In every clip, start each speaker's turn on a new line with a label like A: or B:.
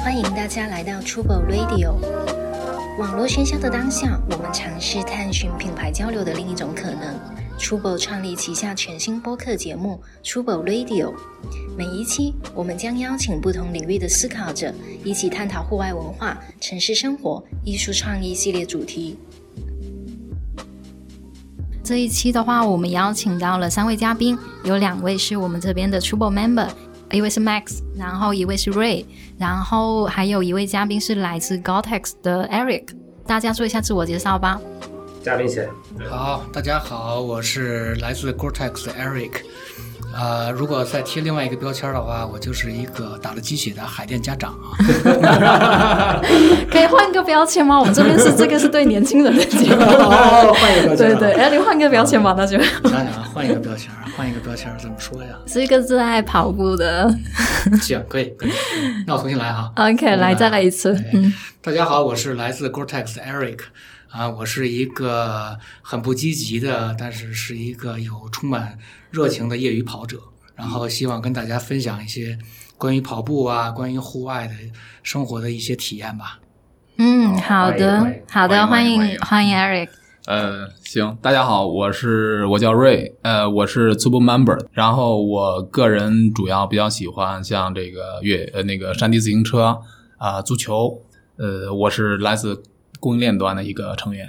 A: 欢迎大家来到 Trouble Radio。网络喧嚣的当下，我们尝试探寻品牌交流的另一种可能。Trouble 创立旗下全新播客节目 Trouble Radio，每一期我们将邀请不同领域的思考者，一起探讨户外文化、城市生活、艺术创意系列主题。这一期的话，我们邀请到了三位嘉宾，有两位是我们这边的 Trouble member，一位是 Max，然后一位是 Ray，然后还有一位嘉宾是来自 Gotex 的 Eric。大家做一下自我介绍吧。
B: 嘉宾先，
C: 好，大家好，我是来自 Cortex 的 Eric。呃，如果再贴另外一个标签的话，我就是一个打了鸡血的海淀家长啊。
A: 可以换个标签吗？我们这边是这个是对年轻人的节目。
B: 哦，换一 个
A: 对对，，哎，你换个标签吧，那就？
C: 想想啊，换一个标签儿，换一个标签儿怎么说呀
A: 是一个热爱跑步的。
C: 行，可以，可以。那我重新来哈。
A: OK，来再来一次。嗯，
C: 哎大家好，我是来自 Cortex 的 Eric。啊，我是一个很不积极的，但是是一个有充满热情的业余跑者。然后希望跟大家分享一些关于跑步啊、关于户外的生活的一些体验吧。
A: 嗯，好
B: 欢
A: 的
B: 迎，
A: 好的，欢
D: 欢迎
A: 迎欢迎 Eric。
D: 呃，行，大家好，我是我叫瑞，呃，我是 Super Member，然后我个人主要比较喜欢像这个越呃那个山地自行车啊、足球，呃，我是来自供应链端的一个成员，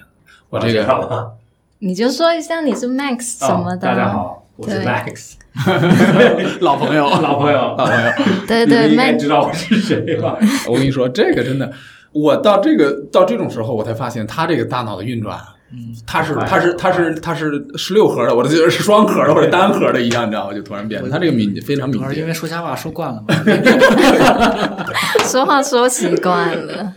D: 我这
B: 介
D: 个
B: 绍了
A: 你就说一下你是 Max 什么的。
B: 啊大家好，我是
A: 对
B: Max，
D: 老朋友，
B: 老朋友，
D: 老朋友，
A: 对
B: 你们
A: 对
B: 应该
A: ，Max
B: 知道我是谁吧？
D: 我跟你说，这个真的，我到这个到这种时候，我才发现他这个大脑的运转，嗯，他是
B: 快
D: 他是他是他是十六核的，我这就是双核的或者单核的一样，你知道吗？就突然变了，他这个敏捷非常敏
C: 主要是因
D: 捷。
C: 为说瞎话说惯了嘛。
A: 说话说习惯了。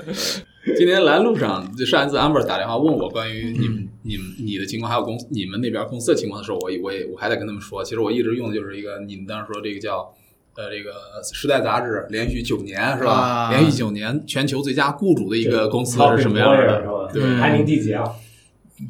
D: 今天来路上，就上一次 Amber 打电话问我关于你
C: 嗯
D: 们、你们、你的情况，还有公司你们那边公司的情况的时候，我也我也我还在跟他们说，其实我一直用的就是一个你们当时说这个叫。呃，这个《时代》杂志连续九年是吧？
C: 啊
D: 连续九年全球最佳雇主的一个公司
B: 好
D: 是什么样的？
B: 是吧？
C: 对
B: 排名第几啊？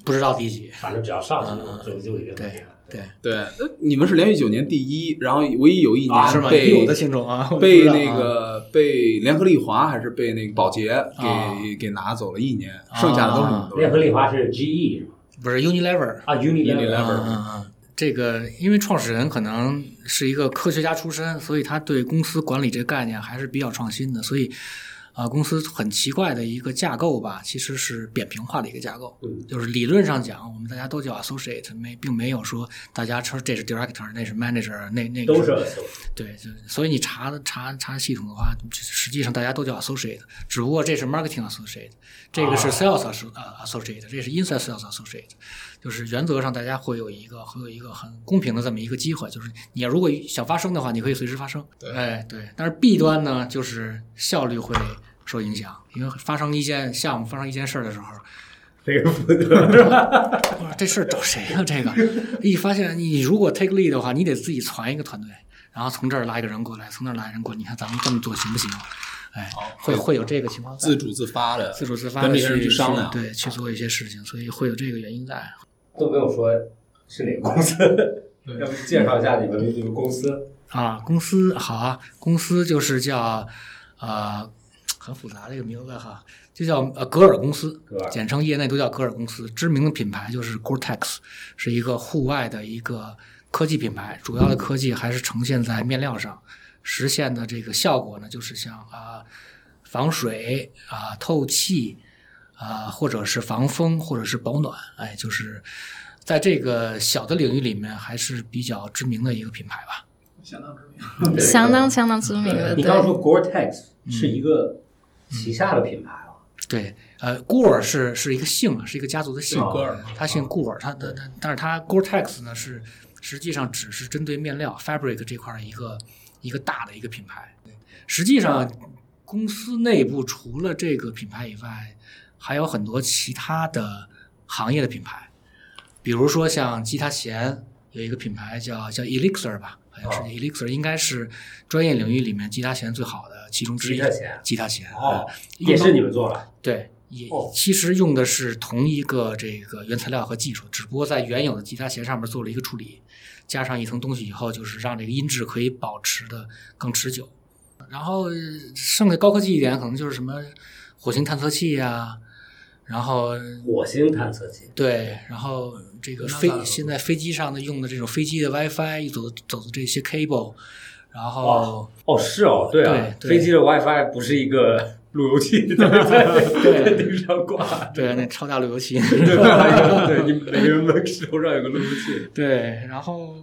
C: 不知道第几。
B: 反正只要上
D: 嗯
B: 去了，就就已经很厉害了
C: 对，
D: 对，呃你们是连续九年第一，然后唯一有一
B: 啊是
D: 年
C: 吗
D: 被、
C: 有的听众啊，我不
D: 被
C: 知道啊
D: 那个、被联合利华还是被那个宝洁给、
C: 啊
D: 给拿走了一年，剩下的都是你们都
B: 联合
D: 是。
B: 利华是 GE 是吧？
C: 不是 Unilever，
B: 啊，Unilever，
D: Unilever
C: 嗯嗯嗯，这个因为创始人可能是一个科学家出身，所以他对公司管理这概念还是比较创新的，所以。啊、公司很奇怪的一个架构吧，其实是扁平化的一个架构，
B: 嗯
C: 就是理论上讲，我们大家都叫 associate，没并没有说大家说这是 director，那是 manager，那那个
B: 都
D: 嗯
B: 是
C: 对，就所以你查的查查系统的话，实际上大家都叫 associate，只不过这是 marketing associate，这个是
B: 啊
C: sales asso- 呃 associate，这是 inside sales associate，就是原则上大家会有一个会有一个很公平的这么一个机会，就是你如果想发声的话，你可以随时发声。
D: 对
C: 哎，对，但是弊端呢，就是效率会受影响，因为发生一件项目发生一件事儿的时候，
B: 那个负责是吧？
C: 我说这事儿找谁呀、这个一发现你如果 take lead 的话，你得自己攒一个团队，然后从这儿拉一个人过来，从那儿拉一个人过来。你看咱们这么做行不行？哎，会会有这个情况在
D: 自主自发的，
C: 自主自发
D: 跟
C: 的
D: 这些人去商量
C: 对，去做一些事情，所以会有这个原因在。
B: 都不用说是哪个公司，要不介绍一下你们你们公司？
C: 啊，公司好啊，公司就是叫呃很复杂这个名字哈，就叫呃格尔公司
B: 格尔，
C: 简称业内都叫格尔公司。知名的品牌就是 Gore-Tex，是一个户外的一个科技品牌，主要的科技还是呈现在面料上，实现的这个效果呢，就是像啊、防水啊、透气啊、或者是防风，或者是保暖，哎，就是。在这个小的领域里面，还是比较知名的一个品牌吧。
D: 相当之明。
A: 相当相当知名的，
B: 你刚刚
A: 对，
B: 说 Gore-Tex
D: 嗯
B: 是一个旗下的品牌啊，
C: 对，呃，固尔是是一个姓，是一个家族的姓
B: 姓，戈
D: 尔
C: 他
B: 啊
C: 姓固尔，他的但是他 Gore-Tex 呢是实际上只是针对面料 fabric 这块儿一个一个大的一个品牌。实际上，公司内部除了这个品牌以外，还有很多其他的行业的品牌，比如说像吉他弦有一个品牌叫叫 Elixir 吧，好像是
B: 哦
C: Elixir，应该是专业领域里面吉他弦最好的其中之一。
B: 吉他弦
C: 吉他
D: 嗯
C: 弦
B: 哦，
C: 用
B: 也
C: 到
B: 是你们做的，
C: 对，也
B: 哦
C: 其实用的是同一个这个原材料和技术，只不过在原有的吉他弦上面做了一个处理，加上一层东西以后，就是让这个音质可以保持的更持久。然后呃剩下高科技一点，可能就是什么火星探测器呀、然后
B: 火星探测器，
C: 对，然后这个
D: 那
C: 飞
D: 当然了
C: 现在飞机上的用的这种飞机的 WiFi 走的走的这些 cable，然后
B: 哦哦，是哦，对啊，
C: 对对
B: 飞机的 WiFi 不是一个 路由器，在在顶上挂，
C: 对那超大路由器，
B: 对， 对，你每个人门手上有个路由器，
C: 对，然后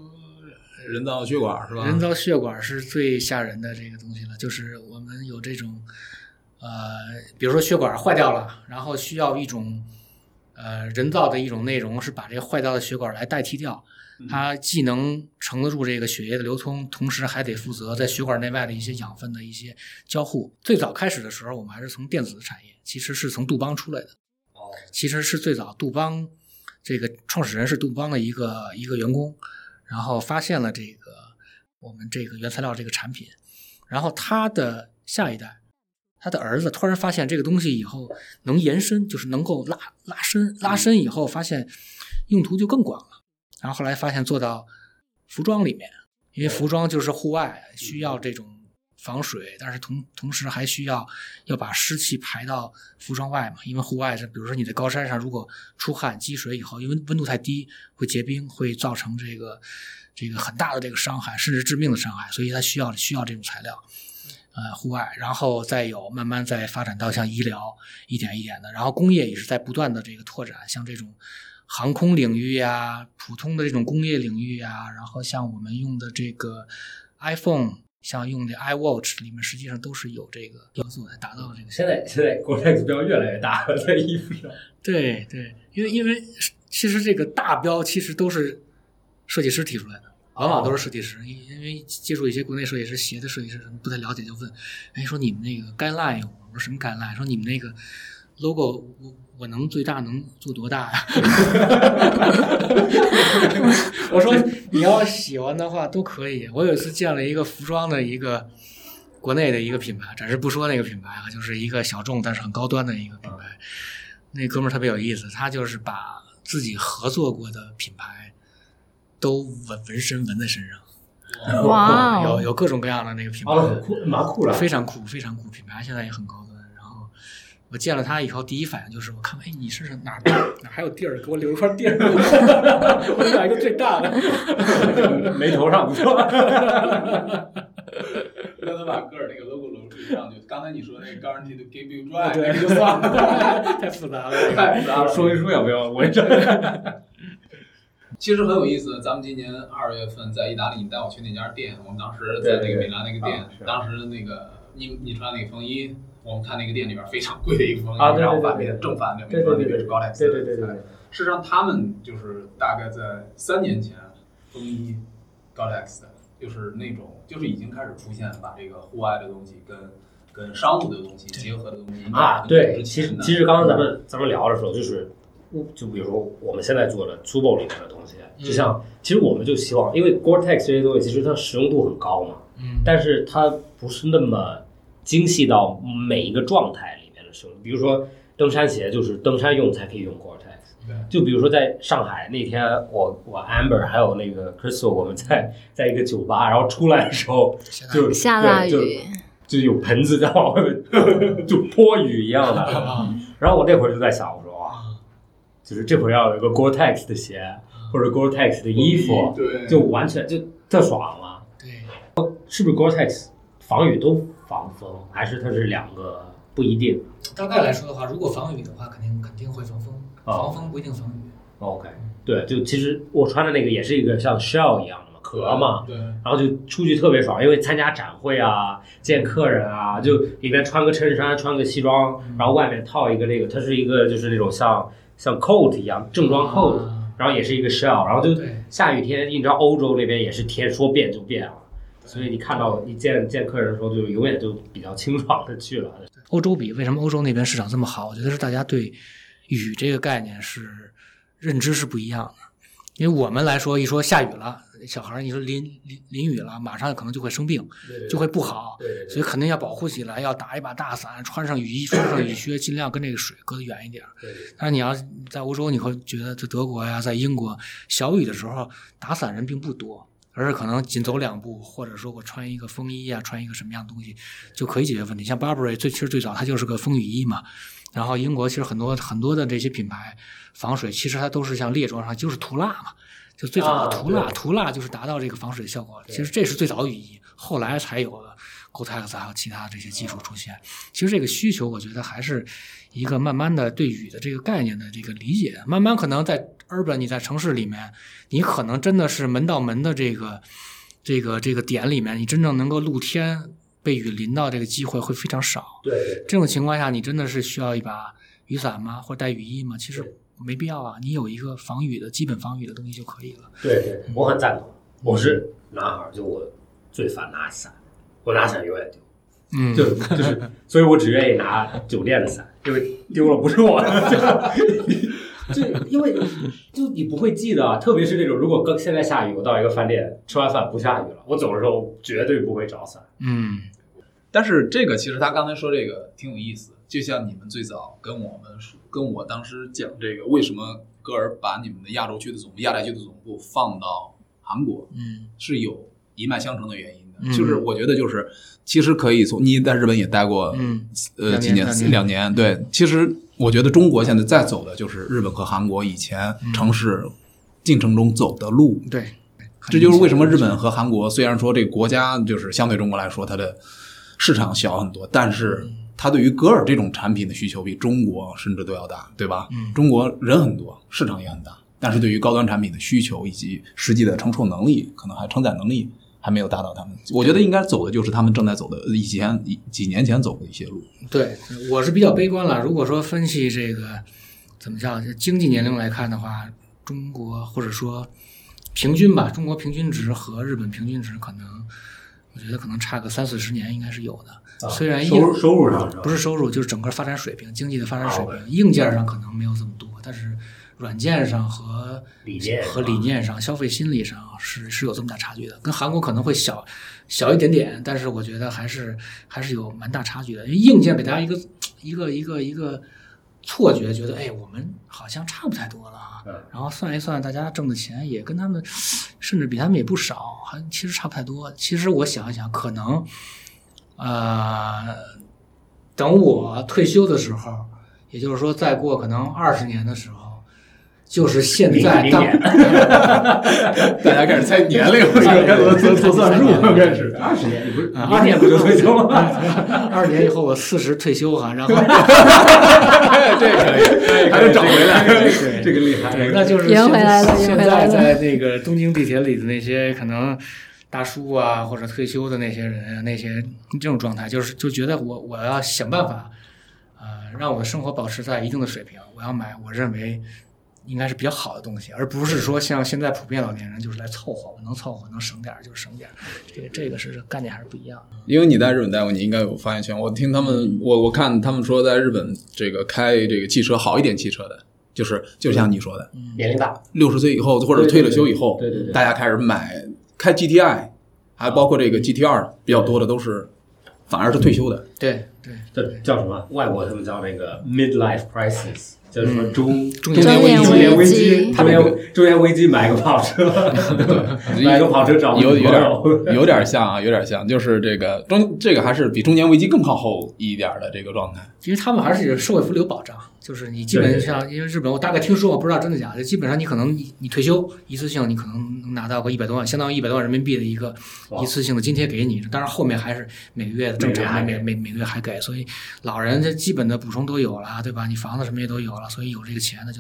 D: 人造血管是吧？
C: 人造血管是最吓人的这个东西了，就是我们有这种，呃，比如说血管坏掉了，然后需要一种，呃，人造的一种内容是把这个坏掉的血管来代替掉，它
D: 嗯
C: 既能承得住这个血液的流通，同时还得负责在血管内外的一些养分的一些交互。最早开始的时候，我们还是从电子产业，其实是从杜邦出来的。
B: 哦，
C: 其实是最早杜邦这个创始人是杜邦的一个一个员工，然后发现了这个我们这个原材料这个产品，然后他的下一代，他的儿子突然发现这个东西以后能延伸，就是能够拉拉伸，拉伸以后发现用途就更广了，然后后来发现做到服装里面，因为服装就是户外需要这种。防水，但是同同时还需要要把湿气排到服装外嘛，因为户外是，比如说你在高山上，如果出汗积水以后，因为温度太低，会结冰，会造成这个这个很大的这个伤害，甚至致命的伤害，所以它需要需要这种材料。呃，户外，然后再有慢慢再发展到像医疗一点一点的，然后工业也是在不断的这个拓展，像这种航空领域呀、普通的这种工业领域呀、然后像我们用的这个 iPhone，像用的 iWatch 里面实际上都是有这个要素来达到这个效
B: 现
C: 果。
B: 在现在 Gore 标越来越大了，在衣服上，
C: 对对，因为因为其实这个大标其实都是设计师提出来的，往往都是设计师，因因为接触一些国内设计师、鞋的设计师什么不太了解，就问，哎，说你们那个 guideline 有吗？我说什么 guideline？说你们那个 logo 我我能最大能做多大呀、 我说你要喜欢的话都可以。我有一次见了一个服装的一个国内的一个品牌，暂时不说那个品牌啊，就是一个小众但是很高端的一个品牌。那哥们儿特别有意思，他就是把自己合作过的品牌都纹纹身纹在身上，啊
A: 哇
C: 有
A: 哦，
C: 有各种各样的那个品牌，
B: 啊，很酷，蛮酷了，
C: 非常酷，非常酷，品牌现在也很高端。然后我见了他以后，第一反应就是我看，哎，你是哪儿哪儿还有地儿，给我留一块地儿， 我买一个最大的。
B: 没头上不错，
D: 让他把个儿那个 logo 楼置上去。刚才你说那个 guarantee give you drive，那个就算了。
C: 太复杂了。
B: 太复杂了，哎啊说一说要不要？我这
D: 其实很有意思，咱们今年二月份在意大利，你带我去那家店，我们当时在那个米兰那个店，
B: 对对对啊是
D: 当时那个你你穿那个风衣，我们看那个店里边非常贵的一个风衣，
B: 啊对对
D: 然后
B: 对
D: 把那
B: 对
D: 个正反两
B: 对
D: 边
B: 对对
D: 穿，那
B: 对
D: 边是高莱斯，
B: 对对对对对。
D: 事实上，他们就是大概在三年前，风衣 Galaxy 就是那种，就是已经开始出现把这个户外的东西跟跟商务的东西结合的东西
B: 啊，对，其
D: 其
B: 实
D: 实
B: 其实刚刚咱们咱们聊的时候，就是，就比如说我们现在做的 Tubo 里面的东西，就像其实我们就希望，因为 Gore-Tex 这些东西其实它实用度很高嘛，
C: 嗯，
B: 但是它不是那么精细到每一个状态里面的使用。比如说登山鞋，就是登山用才可以用 Gore-Tex。
D: 对
B: 就比如说在上海那天我，我 Amber 还有那个 Crystal，我们在在一个酒吧，然后出来的时候
C: 现在
B: 就
A: 下大
B: 对就
A: 雨，
B: 就有盆子在往外面就泼雨一样 的。然后我那会儿就在想，我说哇，就是这会儿要有一个 Gore-Tex 的鞋或者 Gore-Tex 的衣服，
D: 对，
B: 就完全就特爽了。
C: 对，
B: 是不是 Gore-Tex 防雨都防风，还是它是两个不一定
C: 大概来说的话，如果防雨的话，肯定肯定会防风，
B: 哦
C: 防风不一定防雨。
B: ？OK，对，就其实我穿的那个也是一个像 shell 一样的嘛，壳嘛。
D: 对，
B: 然后就出去特别爽，因为参加展会啊、见客人啊，就里面穿个衬衫、穿个西装，然后外面套一个那个，它是一个就是那种像像 coat 一样正装 coat，、
C: 啊
B: 然后也是一个 shell，然后就
C: 对
B: 下雨天，你知道欧洲那边也是天说变就变了，所以你看到你见见客人的时候，就永远就比较清爽的去了。
C: 欧洲比为什么欧洲那边市场这么好？我觉得是大家对雨这个概念是认知是不一样的。因为我们来说，一说下雨了，小孩儿你说淋淋淋雨了，马上可能就会生病，就会不好。
B: 对
C: 所以肯定要保护起来，要打一把大伞，穿上雨衣，穿上雨靴，尽量跟这个水隔得远一点。
B: 对
C: 但是你要在欧洲，你会觉得在德国呀，在英国，小雨的时候打伞人并不多，而是可能紧走两步，或者说我穿一个风衣啊，穿一个什么样的东西就可以解决问题。像 Burberry 最其实最早它就是个风雨衣嘛，然后英国其实很多很多的这些品牌防水，其实它都是像列装上就是涂蜡嘛，就最早的
B: 啊
C: 涂蜡，
B: 对
C: 涂蜡就是达到这个防水效果。
B: 对
C: 其实这是最早的雨衣，后来才有了 Gore-Tex 还有其他这些技术出现。其实这个需求，我觉得还是一个慢慢的对雨的这个概念的这个理解，慢慢可能在 urban 你在城市里面，你可能真的是门到门的这个这个这个点里面，你真正能够露天被雨淋到这个机会会非常少。
B: 对对
C: 这种情况下，你真的是需要一把雨伞吗？或者带雨衣吗？其实没必要啊，你有一个防雨的基本防雨的东西就可以了。
B: 对对，我很赞同。我是男孩儿，就我最烦拿伞，我拿伞永远丢，
C: 嗯，
B: 就就是，所以我只愿意拿酒店的伞，因为丢了不是我 的。就因为就你不会记得啊，特别是那种如果刚现在下雨，我到一个饭店吃完饭不下雨了，我走的时候绝对不会找啊伞。
C: 嗯。
D: 但是这个其实他刚才说这个挺有意思，就像你们最早跟我们说，跟我当时讲这个为什么戈尔把你们的亚洲区的总部、亚太区的总部放到韩国，
C: 嗯
D: 是有一脉相承的原因的。
C: 嗯
D: 就是我觉得就是其实可以从你在日本也待过，
C: 嗯，
D: 呃，
C: 两
D: 几
C: 年
D: 年
C: 三年
D: 两年，对，其实我觉得中国现在在走的就是日本和韩国以前
C: 嗯
D: 城市进程中走的路，
C: 对，
D: 这就是为什么日本和韩国虽然说这个国家就是相对中国来说它的市场小很多，但是它对于格尔这种产品的需求比中国甚至都要大，对吧？
C: 嗯
D: 中国人很多，市场也很大，但是对于高端产品的需求以及实际的承受能力，可能还承载能力还没有达到他们。我觉得应该走的就是他们正在走的以前以几年前走过的一些路。
C: 对，我是比较悲观了。如果说分析这个怎么叫就经济年龄来看的话，中国或者说平均吧，中国平均值和日本平均值可能，我觉得可能差个三四十年应该是有的。虽然
B: 啊收入
C: 硬
B: 收入上是吧
C: 不是收入，就是整个发展水平，经济的发展水
B: 啊
C: 平，硬件上可能没有这么多，但是软件上和
B: 理念
C: 和理念上、消费心理上是是有这么大差距的，跟韩国可能会小小一点点，但是我觉得还是还是有蛮大差距的。因为硬件给大家一个一个一个一个错觉，觉得哎，我们好像差不太多了啊
B: 嗯。
C: 然后算一算，大家挣的钱也跟他们，甚至比他们也不少，还其实差不太多。其实我想一想，可能呃，等我退休的时候，也就是说再过可能二十年的时候，就是现在
B: 零
C: 当
B: 零年
D: 大家开始猜年 龄，
B: 开始做做算术开
C: 始
B: 二十年，你不是
C: 啊
B: 明年不就退休了？
C: 二十年以后我四十退休哈，然后
D: 这 可以，还能找回来。
B: 这个厉害，这个
C: 那就是
A: 圆回来了
C: 现
A: 圆回来
C: 在
A: 了
C: 在那个东京地铁里的那些可能大叔啊，或者退休的那些人啊，那些这种状态，就是就觉得我我要想办法，呃，让我的生活保持在一定的水平。我要买我认为应该是比较好的东西，而不是说像现在普遍老年人就是来凑合，我能凑合，能省点儿就省点儿。这个这个是概念还是不一样的。
D: 因为你在日本待过，你应该有发言权。我听他们，
B: 嗯
D: 我我看他们说，在日本这个开这个汽车好一点汽车的，就是就像你说的，
B: 年龄大，
D: 六十岁以后或者退了休以后，
B: 嗯对对对对对
D: 大家开始买开 GTI，还包括这个 GTR 比较多的都是，反而是 退休的。
C: 对对，
B: 这叫什么？外国他们叫那个 midlife crisis，叫什么中
C: 中
A: 年危机
B: 中年危机，
D: 他
B: 中
D: 们
B: 年中年危机买个跑车，买个跑车找个
D: 有有
B: 女朋友
D: 点有点像啊，有点像，就是这个中这个还是比中年危机更靠后一点的这个状态。
C: 其实他们还是有社会福利有保障，就是你基本上，因为日本我大概听说，我不知道真的假的，基本上你可能你你退休一次性，你可能能拿到个一百多万，相当于一百多万人民币的一个
B: 哇
C: 一次性的津贴给你。当然后面还是每个月正常的
B: 每月还给
C: 每每每个月还给，所以老人这基本的补充都有了，对吧？你房子什么也都有了，所以有这个钱那就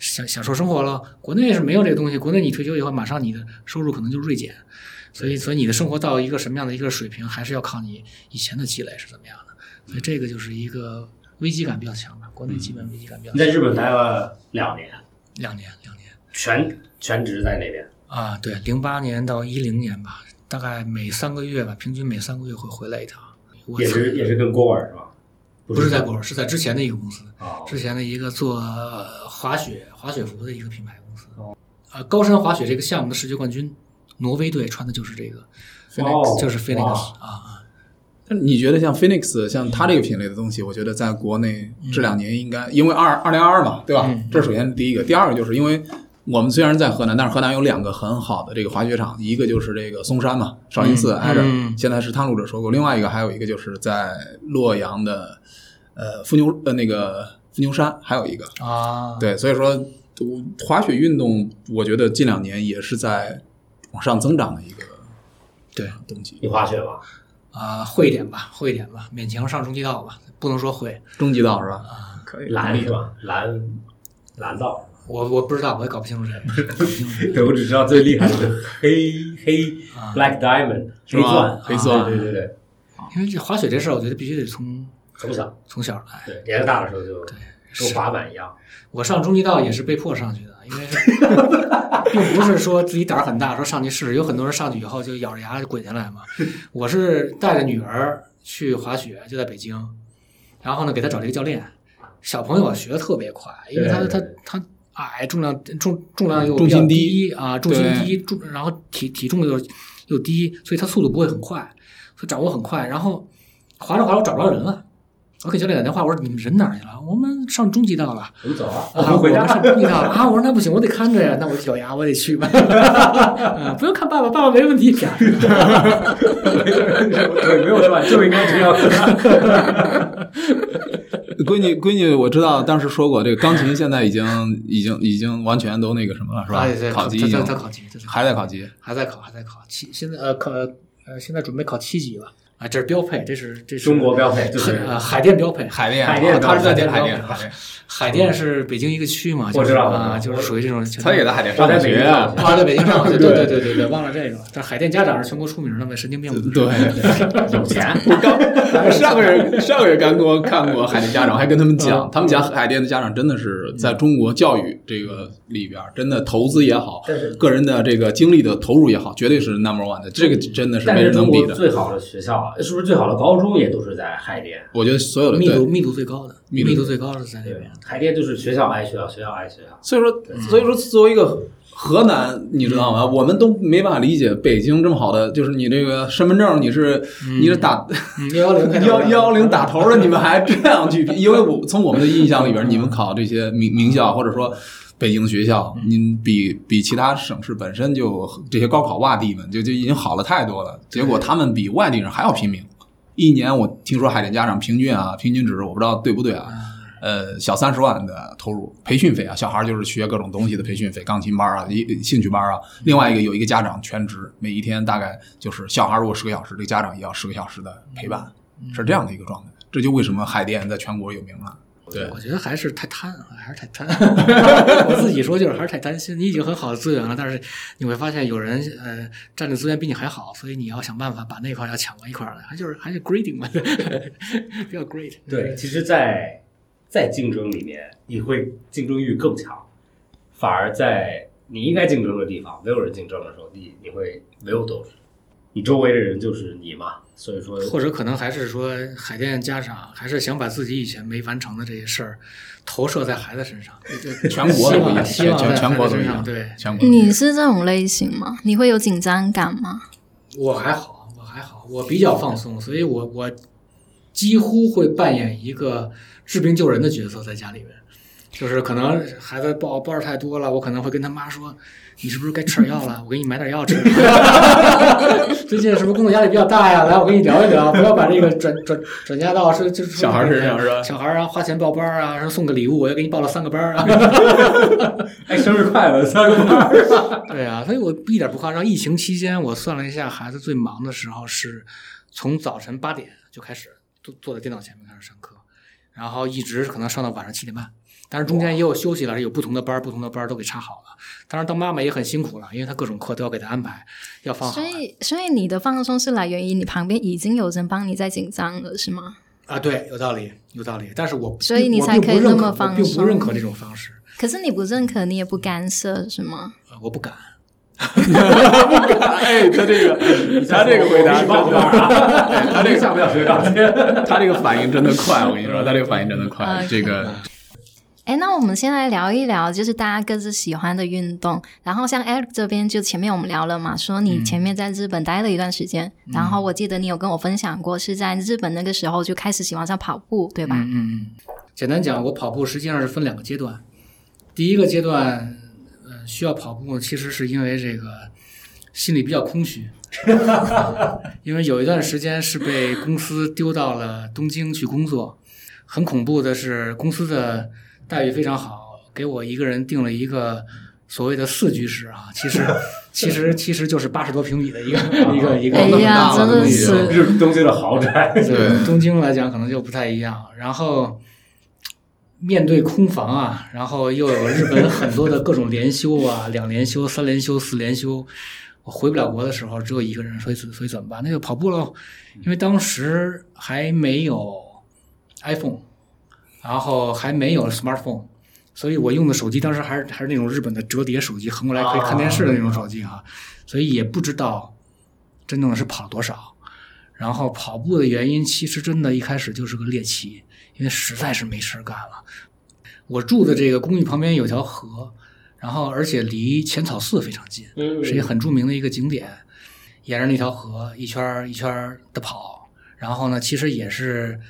C: 享享受生活了。嗯国内是没有这个东西，国内你退休以后马上你的收入可能就锐减，所以所以你的生活到一个什么样的一个水平，还是要靠你以前的积累是怎么样的。所以这个就是一个危机感比较强吧，国内基本危机感比较
B: 你在
C: 强。
B: 日本待了两年，
C: 两年，两年
B: 全全职在那边，
C: 啊，对，零八年到一零年吧，大概每三个月吧，平均每三个月会回来一趟。我
B: 也是也是跟郭尔是吧？
C: 不是在国尔，是在之前的一个公司，
B: 啊，
C: 之前的一个做呃滑雪滑雪服的一个品牌公司。呃，高山滑雪这个项目的世界冠军，挪威队穿的就是这个，
B: 哦
C: 就是 Phoenix
B: 哇
C: 啊啊，
D: 但你觉得像 Phoenix
C: 嗯
D: 像它这个品类的东西，我觉得在国内这两年应该，因为二二零二二嘛，对吧？
C: 嗯
D: 这是首先第一个，第二个就是因为我们虽然在河南，但是河南有两个很好的这个滑雪场，一个就是这个嵩山嘛，少林寺
C: 嗯
D: 挨着，
C: 嗯
D: 现在是探路者收购；另外一个还有一个就是在洛阳的，呃，伏牛呃那个伏牛山，还有一个
C: 啊，
D: 对，所以说我滑雪运动，我觉得近两年也是在往上增长的一个
C: 对
D: 东西。
B: 你滑雪吧？
C: 啊、会一点吧，会一点吧，勉强上中级道吧，不能说会，
D: 中级道是吧？啊，可以
B: 蓝是吧？蓝蓝道。
C: 我我不知道，我也搞不清楚这个，搞不清楚这个
B: 对，我只知道最厉害的是黑 黑
C: 啊
B: black diamond
D: 是
B: 黑
D: 吧
B: 钻，
D: 黑钻
B: 啊对对对对，
C: 因为这滑雪这事儿，我觉得必须得从
B: 从小
C: 从小来。
B: 对年纪大的时候就跟
C: 是
B: 滑板一样，
C: 我上中级道也是被迫上去的，因为 并不是说自己胆儿很大，说上去试试。有很多人上去以后就咬着牙就滚下来嘛。我是带着女儿去滑雪，就在北京，然后呢给她找了一个教练。小朋友学的特别快，因为他
B: 对
C: 他
B: 对对
C: 他矮，重量重重量又
D: 重
C: 比较
D: 心低
C: 低啊，重心低，重然后体体重又又低，所以他速度不会很快，所以掌握很快。然后滑着滑着我找不着人了，我给教练打电话，我说你们人哪儿去了？我们上中级道了。
B: 我们走啊，
C: 啊，
B: 们回家
C: 我上中级道了啊！我说那不行，我得看着呀，那我就咬牙，我得去吧。 啊，不用看爸爸，爸爸没问题。
B: 对，没有说就应该这样。
D: 闺女，闺女，我知道当时说过，这个钢 琴现在已经已经已经完全都那个什么了，是吧？
C: 哎对，
D: 考级
C: 他
D: 已经
C: 他他考级，他
D: 还在考级，
C: 还在考，还在考七，现在呃考呃现在准备考七级了啊，这是标配，这是这是
B: 中国标配就是
C: 海呃海淀标配，海
D: 海淀，
B: 海淀
D: 啊他是
C: 海
D: 在海
C: 淀
D: 淀，海淀，
C: 海淀是北京一个区嘛，就是
B: 我知道
C: 啊，
B: 我知道
C: 就是属于这种，
D: 他也在海淀上
B: 我在
D: 的
B: 北
D: 学
B: 京
D: 啊
B: 上。
C: 啊，在北 京 上对
B: 对
C: 对对对对，忘了这个了。但海淀家长是全国出名的嘛，神经病嘛。
D: 对，
B: 有钱，
D: 我刚 上个月上个月刚给我看过海淀家长，还跟他们讲，他们讲海淀的家长真的是在中国教育这个里边儿，真的投资也好，
B: 但是
D: 个人的这个精力的投入也好，绝对是 number one 的，这个真的是
B: 但
D: 没
B: 是
D: 人
B: 中
D: 能比
B: 国
D: 的。
B: 最好的学校啊是不是最好的高中也都是在海淀？
D: 我觉得所有的
C: 密
D: 对
C: 度密度最高的，
D: 密度
C: 密度最高的是在那
B: 对
C: 边。，
B: 海淀就是学校挨学校，学校挨学校。
D: 所以说，所以说，作为一个河南，你知道吗？我们都没办法理解北京这么好的，就是你这个身份证，你是你是打
C: 嗯，幺幺 零开头
D: 幺
C: 的
D: 幺零打头的，你们还这样去？因为我从我们的印象里边，你们考这些名名校或者说北京学校，您比比其他省市本身就这些高考洼地们就就已经好了太多了，结果他们比外地人还要拼命。一年我听说海淀家长平均啊，平均值我不知道对不对啊，
C: 嗯
D: 呃，小三十万的投入培训费啊，小孩儿就是学各种东西的培训费，钢琴班啊，一兴趣班啊。另外一个有一个家长全职，每一天大概就是小孩儿如果十个小时，这个家长也要十个小时的陪伴，是这样的一个状态。这就为什么海淀在全国有名了。对
C: 我觉得还是太贪，还是太贪。 我自己说就是还是太贪心。你已经很好的资源了，但是你会发现有人呃占的资源比你还好，所以你要想办法把那块儿要抢过一块儿来，还就是还是 grading 嘛， 比较 great。嗯
B: 对，其实在，在竞争里面，你会竞争欲更强，反而在你应该竞争的地方，没有人竞争的时候，你你会没有斗志，你周围的人就是你嘛，所以说
C: 或者可能还是说海淀家长还是想把自己以前没完成的这些事儿投射在孩子身上，
D: 全国都不一样，
C: 希
D: 全
C: 望
D: 全全国
C: 希望在孩子
D: 都一
C: 身上
D: 样，
C: 对
D: 全国。
A: 你是这种类型吗？你会有紧张感吗？
C: 我还好，我还好，我比较放松，所以我我几乎会扮演一个治病救人的角色在家里面。就是可能孩子抱抱着太多了，我可能会跟他妈说：“你是不是该吃点药 了？我给你买点药吃。 最近是不是工作压力比较大呀？来，我跟你聊一聊，不要把这个转转转嫁到是就是
D: 小孩身上是吧？
C: 小孩儿啊，花钱报班儿啊，说送个礼物，我又给你报了三个班儿啊。
B: 哎，生日快乐，三个班 儿，
C: 对啊，所以我一点不夸张。疫情期间，我算了一下，孩子最忙的时候是从早晨八点就开始坐坐在电脑前面开始上课，然后一直可能上到晚上七点半。但是中间也有休息了，有不同的班儿，不同的班儿都给插好了。当然，当妈妈也很辛苦了，因为她各种课都要给她安排，要放好
A: 所以，所以你的放松是来源于你旁边已经有人帮你在紧张了，是吗？
C: 啊。对，有道理，有道理。但是我
A: 所以你
C: 我
A: 才
C: 并不
A: 可以
C: 认
A: 那
C: 可
A: 么
C: 我
A: 放
C: 并不认可
A: 松
C: 这种方式，
A: 可是你不认可，你也不干涉，是吗？
C: 呃我不敢。
D: 哎，他这个，他这个回答，哎
B: 报班儿 啊，他这个下不了学钢琴。
D: 他这个反应真的快，我跟你说，他这个反应真的快。
C: 啊
A: OK
D: 这个
A: 哎，那我们先来聊一聊，就是大家各自喜欢的运动。然后像 Eric 这边，就前面我们聊了嘛，说你前面在日本待了一段时间，然后我记得你有跟我分享过，是在日本那个时候就开始喜欢上跑步，对吧？
C: 嗯嗯嗯，简单讲，我跑步实际上是分两个阶段。第一个阶段，呃，需要跑步，其实是因为这个心里比较空虚，因为有一段时间是被公司丢到了东京去工作，很恐怖的是公司的待遇非常好，给我一个人定了一个。所谓的四居室啊，其实其实其实就是八十多平米的一个一个一个。
A: 哎呀，
D: 那
A: 真
D: 么大了
A: 的是
D: 那
B: 日东京的豪宅，
D: 对
C: 东京来讲可能就不太一样。然后面对空房啊，然后又有日本很多的各种连休啊，两连休、三连休、四连休。我回不了国的时候只有一个人，所以怎所以怎么办？那就跑步喽，因为当时还没有 iPhone，然后还没有 smartphone。所以我用的手机当时还是还是那种日本的折叠手机，横过来可以看电视的那种手机啊，所以也不知道真正的是跑了多少。然后跑步的原因，其实真的一开始就是个猎奇，因为实在是没事儿干了。我住的这个公寓旁边有条河，然后而且离浅草寺非常近，
B: 嗯
C: 是一个很著名的一个景点。沿着那条河一圈儿一圈儿的跑，然后呢，其实也是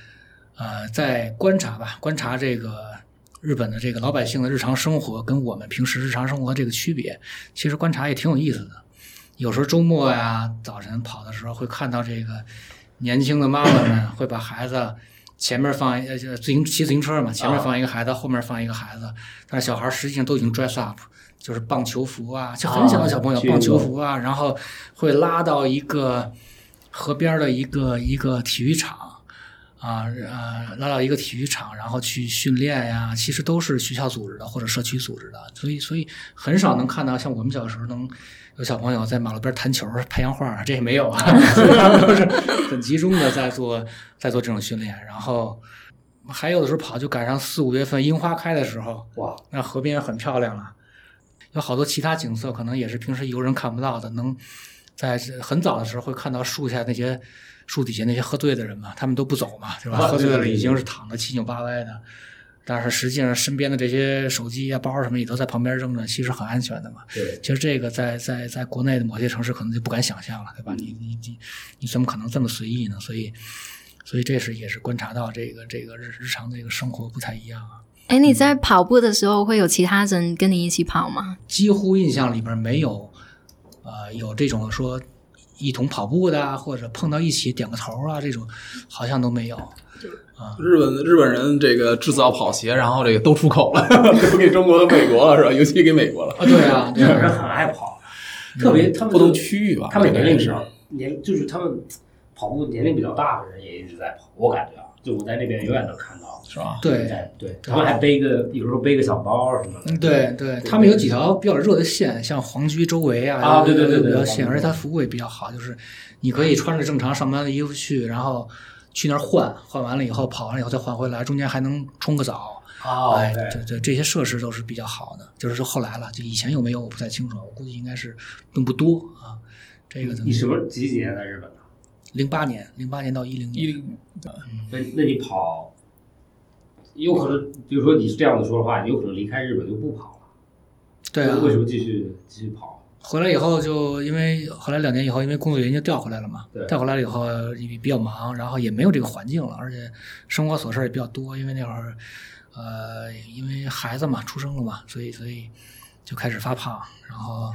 C: 呃在观察吧，观察这个日本的这个老百姓的日常生活跟我们平时日常生活这个区别，其实观察也挺有意思的。有时候周末呀，早晨跑的时候会看到这个年轻的妈妈们会把孩子前面放一呃，就自行骑自行车嘛，前面放一个孩子，后面放一个孩子，但是小孩实际上都已经 dress up，就是棒球服啊，就很小的小朋友
B: 啊
C: 棒球
B: 去
C: 服啊，然后会拉到一个河边的一个一个体育场。啊呃，拉到一个体育场，然后去训练呀，其实都是学校组织的或者社区组织的，所以所以很少能看到像我们小时候能有小朋友在马路边弹球、拍洋画，这也没有啊，所以他们都是很集中的在做在做这种训练，然后还有的时候跑就赶上四五月份樱花开的时候，
B: 哇，
C: 那河边很漂亮了，有好多其他景色，可能也是平时游人看不到的，能在很早的时候会看到树下那些树底下那些喝醉的人嘛，他们都不走嘛，对吧？
B: 啊
C: 喝醉
B: 对
C: 了
B: 对
C: 已
B: 对
C: 经是躺得七扭八歪的，但是实际上身边的这些手机啊、包儿什么也都在旁边扔着，其实很安全的嘛。
B: 对，
C: 其实这个在在在国内的某些城市可能就不敢想象了，对吧？
B: 嗯
C: 你你你你怎么可能这么随意呢？所以，所以这是也是观察到这个这个日日常的这个生活不太一样啊。
A: 哎，你在跑步的时候会有其他人跟你一起跑吗？
C: 几乎印象里边没有，呃，有这种说一同跑步的啊，或者碰到一起点个头啊这种，好像都没有。
B: 啊
D: 日本日本人这个制造跑鞋，然后这个都出口了， 都给中国和美国了是吧？尤其给美国了，
C: 啊，对啊，
B: 日
C: 对
B: 本人
C: 啊，
B: 很爱跑，特
C: 嗯
B: 别他们
D: 不同
B: 就
D: 区域吧，
B: 他们年龄比
D: 是
B: 较年，就是他们跑步年龄比较大的人也一直在跑，我感觉啊，就我在那边永远能看到。
D: 是吧？
C: 对。
B: 在对，他们还背个，有时候背个小包什么的。
C: 嗯，对对，他们有几条比较热的线，像黄居周围啊，
B: 啊对对对
C: 有有
B: 对
C: 有比较
B: 对
C: 线，
B: 黄居
C: 而且它服务也比较好，就是你可以穿着正常上班的衣服去，然后去那儿换，换完了以后跑完了以后再换回来，中间还能冲个澡。
B: 哦
C: 哎，
B: 对
C: 对对，这些设施都是比较好的，就是说后来了，就以前有没有我不太清楚，我估计应该是并不多啊。这
D: 嗯
C: 个
B: 你什么几几年在日本的？
C: 零八年，零八年到一零
D: 一
C: 年，
D: 零
B: 那那你跑，有可能，比如说你是这样子说的话，你有可能离开日本就不跑了。
C: 对啊
B: 那，为什么继续继续跑？
C: 回来以后就因为后来两年以后，因为工作原因就调回来了嘛
B: 对。
C: 调回来了以后也比较忙，然后也没有这个环境了，而且生活琐事儿也比较多。因为那会儿，呃，因为孩子嘛，出生了嘛，所以所以就开始发胖，然后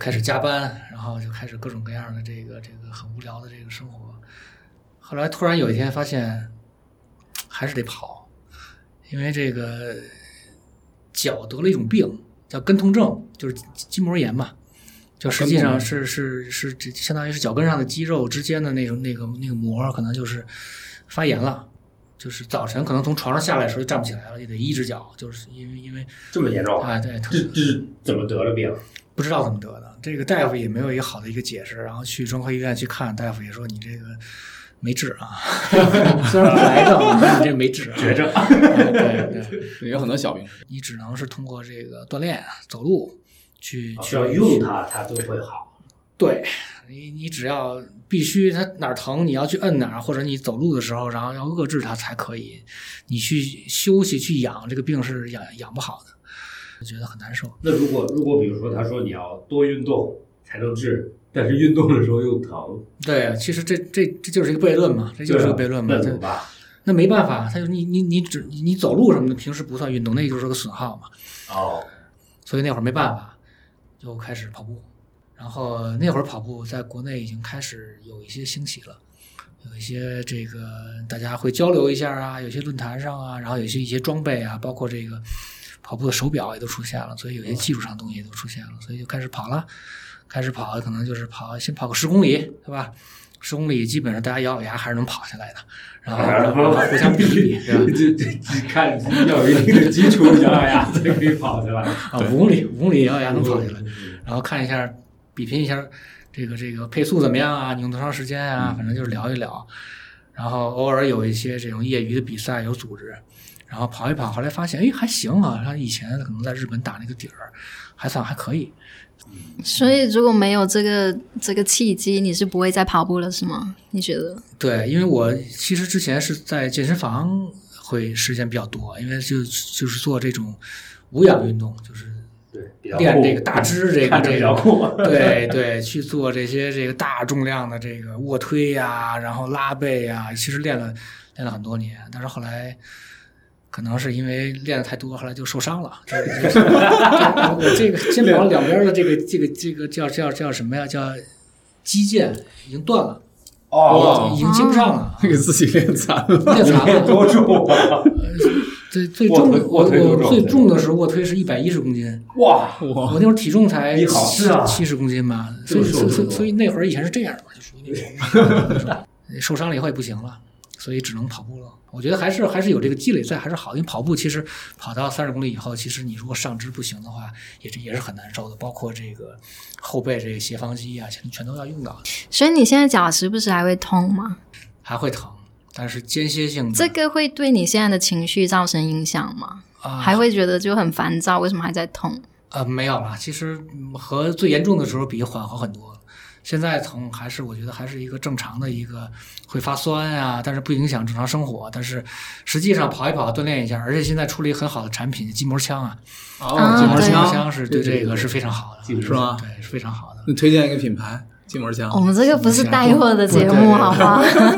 C: 开始加班，然后就开始各种各样的这个这个很无聊的这个生活。后来突然有一天发现，还是得跑，因为这个脚得了一种病，叫跟痛症，就是筋筋膜炎嘛。就
B: 啊
C: 实际上是是是，这相当于是脚跟上的肌肉之间的那种那个那个膜，可能就是发炎了。就是早晨可能从床上下来的时候就站不起来了，也得一只脚，就是因为因为
B: 这么严重啊？
C: 啊对，特
B: 这这是怎么得了病？
C: 不知道怎么得的。这个大夫也没有一个好的一个解释，然后去专科医院去看，大夫也说你这个没治 啊， 虽然不是癌症，但是这没治、啊，
B: 绝 症？
C: 对对对，
D: 有很多小病，
C: 你只能是通过这个锻炼、走路去
B: 啊需
C: 去
B: 要用它，它就会好。
C: 对 你，你只要必须它哪儿疼，你要去摁哪儿，或者你走路的时候，然后要遏制它才可以。你去休息去养，这个病是养养不好的，我觉得很难受。
B: 那如果如果比如说他说你要多运动才能治，但是运动的时候又疼，
C: 对，其实这这这就是一个悖论嘛，这就是一个悖论嘛
B: 啊那。
C: 它
B: 怎么办？
C: 那没办法，它就你你你只你走路什么的，平时不算运动，那就是个损耗嘛。
B: 哦，
C: 所以那会儿没办法，就开始跑步。然后那会儿跑步在国内已经开始有一些兴起了，有一些这个大家会交流一下啊，有些论坛上啊，然后有些一些装备啊，包括这个跑步的手表也都出现了，所以有些技术上的东西也都出现了，所以就开始跑了。开始跑可能就是跑先跑个十公里，对吧？十公里基本上大家咬咬牙还是能跑下来的，然后然后啊互相比一比，对吧？
B: 这这这看要有一定的基础，咬咬牙才可以跑起嗯来。
C: 啊，五公里五公里咬咬牙能跑起来。然后看一下，比拼一下这个这个配速怎么样啊，你用多长时间啊，反正就是聊一聊。然后偶尔有一些这种业余的比赛有组织，然后跑一跑，后来发现哎还行啊，他以前可能在日本打那个底儿还算还可以。
A: 所以如果没有这个这个契机，你是不会再跑步了，是吗？你觉得？
C: 对，因为我其实之前是在健身房会时间比较多，因为就就是做这种无氧运动，就是
B: 对，比较
C: 练
B: 酷
C: 这个大支这个
B: 看着
C: 这个
B: 比较酷。
C: 对对，去做这些这个大重量的这个卧推呀、然后拉背呀、其实练了练了很多年，但是后来可能是因为练的太多，后来就受伤了。这个就是这个我这个肩膀两边的这个这个这个叫叫叫什么呀？叫肌腱已经断了，
B: 哦
C: 已经经不上了，
D: 给自己练惨了。
C: 练残
B: 练
C: 了。
B: 多重啊！
C: 最最
B: 卧
C: 重
B: 推
C: 的我
B: 卧推多重
C: 我最重的时候卧推是一百一十公斤。
B: 哇，
C: 我那会儿体重才
B: 哦你好是啊
C: 七十公斤吧，
B: 这
C: 所
B: 么瘦
C: 以所以所
B: 是
C: 以
B: 吗
C: 所以那会儿以前是这样的，就属于那 种受伤了以后也不行了，所以只能跑步了。我觉得还是还是有这个积累在，还是好。因为跑步其实跑到三十公里以后，其实你如果上肢不行的话，也是也是很难受的，包括这个后背这个斜方肌啊，全全都要用到，
A: 所以你现在脚时不时还会痛吗？
C: 还会疼。但是间歇性的
A: 这个会对你现在的情绪造成影响吗？
C: 啊，
A: 还会觉得就很烦躁，为什么还在痛？
C: 呃，没有啦，其实嗯和最严重的时候比缓和很多了。现在疼还是我觉得还是一个正常的一个会发酸啊，但是不影响正常生活。但是实际上跑一跑，锻炼一下，而且现在出了一个很好的产品——筋膜枪啊，
D: 哦
A: 啊
C: 筋膜
A: 对
C: 枪枪是
B: 对
C: 对
B: 对
C: 这个
B: 对
C: 是非常好的，
B: 筋膜
D: 是吗
C: 对，是非常好
B: 嗯
C: 的。
D: 你推荐一个品牌，筋膜枪
A: 我。们这个不是带货的节目，好吗？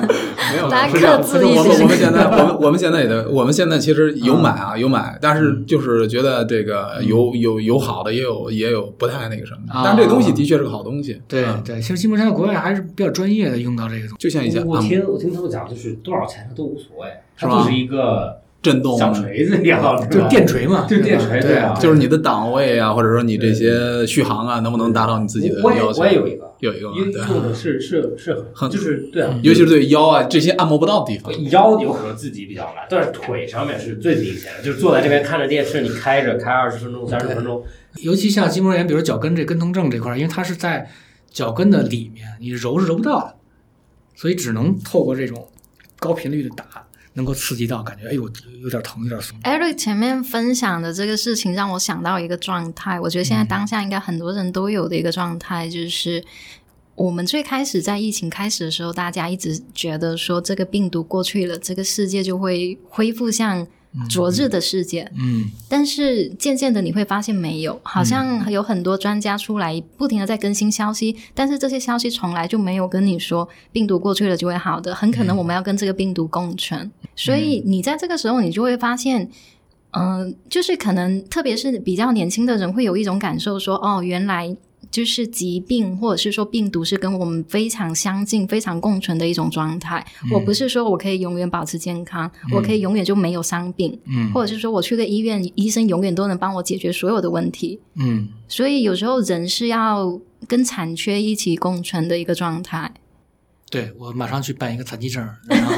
D: 没有
A: 大家
D: 不是
A: 克制一
D: 我们
A: 些
D: 我们现在我们我们现在也得，我们现在其实有买啊，嗯有买，但是就是觉得这个有有有好的，也有也有不太那个什么的
C: 啊。
D: 但是这个东西的确是个好东西，
C: 对
D: 嗯
C: 对，其实筋膜枪在国外还是比较专业的，用到这个东西。
D: 就像以嗯前
C: 啊
B: 我
D: 按摩
B: 听我听他们讲，就是多少钱它都无所谓，它
D: 是吧
B: 就是一个
D: 震动
B: 小锤子一样，啊是
C: 就是
B: 吧
C: 电锤嘛，
B: 就是
C: 对吧
B: 电锤
C: 对
B: 对啊
D: 就是你的档位啊，或者说你这些续航啊，能不能达到你自己的
B: 我也
D: 要求？
B: 我也有一个，
D: 有一个嘛
B: 因为
D: 对，啊
B: 用的是是是
D: 很
B: 很就是对啊，
D: 尤其是对腰啊这些按摩不到的地方，
B: 腰有可能自己比较难，但是腿上面是最明显的，就是坐在这边看着电视，你开着开二十分钟、三十分钟，
C: 尤其像筋膜炎，比如脚跟这跟痛症这块儿，因为它是在脚跟的里面，你揉是揉不到的，所以只能透过这种高频率的打，能够刺激到感觉，哎呦，有点疼，有点酸。
A: Eric 前面分享的这个事情让我想到一个状态，我觉得现在当下应该很多人都有的一个状态，就是我们最开始在疫情开始的时候，大家一直觉得说这个病毒过去了，这个世界就会恢复像昨日的世界。
C: 嗯，
A: 但是渐渐的你会发现没有，好像有很多专家出来不停的在更新消息，但是这些消息从来就没有跟你说病毒过去了就会好的，很可能我们要跟这个病毒共存，所以你在这个时候你就会发现。嗯、就是可能，特别是比较年轻的人，会有一种感受说，哦，原来就是疾病或者是说病毒是跟我们非常相近、非常共存的一种状态。我不是说我可以永远保持健康，我可以永远就没有伤病，
C: 嗯
A: 或者是说我去个医院，医生永远都能帮我解决所有的问题。
C: 嗯，
A: 所以有时候人是要跟残缺一起共存的一个状态。
C: 对我马上去办一个残疾证儿，然后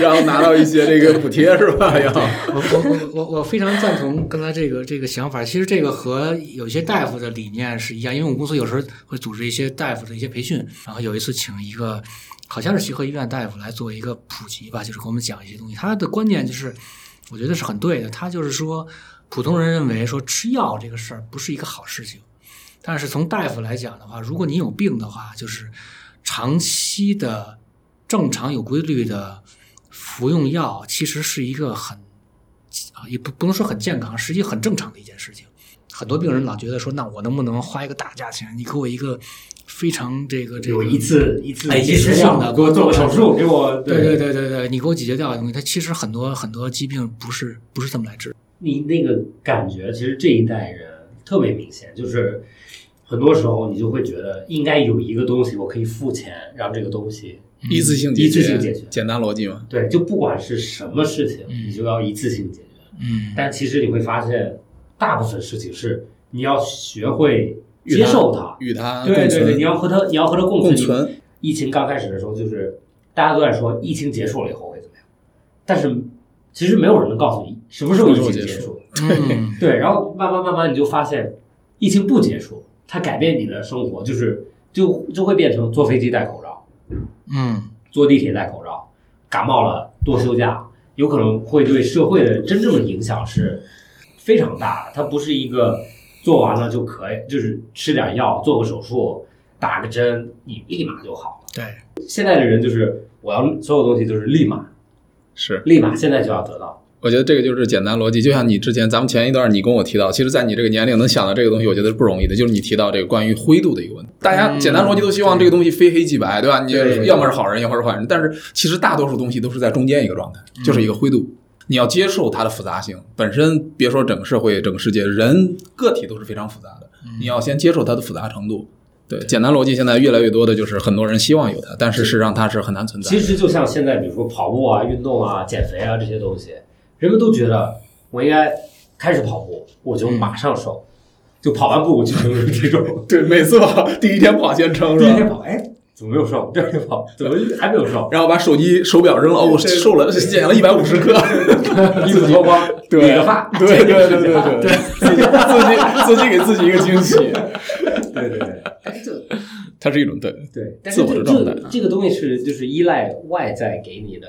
D: 然后拿到一些这个补贴是 吧？要
B: 嗯
C: 我我我我我非常赞同刚才这个这个想法。其实这个和有些大夫的理念是一样，因为我们公司有时候会组织一些大夫的一些培训，然后有一次请一个好像是协和医院大夫来做一个普及吧，就是给我们讲一些东西。他的观念就是，我觉得是很对的。他就是说，普通人认为说吃药这个事儿不是一个好事情，但是从大夫来讲的话，如果你有病的话，就是长期的、正常有规律的服用药，其实是一个很啊，也不不能说很健康，实际很正常的一件事情。很多病人老觉得说，那我能不能花一个大价钱，你给我一个非常这个这个
B: 有一次一次
C: 哎
B: 一次性的给我做个手术，给我
C: 对对对对对，你给我解决掉的东西，它其实很多很多疾病不是不是这么来治。
B: 你那个感觉，其实这一代人特别明显，就是很多时候你就会觉得应该有一个东西，我可以付钱让这个东西，
D: 一次性解决，
B: 一次性解决
D: 简单逻辑嘛。
B: 对，就不管是什么事情，
C: 嗯
B: 你就要一次性解决。
C: 嗯，
B: 但其实你会发现，大部分事情是你要学会接受它，
D: 与它共
B: 对
D: 存，
B: 对对，你要和它，你要和它共
D: 共
B: 存。
D: 存，
B: 疫情刚开始的时候，就是大家都在说疫情结束了以后会怎么样，但是其实没有人能告诉你什么时候疫情结
D: 什么时
B: 束。
C: 嗯
B: 对，然后慢慢慢慢你就发现，疫情不结束，它改变你的生活，就是就就会变成坐飞机戴口罩，
C: 嗯
B: 坐地铁戴口罩，感冒了多休假，有可能会对社会的真正的影响是非常大的。它不是一个做完了就可以，就是吃点药，做个手术，打个针，你立马就好了。
C: 对，
B: 现在的人就是我要所有东西就是立马，
D: 是。
B: 立马现在就要得到。
D: 我觉得这个就是简单逻辑，就像你之前咱们前一段你跟我提到，其实，在你这个年龄能想到这个东西，我觉得是不容易的。就是你提到这个关于灰度的一个问题，大家
C: 嗯
D: 简单逻辑都希望这个东西非黑即白，对吧？你
B: 对
D: 要么是好人，要么是坏人，但是其实大多数东西都是在中间一个状态，就是一个灰度。你要接受它的复杂性，本身别说整个社会、整个世界，人个体都是非常复杂的。
B: 嗯
D: 你要先接受它的复杂程度。对，简单逻辑现在越来越多的就是很多人希望有它，但是事实上它是很难存在的。。
B: 其实就像现在，比如说跑步啊、运动啊、减肥啊这些东西，人们都觉得我应该开始跑步，我就马上瘦，就跑完步我就成这种
D: 对，没错，第一天跑先撑？
B: 第一天跑，哎，怎么没有瘦？第二天跑，怎么还没有瘦
D: 然后把手机手表扔了，哦，我瘦了，减了一百五十克，
B: 衣服脱光，
D: 对
B: 理个发，
D: 对对对对对，自己自己自己给自己一个惊喜，
B: 对对对。哎这
D: 它是一种对，
B: 对，但
D: 自
B: 是
D: 我
B: 这
D: 的状态啊
B: 这这个东西是就是依赖外在给你的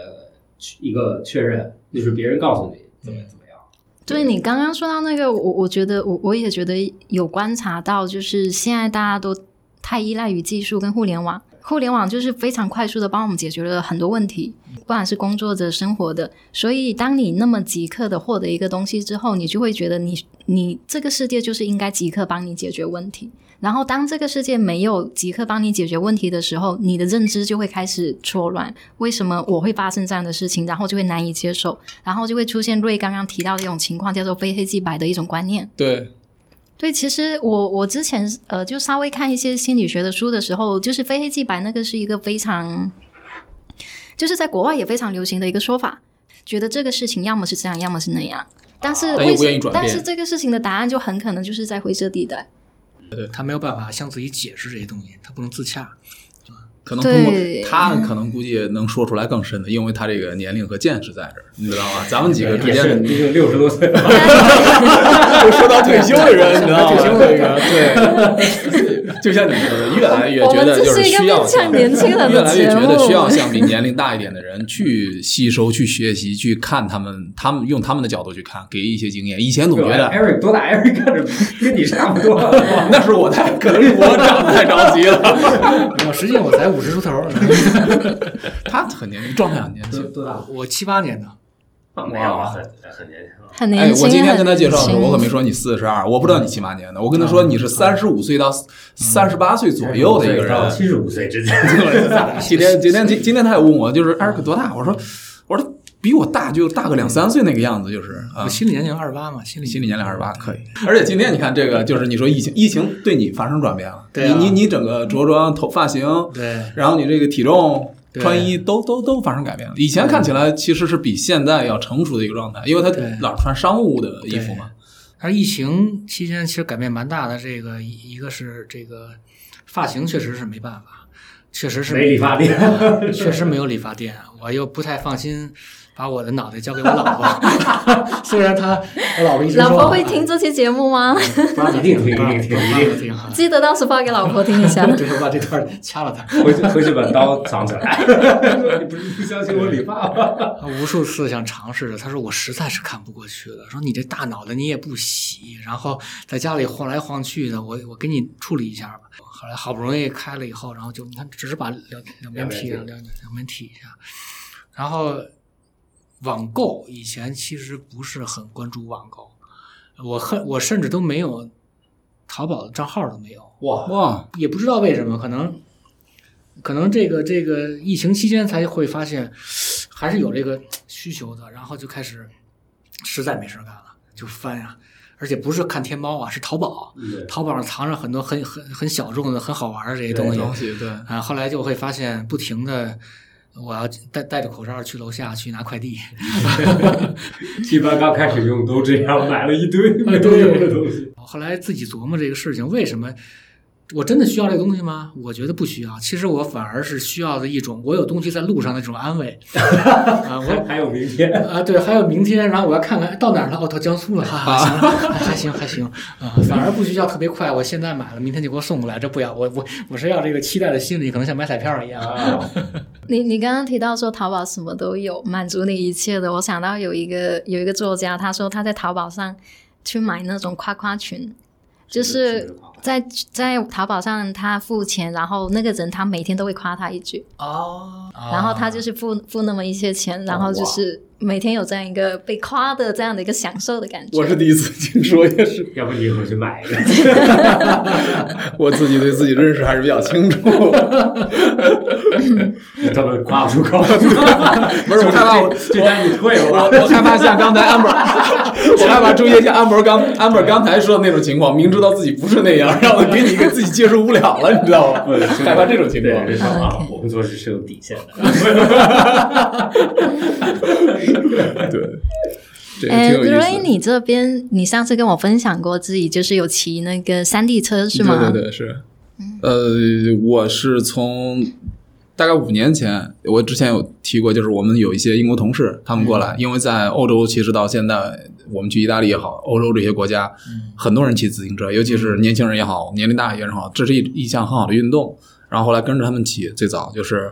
B: 一个确认，就是别人告诉你怎
D: 嗯
B: 么怎么样。
A: 对你刚刚说到那个，我我觉得我我也觉得有观察到，就是现在大家都太依赖于技术跟互联网，互联网就是非常快速的帮我们解决了很多问题，不管是工作的、生活的。所以，当你那么即刻的获得一个东西之后，你就会觉得你你这个世界就是应该即刻帮你解决问题。然后，当这个世界没有即刻帮你解决问题的时候，你的认知就会开始错乱。为什么我会发生这样的事情？然后就会难以接受，然后就会出现瑞刚刚提到的一种情况，叫做非黑即白的一种观念。
D: 对，
A: 对，其实我我之前呃，就稍微看一些心理学的书的时候，就是非黑即白那个是一个非常，就是在国外也非常流行的一个说法，觉得这个事情要么是这样，要么是那样。但是
D: 啊但
A: 为
D: 又不
A: 什
D: 愿意转
A: 但
D: 变
A: 是这个事情的答案就很可能就是在灰色地带。
C: 他没有办法向自己解释这些东西，他不能自洽。
D: 可能通过
A: 对
D: 他可能估计能说出来更深的，因为他这个年龄和见识在这儿，你知道吗？咱们几个之
B: 也是，
D: 间
B: 毕竟六十多岁了，
D: 都说到退休的人，你知道吗？
C: 退休的人
D: 对，就像你说的，越来越
A: 我
D: 觉
A: 们
D: 得
A: 这
D: 就是是
A: 一个
D: 需要
A: 面向
D: 向
A: 年轻人
D: 越
A: 的
D: 来越
A: 节
D: 觉
A: 目，
D: 得需要向比年龄大一点的人去吸收、去学习、去看他们，他们用他们的角度去看，给一些经验。以前总觉得
B: Eric 多大？Eric 看着跟你差不 多。
D: 那是我太可能是我长得太着急了，
C: 我实际上我才五十出头儿，
D: 他很年轻，状态很年轻。
B: 多 大？
C: 我七八年的，
B: 没有，
D: 啊
B: 很很年轻。
A: 很
D: 哎，
A: 年轻。
D: 我今天跟他介绍的时
A: 很
D: 候，我可没说你四十二，我不知道你七八年的，我跟他说你是三十五岁到三十八岁左右的一个人。
B: 七十五岁之前，
D: 今天今天今今天他也问我，就是艾瑞克多大？我说我说比我大就大个两三岁那个样子，就是啊
C: 我，心理年龄二十八嘛，心理
D: 心理年龄二十八嗯可以。而且今天你看这个，就是你说疫情，疫情对你发生转变了，
C: 对啊
D: 你你你整个着装、头发型，
C: 对
D: 然后你这个体重、
C: 对
D: 穿衣都都都发生改变了。以前看起来其实是比现在要成熟的一个状态，因为他
C: 对
D: 老是穿商务的衣服嘛。
C: 但是疫情期间其实改变蛮大的，这个一一个是这个发型确实是没办法，确实是
B: 没理发店
C: 确实没有理发店，我又不太放心把我的脑袋交给我老婆， 虽然她我老婆一直说啊
A: 老婆会听这期节目 吗？
B: 一定听，一定听，一定。
C: 挺 好。
A: 记得到时发给老婆听一下。
C: 对，啊我把这段儿掐了她，
B: 回去回去把刀藏起 来。你不是不相信我理发吗？
C: 她无数次想尝试着，她说我实在是看不过去了，说你这大脑袋你也不洗，然后在家里晃来晃去的，我我给你处理一下吧。后来好不容易开了以后，然后就你看，只是把两两边剃了，
B: 两
C: 两两边剃一下。然后网购以前其实不是很关注网购，我恨我甚至都没有淘宝的账号都没有，
B: 哇，
D: 哇，
C: 也不知道为什么，可能可能这个这个疫情期间才会发现还是有这个需求的，然后就开始实在没事儿干了，就翻啊，而且不是看天猫啊，是淘宝，
B: 嗯
C: 淘宝上藏着很多很很很小众的、很好玩的这些东西
B: 对
D: 东西对，
C: 啊。后来就会发现，不停的我要戴戴着口罩去楼下去拿快递，
B: 一般刚开始用都这样，买了一堆没
C: 哎
B: 有
C: 对
B: 用的东西。
C: 后来自己琢磨这个事情，为什么我真的需要这个东西吗？我觉得不需要。其实我反而是需要的一种，我有东西在路上的这种安慰啊。
B: 还
C: 我
B: 还有明 天，
C: 啊，对，还有明天，然后我要看看到哪儿了，哦，到江苏了，哈、哈，行了，还行还行啊，反而不需要特别快，我现在买了，明天就给我送过来，这不要，我我我是要这个期待的心理，可能像买彩票一样。
B: 啊，
A: 你你刚刚提到说淘宝什么都有，满足你一切的。我想到有一个有一个作家，他说他在淘宝上去买那种夸夸群，就
B: 什么
A: 是
B: 是夸夸
A: 在在淘宝上他付钱，然后那个人他每天都会夸他一句，
C: 哦，
D: 啊
A: 然后他就是付付那么一些钱，然后就是每天有这样一个被夸的这样的一个享受的感觉。
D: 我是第一次听说，也是
B: 要不你一会儿去买一个？
D: 我自己对自己认识还是比较清楚。
B: 他们夸不出口。
D: 不是我害怕我
B: 这单你退了吧。
D: 我害怕像刚才安博，我害怕出现像安博刚安博刚才说的那种情况，明知道自己不是那样，然后给你给自己接受不了了，你知道吗？害怕这种情 况
B: 对，。人说啊，
A: 哦 OK
B: 我们做事是有底线的。
D: 对，这个
A: 哎
B: 呃
D: 挺有意思
A: 瑞，
D: 的。
A: 你这边你上次跟我分享过自己就是有骑那个山地车是吗？
D: 对对对，是。呃，我是从大概五年前，我之前有提过，就是我们有一些英国同事，他们过来，因为在欧洲，其实到现在，我们去意大利也好，欧洲这些国家，很多人骑自行车，尤其是年轻人也好，年龄大一些人也好，这是一一项很好的运动。然后后来跟着他们骑，最早就是。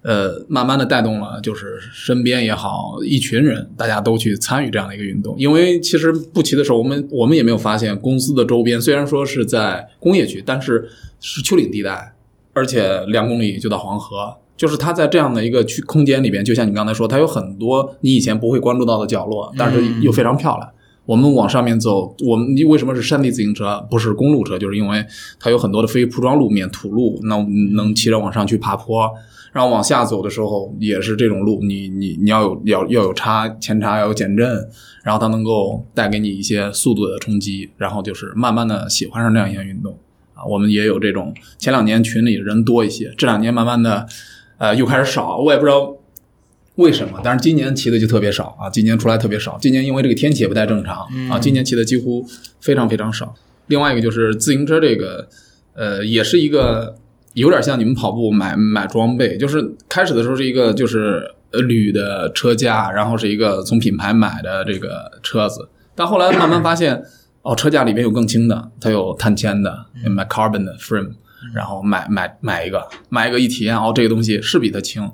D: 呃，慢慢的带动了，就是身边也好，一群人大家都去参与这样的一个运动。因为其实不骑的时候，我们我们也没有发现公司的周边虽然说是在工业区，但是是丘陵地带，而且两公里就到黄河。就是它在这样的一个区空间里边，就像你刚才说，它有很多你以前不会关注到的角落，但是又非常漂亮。我们往上面走，我们为什么是山地自行车，不是公路车？就是因为它有很多的非铺装路面、土路，那我们能骑着往上去爬坡。然后往下走的时候也是这种路，你你你要有要要有叉前叉，要有减震，然后它能够带给你一些速度的冲击，然后就是慢慢的喜欢上这样一项运动啊。我们也有这种，前两年群里人多一些，这两年慢慢的呃又开始少，我也不知道为什么，但是今年骑的就特别少啊，今年出来特别少，今年因为这个天气也不太正常啊，今年骑的几乎非常非常少。另外一个就是自行车这个，呃，也是一个有点像你们跑步买买装备，就是开始的时候是一个就是呃铝的车架，然后是一个从品牌买的这个车子，但后来慢慢发现，哦，车架里边有更轻的，它有碳纤的，买 carbon 的 frame，然后买买买一个，买一个一体验，哦，这个东西是比它轻。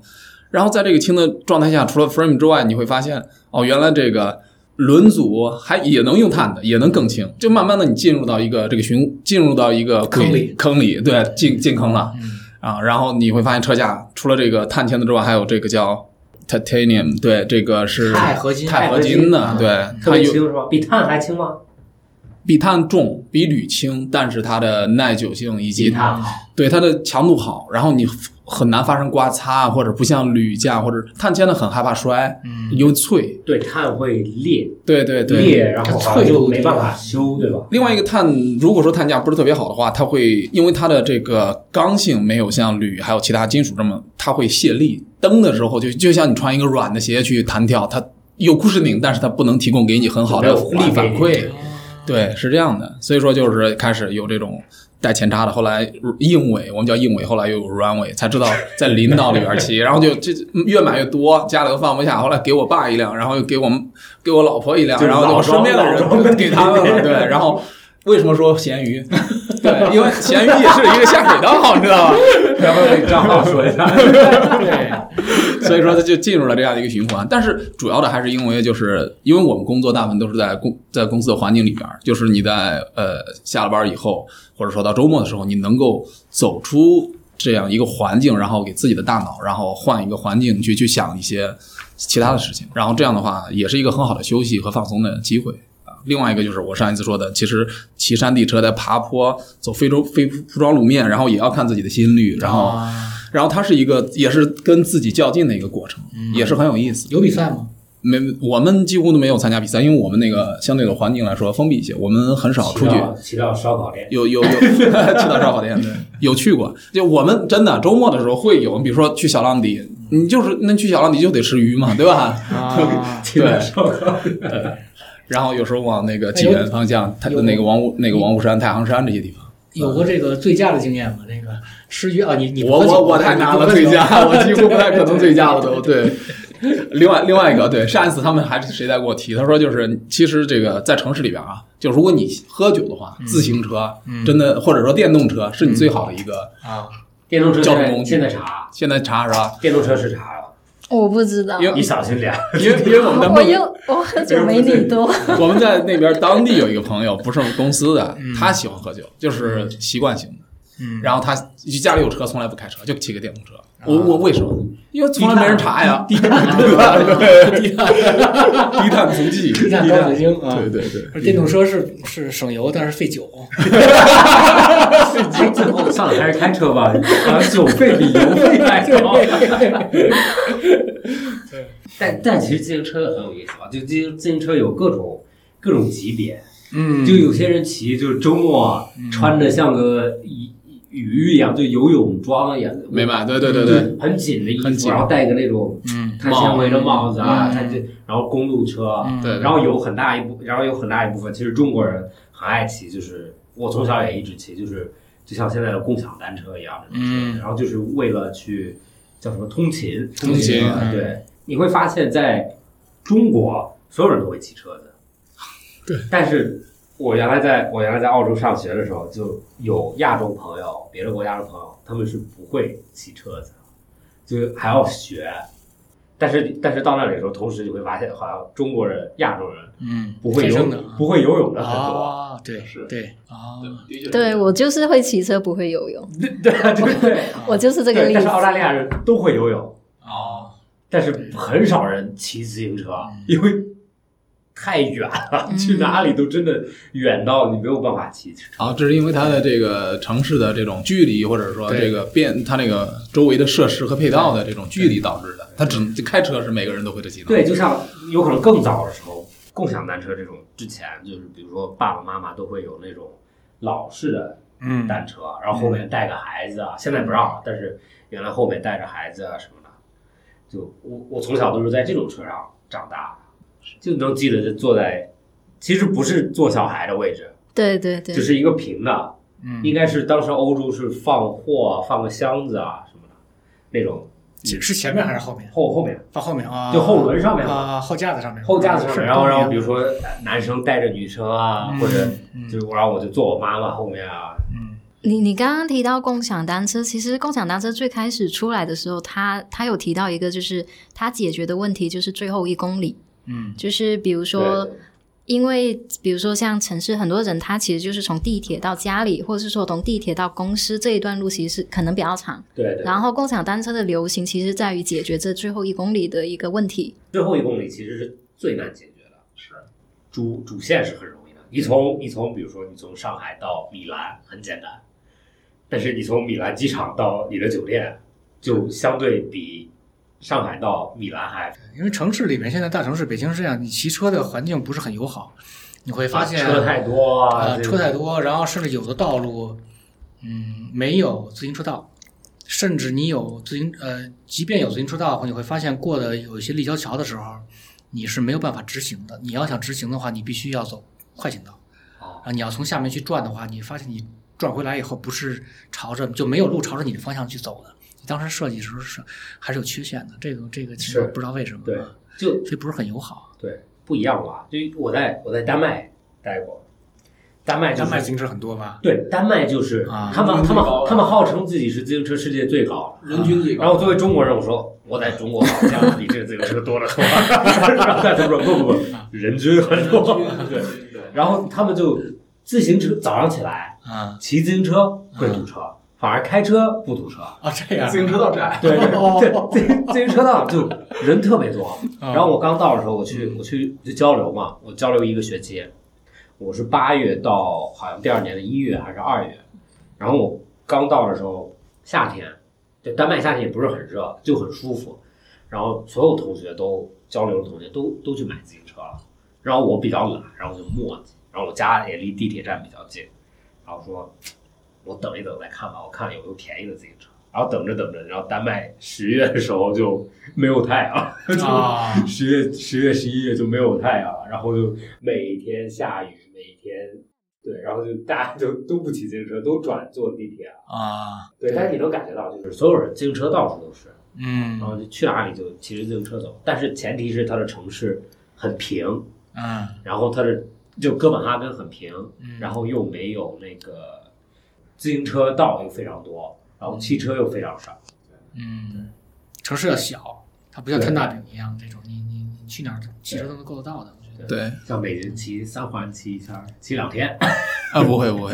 D: 然后在这个轻的状态下，除了 frame 之外，你会发现哦，原来这个轮组还也能用碳的，也能更轻。就慢慢的你进入到一个这个循，进入到一个
C: 坑里
D: 轨坑里，对，进进坑了、啊。然后你会发现车架除了这个碳纤的之外，还有这个叫 titanium，对，这个是
C: 钛合金
D: 钛合
B: 钛合金啊
D: 金的
C: 嗯，
D: 对，
B: 特
D: 它
B: 别
D: 有
B: 轻是吧？比碳还轻吗？
D: 比碳重，比铝轻，但是它的耐久性以及
B: 比
D: 它
B: 碳好。
D: 对它的强度好，然后你很难发生刮擦，或者不像铝架或者碳纤的很害怕摔，
C: 嗯
D: 因为脆。
B: 对，碳会裂
D: 对对对。
B: 裂，然后好像就没办法修，对吧？
D: 另外一个碳，如果说碳架不是特别好的话，它会因为它的这个刚性没有像铝还有其他金属这么，它会泄力。蹬的时候就就像你穿一个软的鞋去弹跳，它有 cushioning，但是它不能提供给你很好的力反馈。对，是这样的，所以说就是开始有这种带前叉的，后来硬尾，我们叫硬尾，后来又有软尾，才知道在林道里边骑，然后就这越买越多，家里都放不下，后来给我爸一辆，然后又给我们给我老婆一辆，
B: 就是
D: 然后就我身边的
B: 老装
D: 人给他们了，对，然后。为什么说咸鱼？ 对，因为咸鱼也是一个下水道，你知道吧？
B: 然后给张浩说一下，
D: 所以说它就进入了这样的一个循环。但是主要的还是因为就是因为我们工作大部分都是在公在公司的环境里边儿，就是你在呃下了班以后，或者说到周末的时候，你能够走出这样一个环境，然后给自己的大脑，然后换一个环境去去想一些其他的事情，然后这样的话也是一个很好的休息和放松的机会。啊，另外一个就是我上一次说的，其实骑山地车在爬坡、走非洲非铺装路面，然后也要看自己的心率，然后
C: 啊
D: 然后它是一个也是跟自己较劲的一个过程，也是很有意思。
C: 有比赛吗？
D: 没，我们几乎都没有参加比赛，因为我们那个相对的环境来说封闭一些，我们很少出去。
B: 骑到烧烤店，
D: 有有有 去到烧烤店，对，有去过。就我们真的周末的时候会有，比如说去小浪底，你就是那去小浪底就得吃鱼嘛，对吧？
C: 啊，
B: 骑到烧烤店，
D: 然后有时候往那个济源方向，它那个王屋那个王屋山、太行山这些地方，
C: 有过这个醉驾的经验吗？那个吃鱼啊，你你不
D: 我
C: 喝酒
D: 我我太
C: 你
D: 难
C: 不
D: 了，
C: 喝
D: 醉
C: 酒
D: 驾，我几乎不太可能醉驾了都。对，另外另外一个，对，上一次他们还是谁在给我提，他说就是其实这个在城市里边啊，就如果你喝酒的
C: 嗯
D: 话，自行车真的或者说电动车是你最好的一个。
C: 啊，
B: 电动车
D: 交
B: 现
D: 通
B: 在
D: 工具
B: 现在查，
D: 现在查是吧？
B: 电动车是查了，
A: 我不知道
D: 因，为
B: 你小心点。
D: 因为因为我们在
A: 我又我喝酒没你多，
D: 我们在那边当地有一个朋友，不是我们公司的，他喜欢喝酒，就是习惯性的。
C: 嗯啊
D: 然后他家里有车，从来不开车，就骑个电动车。我我为什么？因为从来没人查呀， 低碳，对吧？对低碳，低碳足 迹，
C: 你看高水晶啊，
B: 嗯
D: 对对对，
C: 而电动车是是省油，但是费 酒。
B: 哎，最后算了，还是开车吧，好像啊酒费比油费
D: 哎
B: 还 高。但但其实自行车很有意思啊，就自行自行车有各种各种级别，
C: 嗯
B: 就有些人骑，就是周末啊
D: 嗯
B: 穿着像个雨雨一样，就游泳装一样，
D: 明白？对对对
B: 就
D: 对，
B: 很紧的衣
D: 很
B: 服，
D: 紧
B: 然后戴个那种
C: 嗯
B: 碳纤维的帽子啊，
C: 嗯
B: 碳纤，然后公路车啊，
C: 嗯
D: 对
B: 然后有很大一部，然后有很大一部分，其实中国人很爱骑，就是我从小也一直骑，就是就像现在的共享单车一样的，
C: 嗯
B: 然后就是为了去叫什么通勤，
D: 通勤
B: 啊
C: 嗯
B: 对，你会发现在中国所有人都会骑车子，对，但是。我原来在我原来在澳洲上学的时候，就有亚洲朋友，别的国家的朋友，他们是不会骑车子的，就是还要学。但是但是到那里的时候，同时你会发现，好像中国人、亚洲人
C: 嗯，
B: 不会
C: 天
B: 游
C: 生的啊
B: 不会游泳的很
D: 哦
B: 多，
C: 啊，对
D: 是
C: 对啊，
A: 对我就是会骑车不会游泳，
B: 对对对
A: 我就是这个
B: 啊对。
A: 例
B: 但
A: 子
B: 是。澳大利亚人都会游泳，
C: 哦，
B: 但是很少人骑自行车，啊因为太远了，
A: 嗯
B: 去哪里都真的远到你没有办法骑车。
D: 啊，这是因为它的这个城市的这种距离，或者说这个变它那个周围的设施和配套的这种距离导致的。它只能开车是每个人都会的技能。
B: 对，就像有可能更早的时候，共享单车这种，之前就是比如说爸爸妈妈都会有那种老式的
C: 嗯
B: 单车，啊然后后面带个孩子啊，现在不让了，但是原来后面带着孩子啊什么的，就我我从小都是在这种车上长大的，就能记得坐在，其实不是坐小孩的位置，
A: 对对对
B: 就，是一个平的，
C: 嗯
B: 应该是当时欧洲是放货、啊、放个箱子啊什么的那种
C: 是是前面还是后面？
B: 后后面
C: 放后面啊，
B: 就后轮上面
C: 啊，后架子上面，
B: 后架子上
C: 是
B: 面，然后然后
C: 后
B: 比
C: 面
B: 如说男生带着女生啊，
C: 嗯
B: 或者
C: 嗯
B: 就是我然后我就坐我妈妈后面啊，
C: 嗯
A: 你你刚刚提到共享单车，其实共享单车最开始出来的时候，它它有提到一个，就是它解决的问题就是最后一公里，
C: 嗯
A: 就是比如说，因为比如说像城市很多人，他其实就是从地铁到家里，或者是说从地铁到公司这一段路，其实是可能比较长。
B: 对对，
A: 然后共享单车的流行，其实在于解决这最后一公里的一个问题。
B: 最后一公里其实是最难解决的，是主主线是很容易的。你
C: 嗯
B: 从你从比如说你从上海到米兰很简单，但是你从米兰机场到你的酒店就相对比上海到米兰还
C: 因为城市里面现在大城市，北京是这样，你骑车的环境不是很友好，你会发现
B: 车太多啊，
C: 呃
B: 这个
C: 车太多，然后甚至有的道路嗯没有自行车道，甚至你有自行呃，即便有自行车道，你会发现过的有一些立交桥的时候，你是没有办法直行的。你要想直行的话，你必须要走快行道。
B: 哦
C: 啊，你要从下面去转的话，你发现你转回来以后不是朝着就没有路朝着你的方向去走的。你当时设计的时候是还是有缺陷的，这个这个情况
B: 是
C: 不知道为什么，
B: 对
C: 啊
B: 就
C: 所以不是很友好。
B: 对不一样吧？就我在我在丹麦待过，丹麦就是
C: 丹麦自行车很多吧？
B: 对，丹麦就是、
C: 啊
B: 他们，
D: 人均
B: 他们
D: 最高，
B: 他们号称自己是自行车世界最高。
D: 人均最
B: 然后作为中国人，我说我在中国好像比这个自行车多 得多。然后但他们说不不不，人均很多。 对，然后他们就自行车早上起来
C: 啊
B: 骑自行车会堵车，反而开车不堵车。
C: 啊，这样
D: 自行车道窄，
B: 对
C: 哦
B: 对对，自行自行车道就人特别多。
D: 嗯
C: 嗯
B: 然后我刚到的时候，我去我去我去交流嘛，我交流一个学期，我是八月到好像第二年的一月还是二月，然后我刚到的时候夏天，对丹麦夏天也不是很热，就很舒服，然后所有同学都交流的同学都都去买自行车了，然后我比较懒，然后我就磨叽，然后我家也离地铁站比较近，然后说我等一等再看吧，我看有没有便宜的自行车。然后等着等着，然后丹麦十月的时候就没有太阳， 就
C: 啊，
B: 十月、十月、十一月就没有太阳，然后就每天下雨，每天对，然后就大家就都不骑自行车，都转坐地铁了。
C: 啊，
B: 对，但是你能感觉到，就是所有人自行车到处都是，
C: 嗯
B: 然后就去哪里就骑着自行车走。但是前提是它的城市很平，
C: 嗯
B: 然后它的就哥本哈根很平，
C: 嗯，
B: 然后又没有那个自行车道又非常多，然后汽车又非常少。
C: 嗯，城市要小，它不像摊大饼一样这种，你你你去哪儿汽车都能够得到的，我觉得。
D: 对，
B: 像北京骑三环骑一圈，骑两天。
D: 啊，不会不会，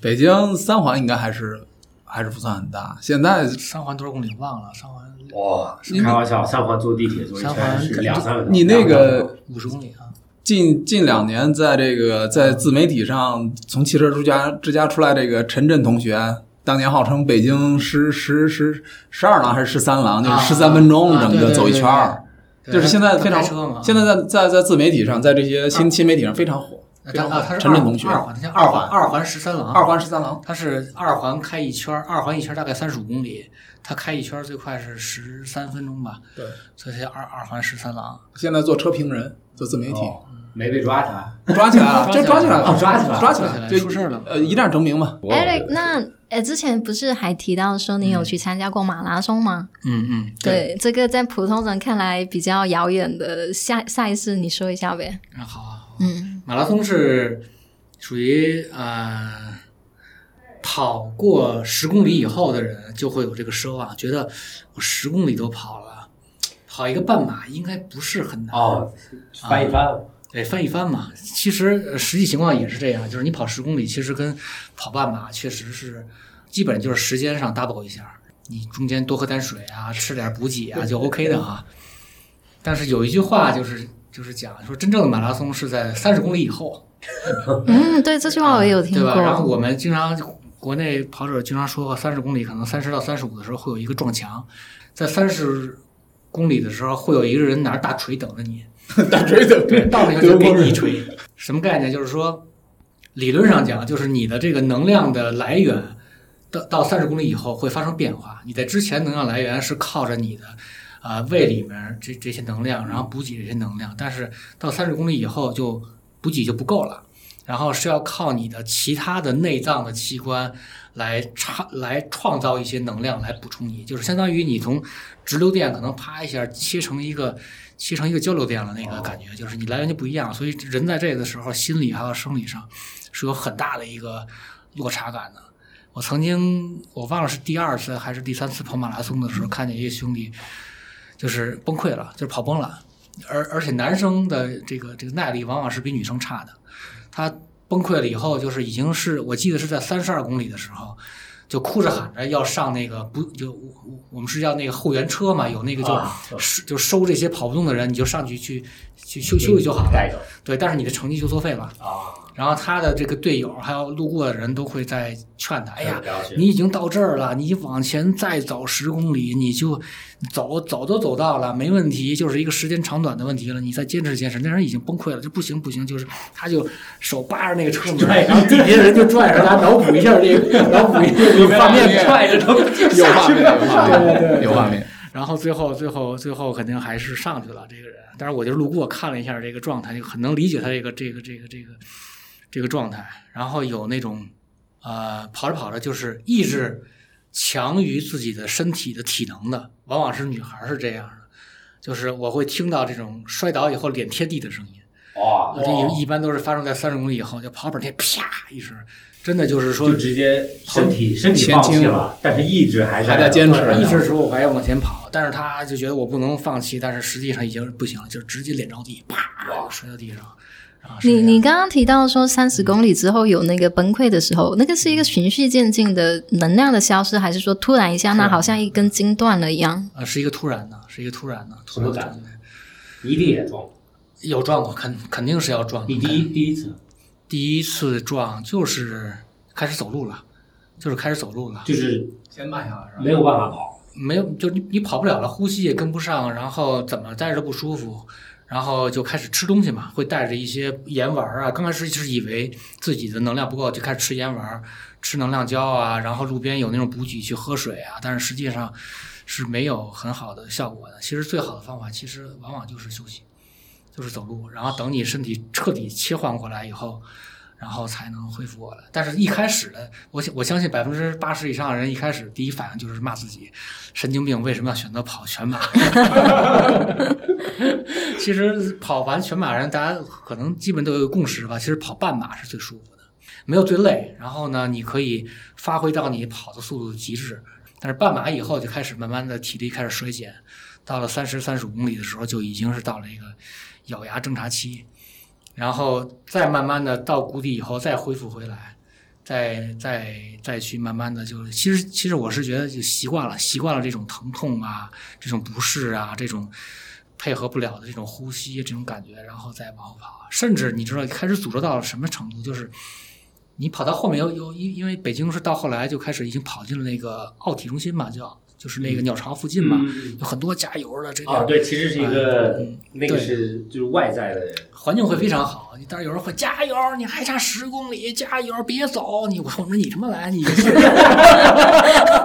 D: 北京三环应该还是还是不算很大。现在
C: 三环多少公里忘了，三环
B: 哇，开玩笑，三环坐地铁坐一
C: 三
B: 圈
C: 环
B: 是两三个小时。
D: 你那个
C: 五十公里啊，
D: 近近两年在这个在自媒体上从汽车之家之家出来这个陈震同学。当年号称北京十十十十二郎还是十三郎，就是十三分钟
C: 啊
D: 整个走一圈儿，，
C: 对对对对
D: 就是现在非
C: 他
D: 常
C: 开车嘛，啊
D: 现在在在在自媒体上，在这些新新媒体上非常火。
C: 那
D: 非常
C: 他
D: 火
C: 啊，他是
D: 陈震
C: 二
D: 同学，
C: 二环，他叫二环
D: 二
C: 二环十三郎，啊
D: 二环十三郎，
C: 它是二环开一圈儿，二环一圈儿大概三十五公里，它开一圈儿最快是十三分钟吧，
D: 对，
C: 所以它叫二二环十三啊郎。
D: 现在做车评人，做自媒体，
B: 哦没被抓起来，
D: 抓起 来了，这抓起来了，
B: 哦抓起来了
D: 抓起
C: 抓起
D: 来
C: 来
D: 就
C: 出事儿了
D: 呃，一战成名嘛。
A: Eric，那呃，之前不是还提到说
B: 嗯
A: 你有去参加过马拉松吗？
C: 嗯嗯，
A: 对，这个在普通人看来比较遥远的赛赛事，你说一下呗。
C: 嗯，好啊，好啊
A: 嗯
C: 马拉松是属于呃跑过十公里以后的人就会有这个奢望，觉得我十公里都跑了，跑一个半马应该不是很难。
B: 哦，翻一翻，
C: 对，哎翻一翻嘛。其实呃实际情况也是这样，就是你跑十公里，其实跟跑半马确实是，基本就是时间上 double 一下，你中间多喝点水啊，吃点补给啊，就 OK 的啊。但是有一句话就是就是讲说，真正的马拉松是在三十公里以后，啊
A: 嗯，对，这句话我也有听
C: 对吧？然后
A: 过。
C: 我们经常国内跑者经常说，三十公里可能三十到三十五的时候会有一个撞墙，在三十公里的时候会有一个人拿着大锤等着你。
D: 大锤等
C: 对，到那个就给你一锤。什么概念？就是说，理论上讲，就是你的这个能量的来源到到三十公里以后会发生变化。你在之前能量来源是靠着你的啊、呃胃里面这这些能量，然后补给这些能量，但是到三十公里以后就补给就不够了。然后是要靠你的其他的内脏的器官来创来创造一些能量来补充你，就是相当于你从直流电可能啪一下切成一个切成一个交流电了，那个感觉就是你来源就不一样，所以人在这个时候心理还有生理上是有很大的一个落差感的。我曾经我忘了是第二次还是第三次跑马拉松的时候，看见一个兄弟就是崩溃了，就是跑崩了，而而且男生的这个这个耐力往往是比女生差的，他崩溃了以后，就是已经是我记得是在三十二公里的时候，就哭着喊着要上那个不就我我我们是叫那个后援车嘛，有那个就、
B: 啊
C: 是就收这些跑不动的人，你就上去去去修修理就好了。
B: 带走
C: 对，但是你的成绩就作废了。
B: 啊，
C: 然后他的这个队友还有路过的人都会在劝他：“哎呀，
B: 不要去
C: 你已经到这儿了，你往前再走十公里，你就走走都走到了，没问题，就是一个时间长短的问题了。你再坚持坚持，那人已经崩溃了，就不行不行，就是他就手扒着那个车门，
B: 拽着
C: 然后底下人就拽着他，脑补一下这个，脑补一下这个画面。
B: 拽着他们
D: 有画面，有画面，有画面。
C: 然后最后最后最后肯定还是上去了这个人，但是我就路过看了一下这个状态，就很能理解他这个这个这个这个这个状态。然后有那种呃跑着跑着就是意志强于自己的身体的体能的，往往是女孩是这样的，就是我会听到这种摔倒以后脸贴地的声音。
B: 哇
C: 啊，，这一般都是发生在三十公里以后，就跑跑天啪一声，真的就是说
B: 就直接身体身体放弃了，但是意志还是
D: 还在坚持
B: 嗯
C: 一直说我还要往前跑，但是他就觉得我不能放弃，但是实际上已经不行了，就直接脸着地，啪摔到地上。然后是
A: 你
C: 这样
A: 你刚刚提到说三十公里之后有那个崩溃的时候，那个是一个循序渐进的能量的消失，还是说突然一下，那好像一根筋断了一样？
C: 呃是一个突然的，是一个突然的，突
B: 么
C: 然
B: 感
C: 的
B: 一定也撞。
C: 有撞过，肯肯定是要撞的。
B: 你第一第一次
C: 第一次撞就是开始走路了，就是开始走路了。
B: 就是
D: 先慢下来，
B: 没有办法跑，
C: 没有，就你你跑不了了，呼吸也跟不上，然后怎么待着不舒服，然后就开始吃东西嘛，会带着一些盐丸儿啊。刚开始就是以为自己的能量不够，就开始吃盐丸儿、吃能量胶啊，然后路边有那种补给去喝水啊，但是实际上是没有很好的效果的。其实最好的方法，其实往往就是休息，就是走路，然后等你身体彻底切换过来以后。然后才能恢复过来，但是一开始的我想我相信百分之八十以上的人一开始第一反应就是骂自己神经病，为什么要选择跑全马？ 其实跑完全马人，大家可能基本都有一个共识吧。其实跑半马是最舒服的，没有最累。然后呢，你可以发挥到你跑的速度的极致。但是半马以后就开始慢慢的体力开始衰减，到了三十三十五公里的时候，就已经是到了一个咬牙挣扎期。然后再慢慢的到谷底以后再恢复回来，再再再去慢慢的就，其实其实我是觉得就习惯了，习惯了这种疼痛啊，这种不适啊，这种配合不了的这种呼吸这种感觉，然后再往后跑，啊甚至你知道开始诅咒到了什么程度，就是你跑到后面有有因因为北京是到后来就开始已经跑进了那个奥体中心嘛，叫就是那个鸟巢附近嘛，
B: 嗯
C: 有很多加油的这个。
B: 哦，对，其实是一个
C: 嗯
B: 那个
C: 对
B: 是就是外在的，
C: 环境会非常好。你当然有人会加油，你还差十公里，加油，别走！你我 说你他妈来，你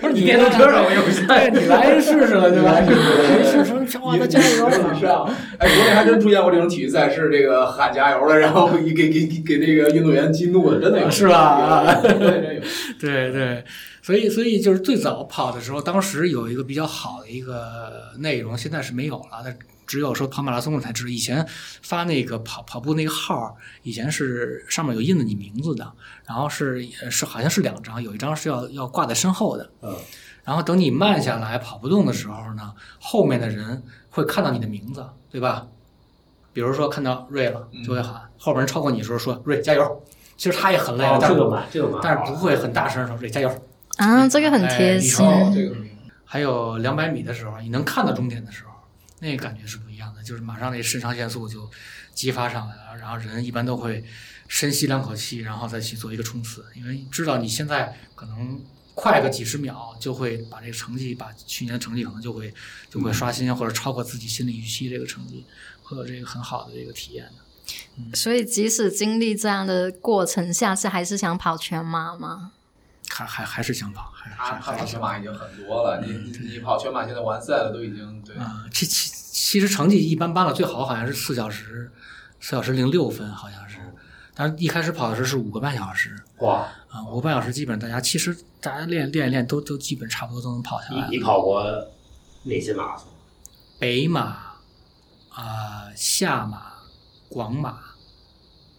C: 不是
B: 你电动车上我又不信
C: 对哎你来试试了对吧？哎
B: 你
C: 你
B: 来试试
C: 来试试，小伙子加油
E: 是啊，哎，国内还真出现过这种体育赛事，这个喊加油的，然后给给给给那个运动员激怒的，真的有，
C: 是吧
E: 对？对对有
C: 对对，所以所以就是最早跑的时候，当时有一个比较好的一个内容，现在是没有了，但只有说跑马拉松的才知道。以前发那个跑跑步那个号儿，以前是上面有印着你名字的，然后是呃是好像是两张，有一张是要要挂在身后的。
B: 嗯。
C: 然后等你慢下来跑不动的时候呢，后面的人会看到你的名字，对吧？比如说看到瑞了，就会喊、后边人超过你的时候说瑞加油。其实他也很累，
B: 哦，
C: 但
B: 这
C: 是
B: 个嘛，这个嘛，
C: 但是不会很大声地说“瑞加油
A: 啊，这个很贴心。
C: 哎
E: 哦
C: 你，
E: 这个”。
C: 还有两百米的时候，你能看到终点的时候，那个感觉是不一样的，就是马上那肾上腺素就激发上来了，然后人一般都会深吸两口气，然后再去做一个冲刺，因为知道你现在可能快个几十秒，就会把这个成绩，把去年的成绩可能就会就会刷新或者超过自己心理预期这个成绩，会有这个很好的这个体验的。
A: 所以即使经历这样的过程，下次还是想跑全马吗？
C: 还还还是啊想跑，还
E: 他
C: 还
E: 他跑
C: 还是
E: 全
C: 想
E: 马已经很多了，你你你跑全马现在完赛了都已经对，
C: 啊、其其其实成绩一般般了，最好好像是四小时，四小时零六分好像
B: 哦
C: 是，但是一开始跑的时候是五个半小时
B: 哇，
C: 啊，五个半小时基本大家其实大家练练一练都都基本差不多都能跑下
B: 你
C: 来
B: 你
C: 了。
B: 跑过哪些马拉松？
C: 北马啊、呃下马、广马。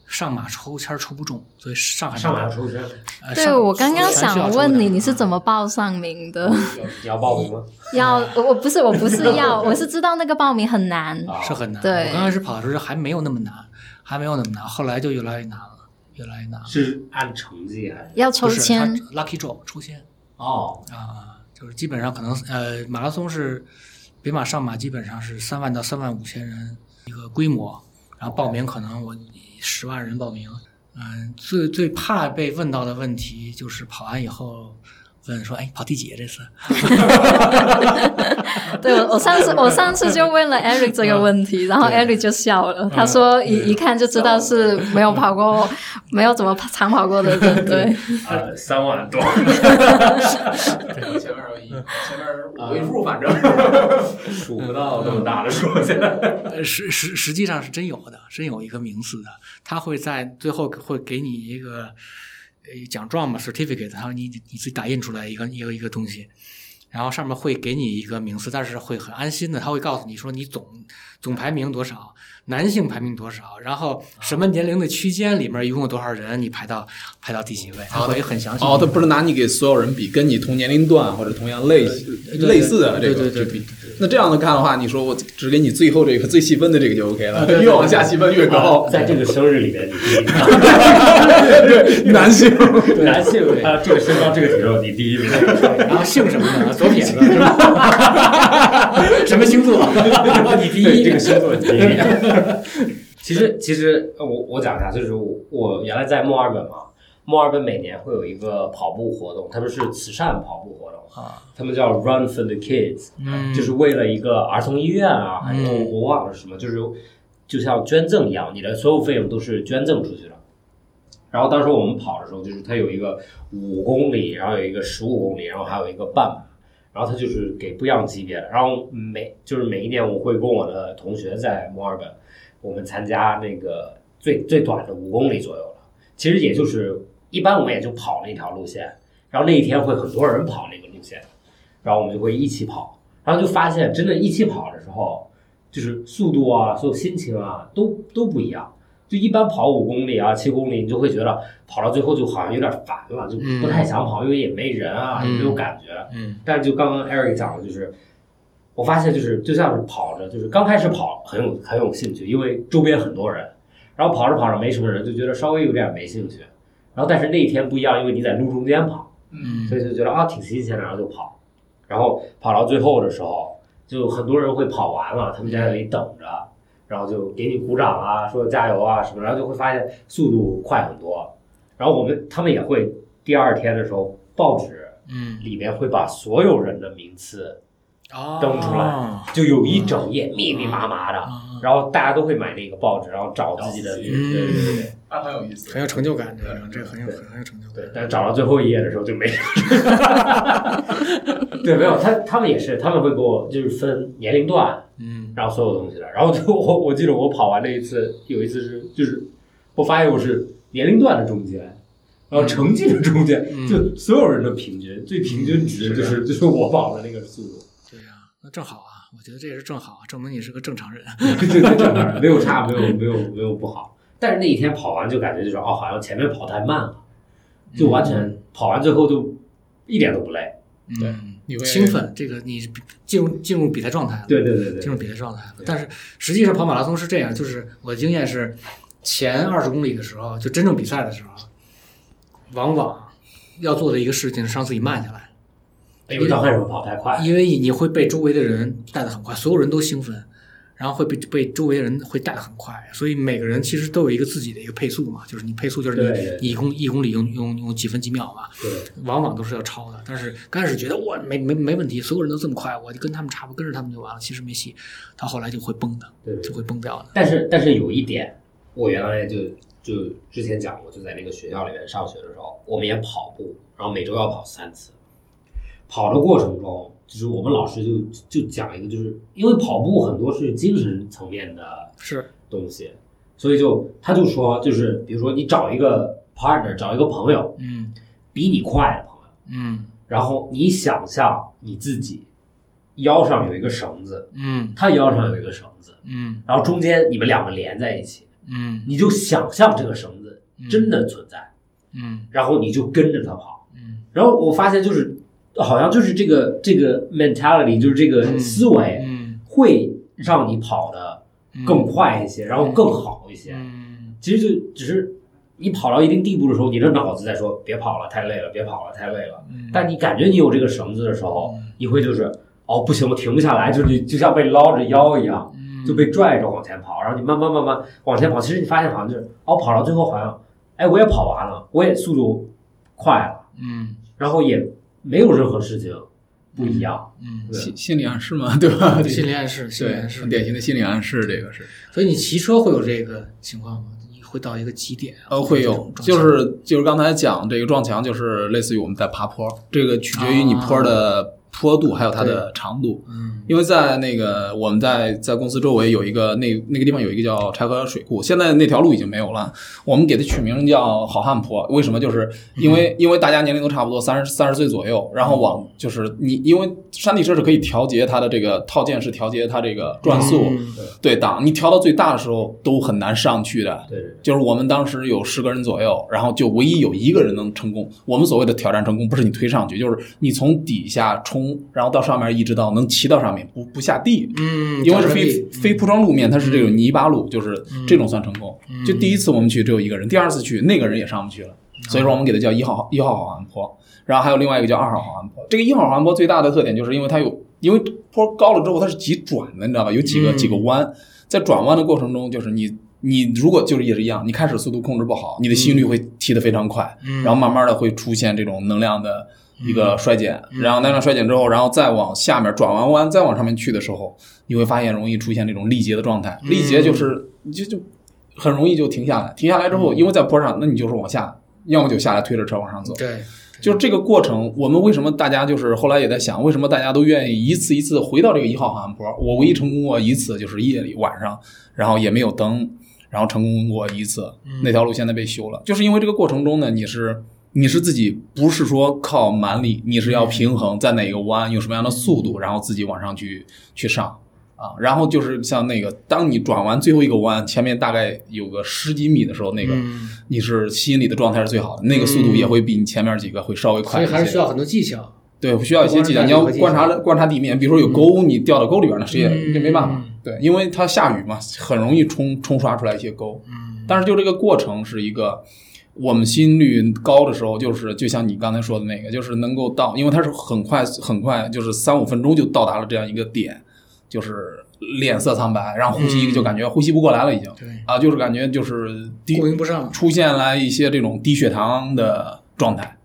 C: 上马抽签儿抽不中，所以上海
B: 啊上马
C: 马
B: 要抽签，
C: 呃
A: 对
C: 上
A: 我刚刚
C: 全需要
A: 想
C: 抽
A: 问
C: 的
A: 你，你是怎么报上名的？
B: 你要报名吗？
A: 要我我不是我不是要，我是知道那个报名很难。
B: 啊
C: 是很难。
A: 对
C: 我刚开始跑的时候还没有那么难，还没有那么难，后来就越来越难了，越来越难了。
B: 是按成绩还是？
A: 要抽
C: 不是它
A: 签，
C: ，lucky draw 抽签。
B: 哦，
C: 啊，就是基本上可能呃，马拉松是北马、上马基本上是三万到三万五千人一个规模，然后报名可能我十万人报名。嗯，最最怕被问到的问题就是跑完以后问说：“哎，跑第几啊这次
A: 对我我 上次我上次就问了 Eric 这个问题，然后
C: 啊对
A: Eric 就笑了，他说一一看就知道是没有跑过，没有怎么长跑过的人，对，
C: 啊
B: 呃，三万 多，
E: 前面有一前面有五
C: 啊
E: 位数，反正
B: 数不到那么大的数，现在。？”
C: 呃，实实实际上是真有的，真有一个名次的，他会在最后会给你一个呃奖状嘛，certificate，然后你你自己打印出来一个一个一个东西，然后上面会给你一个名次，但是会很安心的，他会告诉你说你总总排名多少，男性排名多少，然后什么年龄的区间里面一共有多少人，你排到排到第几位，他会很详细。
D: 哦，他不是拿你给所有人比，跟你同年龄段或者同样类类似的这个
C: 对对
D: 去
C: 对
D: 比。那这样的看的话，你说我只给你最后这个最细分的这个就 OK
C: 啊
D: 了，越往下细分越高。
B: 在这个生日里面，你第一名，
D: 对，男性
B: 男性
C: 对
B: 他这个身高、这个体重，你第一名。
C: 然后姓什么的，左 撇子，是吧 什么星座，然后你第
B: 对
C: 一
B: 这个星座你第一名。 其实，其实呃我我讲一下，就是我我原来在墨尔本嘛，墨尔本每年会有一个跑步活动，他们是慈善跑步活动，
C: 啊，
B: 他们叫 Run for the Kids，、
C: 嗯
B: 就是为了一个儿童医院啊，还是
C: 嗯
B: 我忘了是什么，就是就像捐赠一样，你的所有费用都是捐赠出去的。然后当时我们跑的时候，就是它有一个五公里，然后有一个十五公里，然后还有一个半马，然后它就是给不一样级别的。然后每就是每一年我会跟我的同学在墨尔本，我们参加那个最最短的五公里左右了。其实也就是一般我们也就跑那条路线，然后那一天会很多人跑那个路线，然后我们就会一起跑，然后就发现真的一起跑的时候，就是速度啊，所有心情啊，都都不一样。就一般跑五公里啊、七公里，你就会觉得跑到最后就好像有点烦了，就不太想跑，因为也没人啊，也没有感觉。
C: 嗯
B: 但是就刚刚 Eric 讲的，就是我发现就是就像是跑着，就是刚开始跑很有很有兴趣，因为周边很多人，然后跑着跑着没什么人，就觉得稍微有点没兴趣。然后但是那一天不一样，因为你在路中间跑，所
C: 嗯
B: 以就觉得啊挺新鲜的，然后就跑。然后跑到最后的时候，就很多人会跑完了，他们在那里等着，然后就给你鼓掌啊，说加油啊什么，然后就会发现速度快很多。然后我们他们也会第二天的时候报纸
C: 嗯，
B: 里面会把所有人的名次
C: 哦
B: 登出来就有一整页密密麻麻的，
C: 啊
B: 然后大家都会买那个报纸，然后找自己的名，
C: 嗯
B: 对对对对
E: 那很有意思，
C: 很有成就感，这个这个很有很有成就
B: 对
C: 感。，
B: 但找到最后一页的时候就没有。对，没有他，他们也是，他们会给我就是分年龄段，
C: 嗯
B: 然后所有东西的，然后就我我记得我跑完那一次，有一次是就是我发现我是年龄段的中间，然后成绩的中间，
C: 嗯
B: 就所有人的平均最平均值就是就是我跑的那个速度。
C: 对呀、那正好啊，我觉得这也是正好啊，证明你是个正常人。
B: 对对对，正常没有差，没有没有没有不好。但是那一天跑完就感觉就是哦，好像前面跑太慢了，就完全跑完最后就一点都不累。
C: 对
D: 你会
C: 嗯兴奋，这个你进入进入比赛状态了，
B: 对对对
C: 进
B: 对，
C: 入比赛状态了。但是实际上跑马拉松是这样，就是我的经验是，前二十公里的时候，就真正比赛的时候，往往要做的一个事情是让自己慢下来，
B: 因为刚开始跑太快，
C: 因为你会被周围的人带得很快，所有人都兴奋。然后会被被周围的人会带得很快，所以每个人其实都有一个自己的一个配速嘛，就是你配速就是你
B: 对对对
C: 你一公一公里用用用几分几秒嘛，
B: 对
C: 往往都是要超的。但是刚开始觉得我没没没问题，所有人都这么快，我就跟他们差不多，跟着他们就完了。其实没戏，到后来就会崩的，
B: 对
C: 就
B: 对。
C: 会崩掉的。
B: 但是但是有一点，我原来就就之前讲过，就在那个学校里面上学的时候，我们也跑步，然后每周要跑三次。跑的过程中，就是我们老师就就讲一个，就是因为跑步很多是精神层面的
C: 是，
B: 东西，所以就他就说，就是比如说你找一个 partner，找一个朋友
C: 嗯
B: 比你快的朋友，
C: 嗯
B: 然后你想象你自己腰上有一个绳子，
C: 嗯
B: 他腰上有一个绳子，
C: 嗯
B: 然后中间你们两个连在一起，
C: 嗯
B: 你就想象这个绳子真的存在，
C: 嗯
B: 然后你就跟着他跑。
C: 嗯
B: 然后我发现就是好像就是这个这个 mentality，就是这个
C: 嗯
B: 思维
C: 嗯
B: 会让你跑得更快一些，然后更好一些。
C: 嗯
B: 其实就只是你跑到一定地步的时候，你的脑子在说别跑了，太累了，别跑了，太累了。
C: 嗯
B: 但你感觉你有这个绳子的时候
C: 嗯，
B: 你会就是哦不行，我停不下来，就是你就像被捞着腰一样，就被拽着往前跑，然后你慢慢慢慢往前跑。其实你发现好像就是哦，跑到最后好像哎我也跑完了，我也速度快了，
C: 嗯
B: 然后也没有任何事情不一样。
C: 嗯，
B: 对
D: 心心理暗示嘛，对吧？
C: 啊心理暗示，心理
D: 对
C: 暗，示啊
D: 很。典型的心理暗示，这个是
C: 所以你骑车会有这个情况吗？你会到一个极点啊？
D: 呃会有
C: 或，者这
D: 就
C: 种
D: 是就是刚才讲这个撞墙，就是类似于我们在爬坡，这个取决于
C: 啊
D: 你坡的坡度还有它的长度。
C: 嗯
D: 因为在那个我们在在公司周围有一个那那个地方有一个叫柴河水库，现在那条路已经没有了，我们给它取名叫好汉坡。为什么？就是因为、因为大家年龄都差不多，三十三十岁左右，然后往就是你因为山地车是可以调节它的这个套件是调节它这个转速、
C: 嗯
D: 对档，你调到最大的时候都很难上去的。
B: 对对对，
D: 就是我们当时有十个人左右，然后就唯一有一个人能成功。我们所谓的挑战成功，不是你推上去，就是你从底下冲，然后到上面一直到能骑到上面，不不下地。
C: 嗯，
D: 因为是
C: 找
D: 非
C: 地
D: 非铺装路面，它是这
C: 嗯
D: 种泥巴路，就是这种算成功。就第一次我们去只有一个人，第二次去那个人也上不去了，
C: 嗯
D: 所以说我们给它叫一号一号好汉坡。然后还有另外一个叫二号好汉坡。这个一号好汉坡最大的特点就是因为它有，因为坡高了之后它是急转的，你知道吧？有几个
C: 嗯
D: 几个弯，在转弯的过程中，就是你你如果就是也是一样，你开始速度控制不好，你的心率会踢得非常快，
C: 嗯
D: 然后慢慢的会出现这种能量的一个衰减，然后能量衰减之后，然后再往下面转完弯，再往上面去的时候，你会发现容易出现这种力竭的状态。力竭就是你就就很容易就停下来，停下来之后，因为在坡上，那你就是往下，要么就下来推着车往上走。
C: 嗯对，
D: 就是这个过程，我们为什么大家就是后来也在想，为什么大家都愿意一次一次回到这个一号航岸坡？我唯一成功过一次，就是夜里晚上，然后也没有灯，然后成功过一次。那条路现在被修了，就是因为这个过程中呢，你是你是自己不是说靠蛮力，你是要平衡在哪个弯，用什么样的速度，然后自己往上去去上。啊，然后就是像那个，当你转完最后一个弯，前面大概有个十几米的时候，那个、
C: 嗯
D: 你是心里的状态是最好的，那个速度也会比你前面几个会稍微
C: 所
D: 快
C: 以
D: 一些。
C: 还是需要很多技巧。
D: 对，需要一些技巧，你要观察观察地面，比如说有沟，你掉到沟里边儿，那谁也
C: 嗯
D: 这没办法。对，因为它下雨嘛，很容易冲冲刷出来一些沟。
C: 嗯
D: 但是就这个过程是一个，我们心率高的时候，就是就像你刚才说的那个，就是能够到，因为它是很快很快，就是三五分钟就到达了这样一个点，就是脸色苍白，然后呼吸
C: 嗯
D: 就感觉呼吸不过来了，已经。
C: 对，
D: 啊，就是感觉就是低
C: 供应不上。
D: 出现了一些这种低血糖的状态，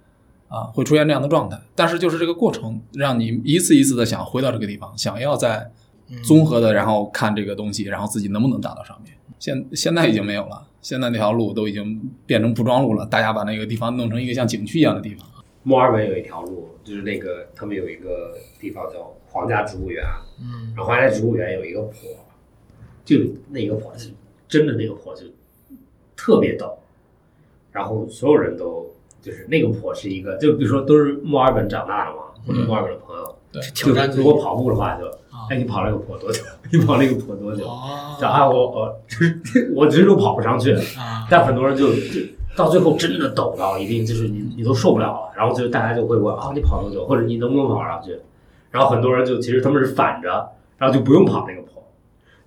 D: 啊，会出现这样的状态。但是就是这个过程，让你一次一次的想回到这个地方，想要再
C: 嗯
D: 综合的，然后看这个东西，然后自己能不能达到上面。现现在已经没有了，现在那条路都已经变成铺装路了，大家把那个地方弄成一个像景区一样的地方。
B: 墨尔本有一条路，就是那个他们有一个地方叫皇家植物园，嗯，然后皇家植物园有一个坡，就那个坡是真的那个坡就特别陡，然后所有人都就是那个坡是一个，就比如说都是墨尔本长大的嘛，或者墨尔本的朋友，
C: 挑战
B: 就
C: 自己
B: 如
C: 啊
B: 果跑步的话就，哎，你跑那个坡多久？ 你跑那个坡多久？
C: 哦
B: 然后我我 我直都跑不上去，
C: 啊，
B: 但很多人就就到最后真的抖到一定，就是你你都受不了了，然后就大家就会问啊，你跑多久，或者你能不能跑上去？然后很多人就其实他们是反着，然后就不用跑那个坡，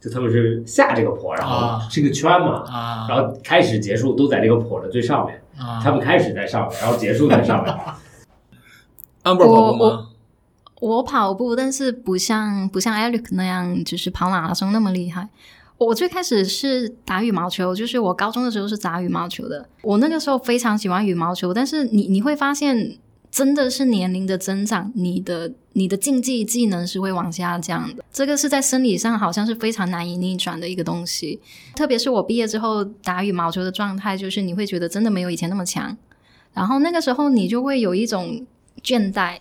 B: 就他们是下这个坡，然后
C: 啊
B: 是个圈嘛，
C: 啊
B: 然后开始结束都在这个坡的最上面，
C: 啊
B: 他们开始在上面，然后结束在上面。
D: 安博跑步嗯吗？
A: 我跑步，但是不像不像 Eric 那样，就是跑马拉松那么厉害。我最开始是打羽毛球，就是我高中的时候是打羽毛球的。我那个时候非常喜欢羽毛球，但是你你会发现，真的是年龄的增长，你的你的竞技技能是会往下降的。这个是在生理上好像是非常难以逆转的一个东西。特别是我毕业之后打羽毛球的状态，就是你会觉得真的没有以前那么强。然后那个时候你就会有一种倦怠，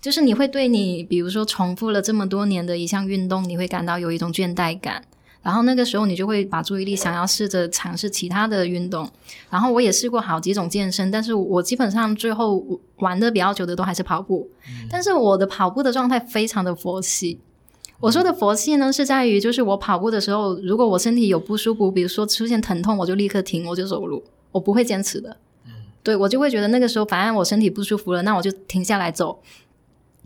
A: 就是你会对你，比如说重复了这么多年的一项运动，你会感到有一种倦怠感。然后那个时候你就会把注意力想要试着尝试其他的运动。然后我也试过好几种健身，但是我基本上最后玩的比较久的都还是跑步。但是我的跑步的状态非常的佛系。我说的佛系呢，是在于就是我跑步的时候，如果我身体有不舒服，比如说出现疼痛，我就立刻停，我就走路，我不会坚持的。对我就会觉得那个时候，反正我身体不舒服了，那我就停下来走。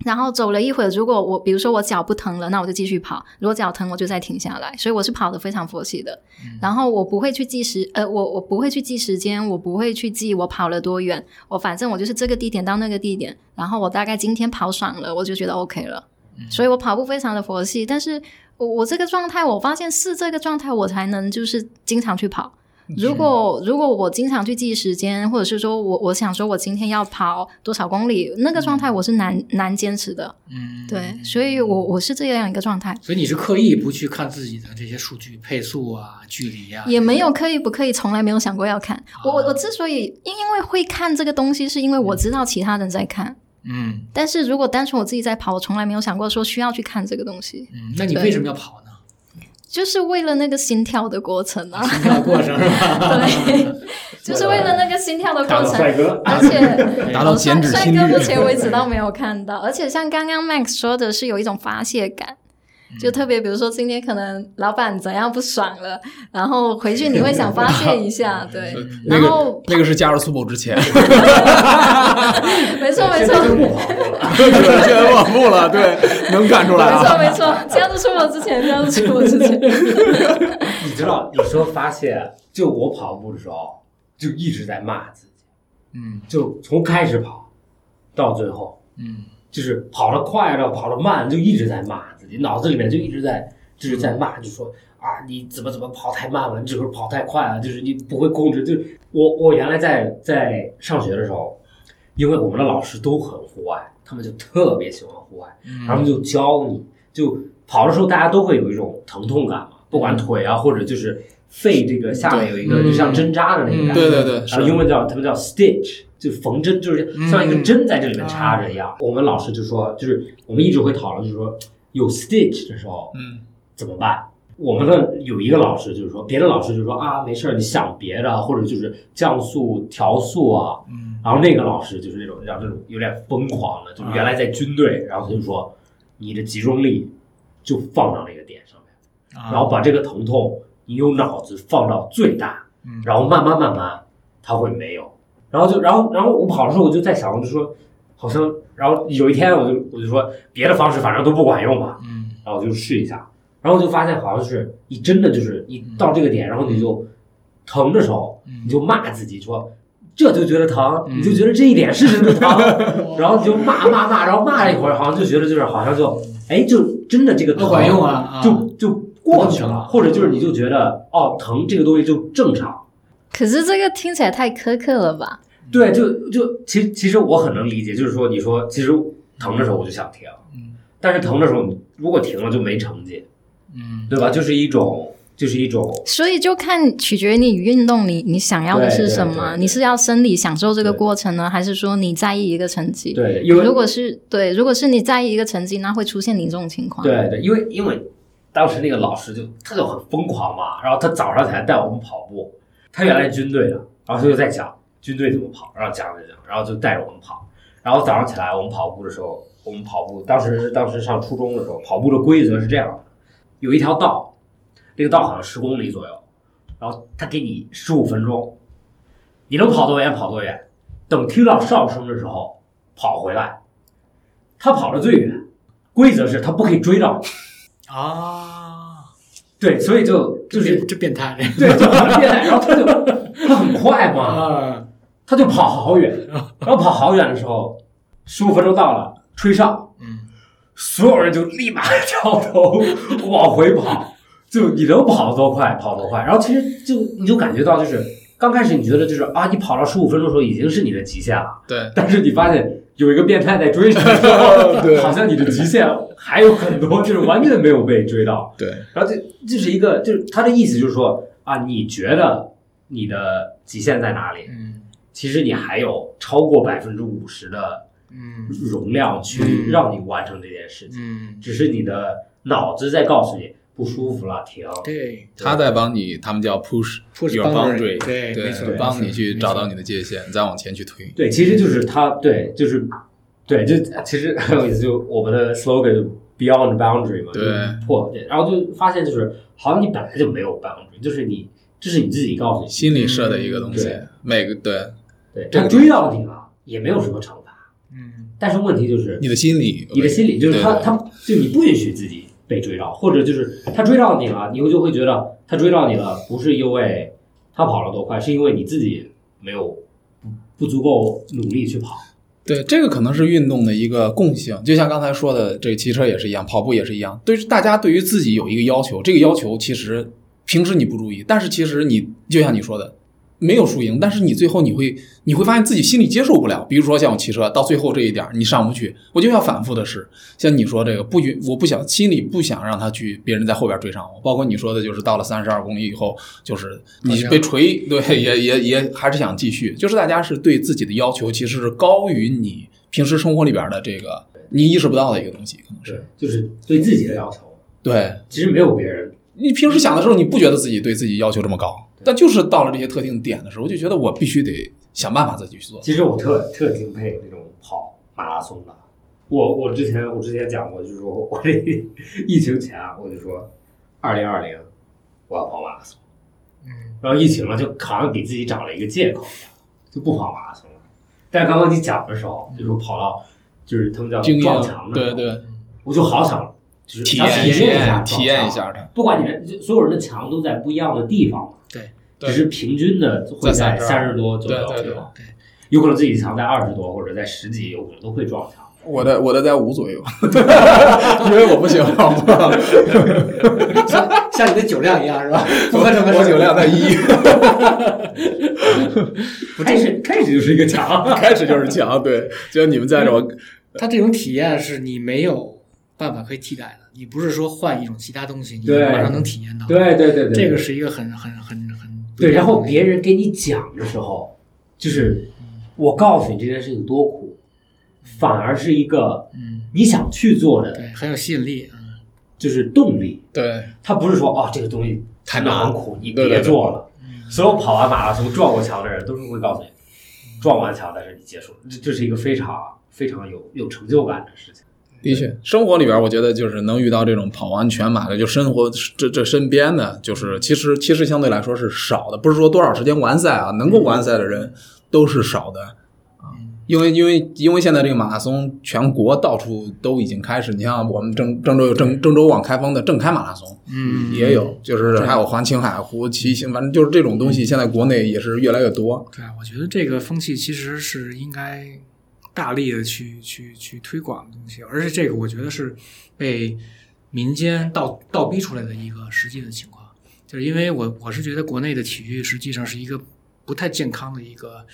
A: 然后走了一会儿，如果我比如说我脚不疼了，那我就继续跑；如果脚疼，我就再停下来。所以我是跑得非常佛系的，然后我不会去计时，呃，我我不会去记时间，我不会去记我跑了多远，我反正我就是这个地点到那个地点，然后我大概今天跑爽了，我就觉得 OK 了。
C: 嗯
A: 所以我跑步非常的佛系，但是我我这个状态，我发现是这个状态，我才能就是经常去跑。
C: 嗯
A: 如果如果我经常去记时间，或者是说我我想说我今天要跑多少公里，那个状态我是难、难坚持的。
C: 嗯，
A: 对，所以我我是这样一个状态，
C: 所以你是刻意不去看自己的这些数据配速啊、距离啊，
A: 也没有刻意不刻意，从来没有想过要看。我我
C: 啊
A: 我之所以因因为会看这个东西，是因为我知道其他人在看。
C: 嗯
A: 但是如果单纯我自己在跑，我从来没有想过说需要去看这个东西，
C: 嗯，那你为什么要跑呢？
A: 就是为了那个心跳的过程 啊，
C: 心跳过程是吧？
A: 对， 就是为了那个心跳的
B: 打
A: 过
B: 到
A: 程。
B: 帅哥，
A: 而且
D: 达到减脂
A: 帅
D: 心率
A: 帅哥目前 为止倒没有看到，而且像刚刚 Max 说的是有一种发泄感。
B: 嗯
A: 就特别，比如说今天可能老板怎样不爽了，然后回去你会想发泄一 下，对，
D: 那
A: 然
D: 个
A: 后
D: 那个是加入苏某之前，
B: 啊
A: 没错没
B: 现
A: 错
B: 在就不跑步 了。
D: 现在跑步了，对，能看出来
A: 没错
D: 啊。
A: 没错，这样子说我之前，这样子说我之前，
B: 你知道，你说发泄，就我跑步的时候就一直在骂自己。
C: 嗯
B: 就从开始跑到最后，
C: 嗯
B: 就是跑得快了，跑得慢，就一直在骂自己，脑子里面就一直在就是在骂，就说啊，啊，你怎么怎么跑太慢了，你这时候跑太快了，就是你不会控制。就是我我原来在在上学的时候，因为我们的老师都很户外，他们就特别喜欢户外，
D: 嗯
B: 然后他们就教你，就跑的时候大家都会有一种疼痛感嘛，不
D: 嗯
B: 管腿啊或者就是肺这个下面有一个
C: 嗯
B: 就像针扎的那个感觉，
D: 对对对，
B: 然后呃英文叫他们叫 stitch，就缝针，就是像一个针在这里面插着一样。我们老师就说，就是我们一直会讨论，就是说有 stitch 的时候
D: 嗯
B: 怎么办？我们的有一个老师就是说，别的老师就说啊，没事儿，你想别的，或者就是降速、调速啊。
C: 嗯
B: 然后那个老师就是那种，然后那种有点疯狂的，就是原来在军队，然后他就说，你的集中力就放到那个点上面，
C: 啊
B: 然后把这个疼痛，你用脑子放到最大，
C: 嗯
B: 然后慢慢慢慢，它会没有。然后就，然后，然后我跑的时候，我就在想，我就说，好像，然后有一天，我就我就说，别的方式反正都不管用嘛，
C: 嗯
B: 然后我就试一下，然后我就发现好像是你真的就是你
C: 嗯
B: 到这个点，然后你就疼的时候，你就骂自己说。这就觉得疼，
C: 嗯
B: 你就觉得这一点是真的疼， 然后你就骂骂骂，然后骂了一会儿，好像就觉得就是好像就，哎，就真的这个
C: 不
B: 疼
C: 管用啊，啊
B: 就就过去
C: 不
B: 了，
C: 疼
B: 或者就是你就觉得哦疼这个东西就正常，
A: 可是这个听起来太苛刻了吧？
B: 对，就就其实其实我很能理解，就是说你说其实疼的时候我就想停，
C: 嗯
B: 但是疼的时候你如果停了就没成绩，
C: 嗯
B: 对吧？就是一种就是一种
A: 所以就看取决于你运动你你想要的是什
B: 对对
A: 么，
B: 对
A: 你是要生理享受这个
B: 对
A: 过程呢，还是说你在意一个成绩？
B: 对，因为
A: 如果是对，如果是你在意一个成绩，那会出现你这种情况。
B: 对对，因为因为当时那个老师就他就很疯狂嘛，然后他早上起来带我们跑步，他原来军队的，然后他就在讲军队怎么跑，然后讲讲讲，然后就带着我们跑，然后早上起来我们跑步的时候，我们跑步当时当时上初中的时候，跑步的规则是这样的，有一条道，那个道好像十公里左右，然后他给你十五分钟，你能跑多远跑多远，等听到哨声的时候跑回来，他跑得最远。规则是他不可以追到你，
C: 啊，
B: 对，所以就就
C: 这
B: 是
C: 变这变态这
B: 对，就很变态，然后他就他很快嘛，
C: 啊，
B: 他就跑好远，然后跑好远的时候，十五分钟到了，吹哨，
C: 嗯，
B: 所有人就立马掉头往回跑，就你能跑多快跑多快，然后其实就你就感觉到就是刚开始你觉得就是啊，你跑到十五分钟的时候已经是你的极限了，
D: 对，
B: 但是你发现。有一个变态在追你的时 候，好像你的极限还有很多，就是完全没有被追到。
D: 对，
B: 然后这这是一个，就是他的意思就是说啊，你觉得你的极限在哪里？
C: 嗯
B: 其实你还有超过百分之五十的
C: 嗯
B: 容量去
C: 嗯
B: 让你完成这件事情，
C: 嗯，
B: 只是你的脑子在告诉你不舒服了，停。
C: 对，
D: 他在帮你，他们叫 push
C: Push
D: your
C: boundary，
D: boundary，
C: 对没错
D: 对，帮你去找到你的界限，再往前去推。
B: 对，其实就是他，对，就是对，就其实很有意思，就我们的 slogan 就 Beyond Boundary 嘛，
D: 对
B: 就是破，对然后就发现就是好像你本来就没有 boundary，就是你这是你自己告诉你
D: 心理设的一个东西
B: 对，
D: 每个对
B: 对，他追到你了，也没有什么惩罚。
C: 嗯
B: 但是问题就是
D: 你的心理，
B: 你的心理，就是他
D: 对
B: 他就你不允许自己被追到，或者就是他追到你了，你就会觉得他追到你了，不是因为他跑了多快，是因为你自己没有不足够努力去跑。
D: 对，这个可能是运动的一个共性，就像刚才说的，这个骑车也是一样，跑步也是一样。对，大家对于自己有一个要求，这个要求其实平时你不注意，但是其实你就像你说的，没有输赢，但是你最后你会你会发现自己心里接受不了。比如说像我骑车到最后这一点儿，你上不去，我就要反复的试。像你说这个不允，我不想心里不想让他去别人在后边追上我。包括你说的，就是到了三十二公里以后，就是你被锤，对，也也也还是想继续。就是大家是对自己的要求其实是高于你平时生活里边的这个你意识不到的一个东西，可能是
B: 对，就是对自己的要求，
D: 对。
B: 其实没有别人。
D: 你平时想的时候，你不觉得自己对自己要求这么高，但就是到了这些特定点的时候，就觉得我必须得想办法自己去做。
B: 其实我特特敬佩那种跑马拉松的。我我之前我之前讲过，就是说我 这疫情前啊，我就说二零二零我要跑马拉松。
C: 嗯
B: 然后疫情了，就好像给自己找了一个借口一样，就不跑马拉松了。但是刚刚你讲的时候，就是我跑到就是他们叫
D: 经验
B: 呃撞墙，的时
D: 对
B: 候，
D: 对，
B: 我就好想就是
D: 体
B: 想
D: 验
B: 体验一下
D: 体验一
B: 撞墙，
D: 下它。
B: 不管你人就所有人的墙都在不一样的地方嘛，
C: 对，
D: 对
B: 只是平均的会在
D: 在
B: 三
D: 32
B: 十多左右，
D: 对对对
B: 吧有可能自己墙在二十多或者在十几，有可能都会撞墙。
D: 我的我的在五左右， 因为我不行，好吧
B: 像像你的酒量一样是吧？不喝什么事儿
D: 我酒量在一，
B: 开始开始就是一个强，
D: 开始就是强，对，就你们在这我
C: 它这种体验是你没有办法可以替代的，你不是说换一种其他东西，你
B: 对
C: 马上能体验 到。，
B: 对对对对，
C: 这个是一个很很很很不
B: 对。
C: 一样
B: 然
C: 的
B: 后
C: 东西
B: 别人给你讲的时候，就是我告诉你这件事情多苦，反而是一个
C: 嗯，
B: 你想去做的，
C: 对，很有吸引力。嗯，
B: 就是动力。
D: 对
B: 他不是说哦，这个东西
D: 太难
B: 难苦，你
D: 对对
B: 别
D: 对
B: 做了。所有跑完啊马拉松撞过墙的人都是会告诉你，撞完墙但是你结束了，这这是一个非常非常有有成就感的事情。
D: 的确，生活里边，我觉得就是能遇到这种跑完全马的，就生活这这身边的，就是其实其实相对来说是少的，不是说多少时间完赛啊，能够完赛的人都是少的啊，因为因为因为现在这个马拉松全国到处都已经开始，你像我们郑郑州有郑郑州网开封的郑开马拉松，
C: 嗯，
D: 也有，就是还有环青海湖骑行，反正就是这种东西，现在国内也是越来越多。
C: 对啊，我觉得这个风气其实是应该大力的去去去推广的东西，而且这个我觉得是被民间倒倒逼出来的一个实际的情况，就是因为我我是觉得国内的体育实际上是一个不太健康的一个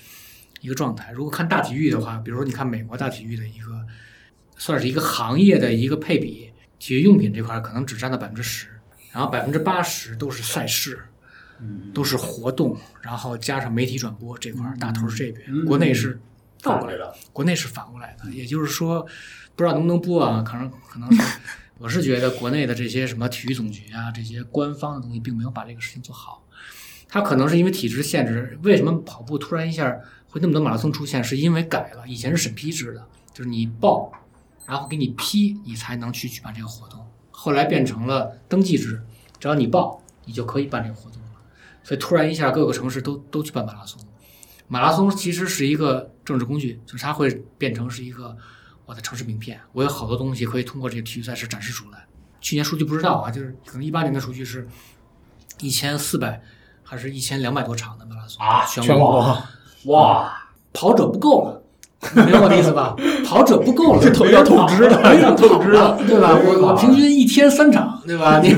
C: 一个状态。如果看大体育的话，比如说你看美国大体育的一个算是一个行业的一个配比，体育用品这块儿可能只占到百分之十，然后百分之八十都是赛事。都是活动，然后加上媒体转播这块儿，大头是这边，
B: 嗯
C: 国内是倒
B: 反
C: 过来
B: 着
C: 的，
B: 的，
C: 国内是反过来的，也就是说，不知道能不能播啊，可能可能是，我是觉得国内的这些什么体育总局啊，这些官方的东西并没有把这个事情做好，它可能是因为体制限制，为什么跑步突然一下会那么多马拉松出现，是因为改了，以前是审批制的，就是你报，然后给你批，你才能去举办这个活动，后来变成了登记制，只要你报，你就可以办这个活动了。所以突然一下，各个城市都都去办马拉松。马拉松其实是一个政治工具，就是它会变成是一个我的城市名片，我有好多东西可以通过这个体育赛事展示出来。去年数据不知道啊，就是可能一八年的数据是一千四百还是一千两百多场的马拉松
B: 啊
C: 全
D: 全国
B: 哇，
C: 跑者不够了。明白我的意思吧？跑者不够了，
D: 这透要透支了
C: 没人
D: 透支了
C: 跑对吧？我我平均一天三场，对吧？你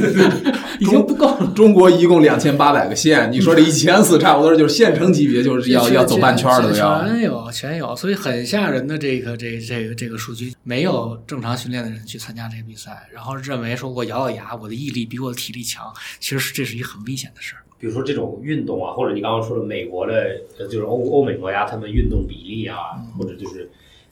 C: 已经不够了。
D: 中国一共两千八百个县，你说这一千 四差不多就是县城级别，就是要要走半圈儿的都要。
C: 全有全有，所以很吓人的这个这这个这个数据，没有正常训练的人去参加这个比赛，然后认为说我咬咬牙，我的毅力比我的体力强，其实是这是一个很危险的事儿。
B: 比如说这种运动啊，或者你刚刚说的美国的，呃就是欧欧美国家他们运动比例啊，
D: 嗯
B: 或者就是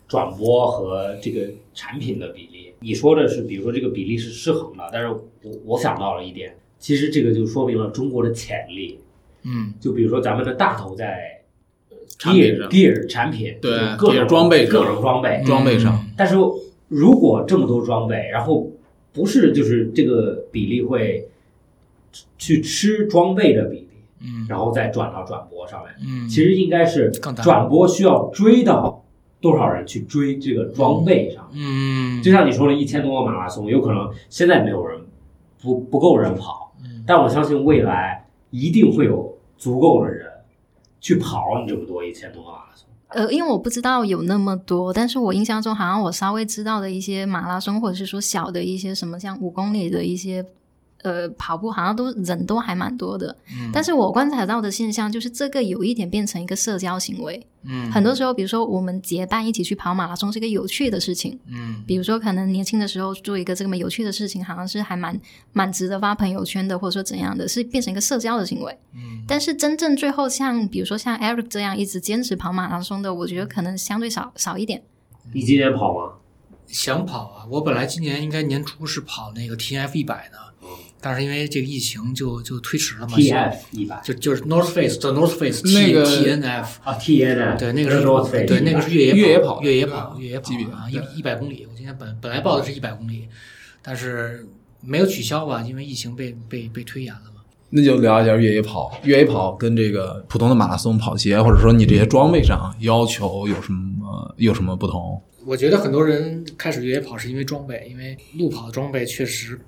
B: 转播和这个产品的比例，你说的是，比如说这个比例是失衡的，但是我我想到了一点，其实这个就说明了中国的潜力，
C: 嗯，
B: 就比如说咱们的大头在呃
D: 产品
B: gear
D: 上
B: gear 产品，就
D: 对
B: 是各
D: gear
B: 种
D: 装备上
B: 各种装备，
D: 装备上
C: 嗯，
B: 但是如果这么多装备，然后不是就是这个比例会去吃装备的比例，
C: 嗯
B: 然后再转到转播上来，
C: 嗯，
B: 其实应该是
C: 更大
B: 转播需要追到多少人去追这个装备上。
C: 嗯，
B: 就像你说的，一千多个马拉松，有可能现在没有人不不够人跑，
C: 嗯
B: 但我相信未来一定会有足够的人去跑你这么多一千多个马拉松。
A: 呃，因为我不知道有那么多，但是我印象中好像我稍微知道的一些马拉松，或者是说小的一些什么像五公里的一些呃跑步，好像都人都还蛮多的。
C: 嗯
A: 但是我观察到的现象就是，这个有一点变成一个社交行为。
C: 嗯
A: 很多时候，比如说我们结伴一起去跑马拉松是一个有趣的事情，
C: 嗯
A: 比如说可能年轻的时候做一个这么有趣的事情，好像是还蛮蛮值得发朋友圈的，或者说怎样的，是变成一个社交的行为。
C: 嗯
A: 但是真正最后像比如说像 Eric 这样一直坚持跑马拉松的，我觉得可能相对少少一点。
C: 嗯
B: 你今年跑吗？
C: 想跑啊，我本来今年应该年初是跑那个 TF 一百的，但是因为这个疫情就就推迟了嘛。
B: TF 一百
C: 就就是 North Face The North Face
D: 那
C: T
D: 个
C: T N F
B: 啊，TN
C: 对，那个是
B: 罗菲，
C: 对，那个是越野
D: 越野跑
C: 跑，越野
D: 对
C: 跑，越野跑
D: 级别
C: 啊，
D: 对
C: 一一百公里。我今天本本来报的是一百公里，但是没有取消吧，因为疫情被被被推延了嘛。
D: 那就聊一下越野跑。越野跑跟这个普通的马拉松跑鞋，或者说你这些装备上要求有什么有什么不同？
C: 我觉得很多人开始越野跑是因为装备，因为路跑的装备确实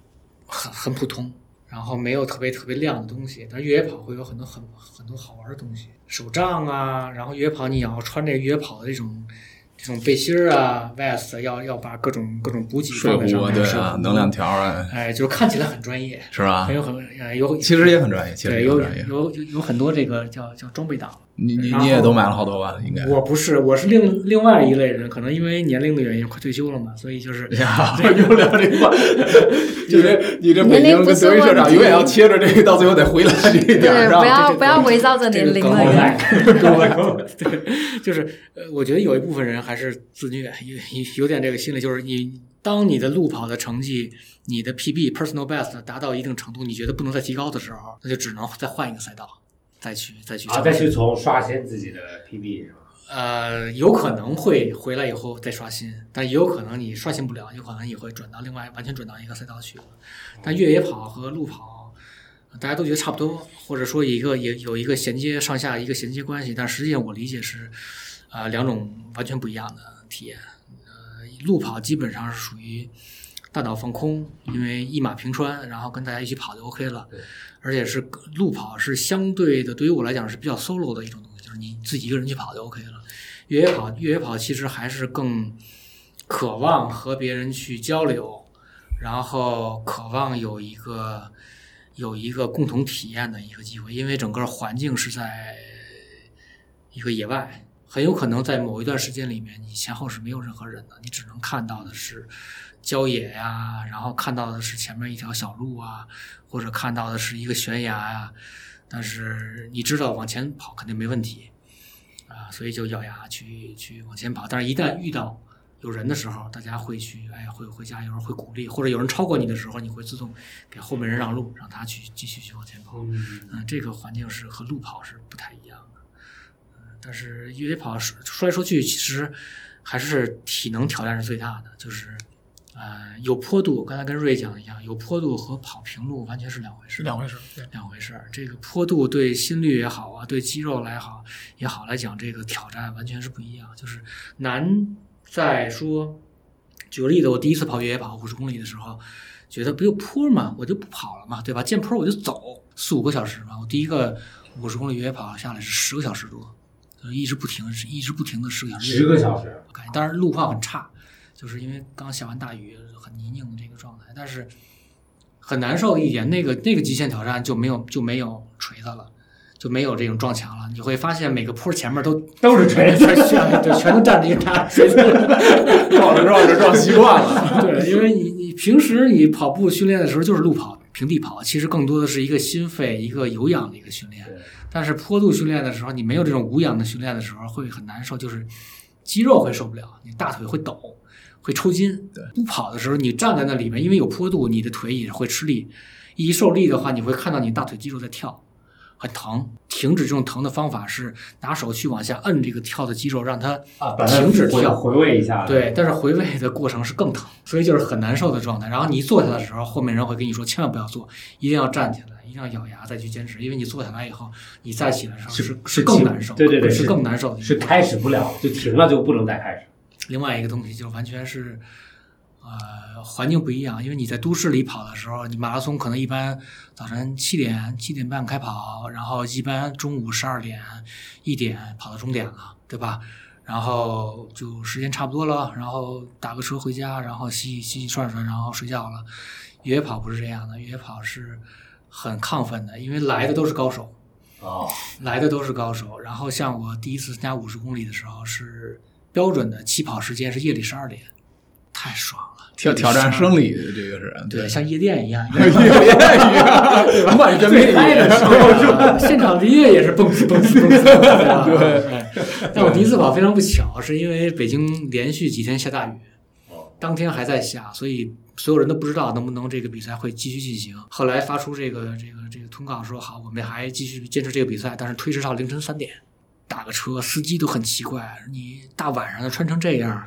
C: 很很普通，然后没有特别特别亮的东西。但是越野跑会有很多很很多好玩的东西，手杖啊，然后越野跑你也要穿这个越野跑的这种这种背心儿啊、vest 啊要要把各种各种补给
D: 水
C: 放在上
D: 壶
C: 面，
D: 对
C: 是吧
D: 啊，能量，条啊，
C: 哎，就是看起来很专业，
D: 是吧
C: 很？有很呃有，
D: 其实也很专业，其实
C: 对
D: 也很
C: 有
D: 专业。
C: 有有有很多这个叫叫装备党。
D: 你你
C: 然后
D: 你也都买了好多吧？应该。
C: 我不是，我是另另外一类人，可能因为年龄的原因，快退休了嘛，所以 就是
D: 呀，又聊这个，
E: 你这你这北
A: 年
E: 京
A: 龄不
E: 跟
A: 是
E: 德云社长
A: 问题
E: 永远要切着这个，到最后得回来这一
D: 啊
E: 点儿，
A: 对，
E: 是吧
A: 啊不？要
C: 这个
A: 不要围绕着年龄
C: 这个梗
A: 了。
C: 对，就是呃，我觉得有一部分人还是自虐，有有有点这个心理，就是你当你的路跑的成绩，你的 PB personal best 达到一定程度，你觉得不能再提高的时候，那就只能再换一个赛道，再去再去
B: 啊，
C: 尝
B: 再
C: 试
B: 去从刷新自己的 PB 是吧？
C: 呃，有可能会回来以后再刷新，但也有可能你刷新不了，有可能你会转到另外完全转到一个赛道去了。但越野跑和路跑，呃大家都觉得差不多，或者说一个也有一个衔接上下一个衔接关系，但实际上我理解是，呃，两种完全不一样的体验。呃，路跑基本上是属于大脑放空，因为一马平川，然后跟大家一起跑就 OK 了。而且是路跑是相对的，对于我来讲是比较 solo 的一种东西，就是你自己一个人去跑就 OK 了。越野跑，越野跑其实还是更渴望和别人去交流，然后渴望有一个有一个共同体验的一个机会，因为整个环境是在一个野外，很有可能在某一段时间里面，你前后是没有任何人的，你只能看到的是郊野呀、然后看到的是前面一条小路啊，或者看到的是一个悬崖呀、但是你知道往前跑肯定没问题啊，所以就咬牙去去往前跑。但是，一旦遇到有人的时候，大家会去哎会会加油，会鼓励，或者有人超过你的时候，你会自动给后面人让路，让他去继续去往前跑。
B: 嗯，
C: 嗯，这个环境是和路跑是不太一样的。嗯，但是越野跑说说来说去，其实还是体能挑战是最大的，就是呃有坡度。刚才跟瑞讲的一样，有坡度和跑平路完全是两回事，
D: 两回事。对
C: 两回事儿。这个坡度对心率也好啊，对肌肉来好也好来讲，这个挑战完全是不一样。就是难在说，举个例子，我第一次跑越野跑五十公里的时候，觉得不就坡嘛，我就不跑了嘛，对吧？见坡我就走，四五个小时嘛。我第一个五十公里越野跑下来是十个小时多，就是一直不停，是一直不停的十个小时，
B: 十个小时，
C: 感觉当然路况很差，就是因为刚下完大雨，很泥泞的这个状态，但是很难受一点。那个那个极限挑战就没有就没有锤子了，就没有这种撞墙了。你会发现每个坡前面都
B: 都是锤子。
C: 全全对全都站着一个 大锤子。
E: 撞着撞着撞习惯了。
C: 对，因为你你平时你跑步训练的时候就是路跑、平地跑，其实更多的是一个心肺、一个有氧的一个训练
B: 对。
C: 但是坡度训练的时候，你没有这种无氧的训练的时候，会很难受，就是肌肉会受不了，你大腿会抖，会抽筋。对，不跑的时候，你站在那里面，因为有坡度，你的腿也会吃力。一受力的话，你会看到你大腿肌肉在跳，很疼。停止这种疼的方法是拿手去往下摁这个跳的肌肉，让它
B: 啊，把它
C: 停止
B: 回
C: 跳。
B: 回味一下。，
C: 对，但是回味的过程是更疼，所以就是很难受的状态。然后你一坐下的时候，后面人会跟你说，千万不要坐，一定要站起来，一定要咬牙再去坚持，因为你坐下来以后，你再起来的时候
B: 是
C: 是
B: 是
C: 更
B: 起
C: 难受，
B: 对对对
C: 是
B: 是
C: 更难受的。
B: 是开始不了，就停了，就不能再开始。
C: 另外一个东西，就完全是，呃，环境不一样，因为你在都市里跑的时候，你马拉松可能一般早晨七点七点半开跑，然后一般中午十二点一点跑到终点了，对吧？然后就时间差不多了，然后打个车回家，然后洗洗洗洗涮涮，然后睡觉了。越野跑不是这样的，越野跑是很亢奋的，因为来的都是高手，
B: 哦，
C: 来的都是高手。然后像我第一次参加五十公里的时候，是标准的起跑时间是夜里十二点，太爽了，
D: 挑挑战
C: 生
D: 生理，这个是
C: 对，像夜店一样。
E: 对吧？万人迷
C: 啊现场的音乐也是蹦次蹦次蹦次，对。但我第一次跑非常不巧，是因为北京连续几天下大雨，当天还在下，所以所有人都不知道能不能这个比赛会继续进行。后来发出这个这个这个通告说，好，我们还继续坚持这个比赛，但是推迟到凌晨三点。打个车，司机都很奇怪，你大晚上的穿成这样，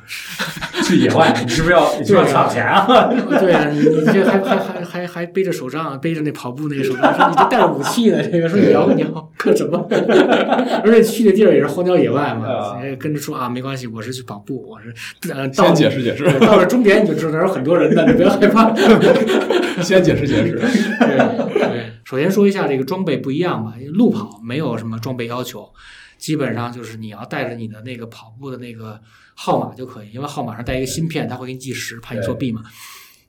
B: 去野 外，你是不是要你是不是要抢钱 啊？
C: 对啊，你你这还还还还还背着手杖，背着那跑步那个手杖，说你这带着武器呢，这个说你要你要干什么？ 而且去的地儿也是荒郊野外嘛，
B: 对
C: 跟着说啊，没关系，我是去跑步，我是呃到
D: 先解释 解释，
C: 对到了终点你就知道那儿有很多人的，你不要害怕。
D: 先解释解释。
C: 对，对，首先说一下这个装备不一样吧，路跑没有什么装备要求，基本上就是你要带着你的那个跑步的那个号码就可以，因为号码上带一个芯片，它会给你计时，怕你作弊嘛。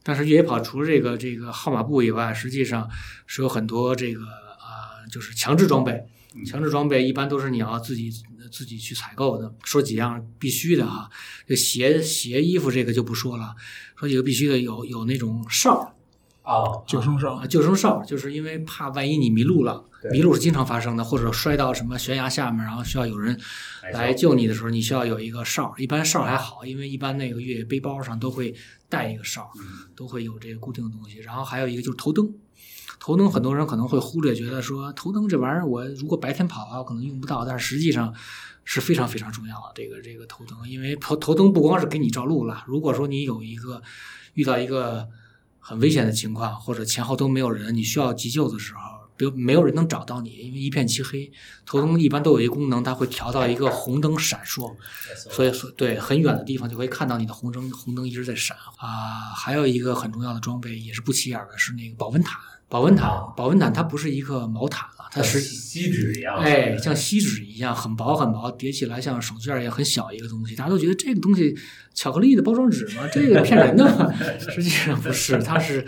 C: 但是越野跑除了这个这个号码布以外，实际上是有很多这个啊、就是强制装备。强制装备一般都是你要自己自己去采购的。说几样必须的哈，这鞋鞋衣服这个就不说了，说几个必须的，有有那种哨儿，
B: 啊，
D: 救生绳
C: 啊，救生哨，就是因为怕万一你迷路了
B: 对，
C: 迷路是经常发生的，或者摔到什么悬崖下面，然后需要有人来救你的时候，你需要有一个哨。一般哨还好，因为一般那个越野背包上都会带一个哨，都会有这个固定的东西。然后还有一个就是头灯，头灯很多人可能会忽略，觉得说头灯这玩意儿我如果白天跑啊，我可能用不到，但是实际上。是非常非常重要的这个这个头灯，因为头头灯不光是给你照路了，如果说你有一个遇到一个很危险的情况，或者前后都没有人，你需要急救的时候，比如没有人能找到你，因为一片漆黑。头灯一般都有一个功能，它会调到一个红灯闪烁，所以说对很远的地方就会看到你的红灯，红灯一直在闪啊、还有一个很重要的装备也是不起眼儿的，是那个保温毯。保温毯，保温毯它不是一个毛毯啊，
B: 像
C: 它哦是
B: 锡纸一样，
C: 哎，像锡纸一样很薄很薄，叠起来像手绢儿一样很小一个东西。大家都觉得这个东西巧克力的包装纸吗？这个骗人的 吗？实际上不 是，它是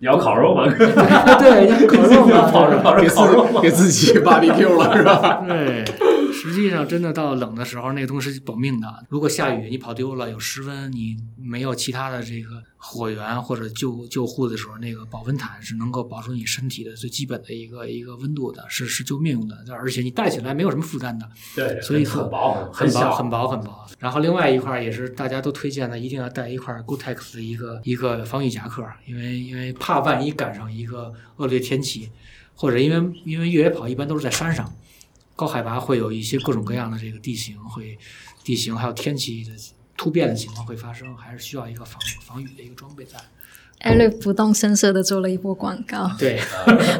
B: 你要烤肉吗？
C: 对，像 烤肉嘛，
B: 烤肉，烤
E: 给
B: 肉，
E: 自
B: 烤肉吗？
E: 给自己 BBQ 了是吧？
C: 对，实际上真的到冷的时候，那个东西是保命的。如果下雨，你跑丢了，有失温，你没有其他的这个火源或者救救护的时候，那个保温毯是能够保住你身体的最基本的一个一个温度的，是是救命用的，而且你戴起来没有什么负担的。
B: 对，
C: 所以说
B: 很薄，
C: 很薄
B: 小，
C: 很薄很薄。然后另外一块儿也是大家都推荐的，一定要带一块 Gore-Tex 的一个一个防雨夹克，因为因为怕万一赶上一个恶劣天气，或者因为因为越野跑一般都是在山上，高海拔会有一些各种各样的这个地形会地形还有天气的突变的情况会发生，还是需要一个防防雨的一个装备在。
A: Eric 不动声色的做了一波广告，
C: 对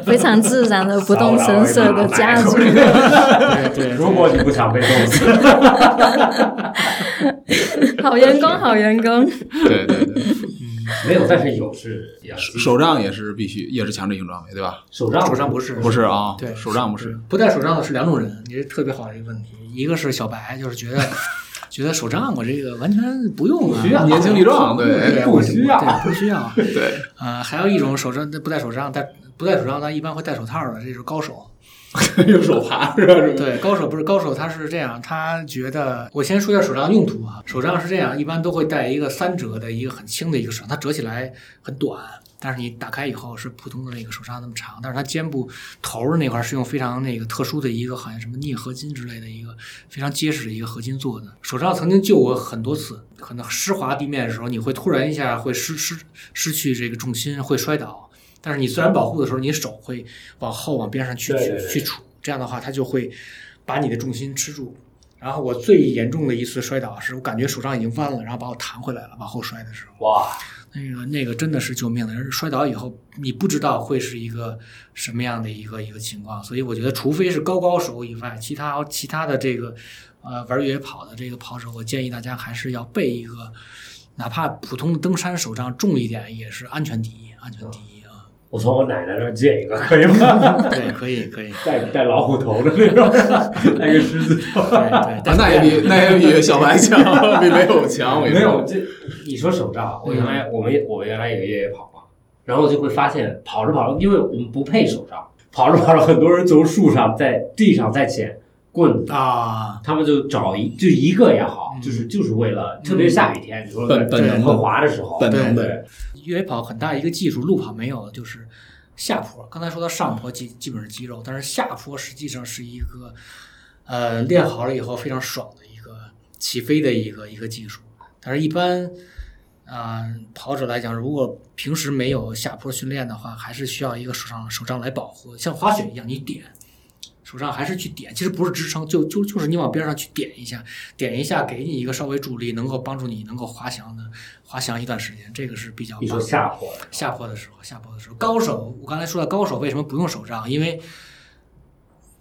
A: 非常自然的不动声色的加入。
C: 对对，
B: 呃 如果你不想被冻死，
A: 好员工，好员工。
D: 对对对，
B: 没有，但是有是也是
D: 手杖也是必须，也是强制性装备，对吧？
B: 手杖
C: 手杖不是
D: 不是啊，
C: 对
D: 手杖不是。
C: 不戴手杖的是两种人，你这特别好的一个问题。一个是小白，就是 觉得觉得手杖我这个完全不用啊，
B: 不需要
D: 年轻力壮，对
C: 对
B: 不需要
C: 对不需要。
D: 对，
C: 呃，还有一种手杖不戴手杖，戴不戴手杖，他一般会戴手套的，这是高手。
D: 用手爬是吧？
C: 对，高手不是高手，他是这样，他觉得我先说一下手杖用途啊。手杖是这样，一般都会带一个三折的一个很轻的一个手杖，它折起来很短，但是你打开以后是普通的那个手杖那么长，但是它肩部头儿那块儿是用非常那个特殊的一个好像什么镍合金之类的一个非常结实的一个合金做的。手杖曾经救我很多次，可能湿滑地面的时候，你会突然一下会失失失去这个重心，会摔倒。但是你自然保护的时候，你手会往后往边上去
B: 对
C: 去
B: 对对
C: 去杵，这样的话它就会把你的重心吃住。然后我最严重的一次摔倒是，我感觉手杖已经弯了，然后把我弹回来了，往后摔的时候。
B: 哇，
C: 那个那个真的是救命的，而摔倒以后你不知道会是一个什么样的一个一个情况，所以我觉得除非是高高手以外，其他其他的这个呃玩越野跑的这个跑者，我建议大家还是要备一个，哪怕普通的登山手杖重一点也是安全第一，安全第一啊！
B: 我从我奶奶那儿借一个可以 吗？
C: 对，可以可以，
B: 带带老虎头的那种， 带个狮子头。
C: 对对，但
D: 哎那也比那也比小白强， 比没有强。我跟你
B: 没有嗯
D: 说，
B: 这，你说手杖，啊我原来我们也我原来也越野跑嘛，然后就会发现跑着跑着，因为我们不配手杖，跑着跑着，很多人从树上在地上在捡棍子，
C: 啊，
B: 他们就找一就一个也好，
C: 嗯
B: 就是就是为了，特别是下雨天，你说
D: 本
B: 在
D: 本能
B: 很
D: 的
B: 滑的时候，
D: 本能的
B: 对，
C: 越野跑很大一个技术，路跑没有的就是下坡。刚才说到上坡基基本是肌肉，但是下坡实际上是一个呃练好了以后非常爽的一个起飞的一个一个技术。但是，一般啊、呃跑者来讲，如果平时没有下坡训练的话，还是需要一个手杖手杖来保护，像滑雪一样，你点。手上还是去点，其实不是支撑，就就就是你往边上去点一下，点一下给你一个稍微助力，能够帮助你能够滑翔的滑翔一段时间，这个是比较
B: 你说
C: 棒的
B: 下坡，
C: 下坡的时候，下坡的时候，高手，我刚才说的高手为什么不用手杖？因为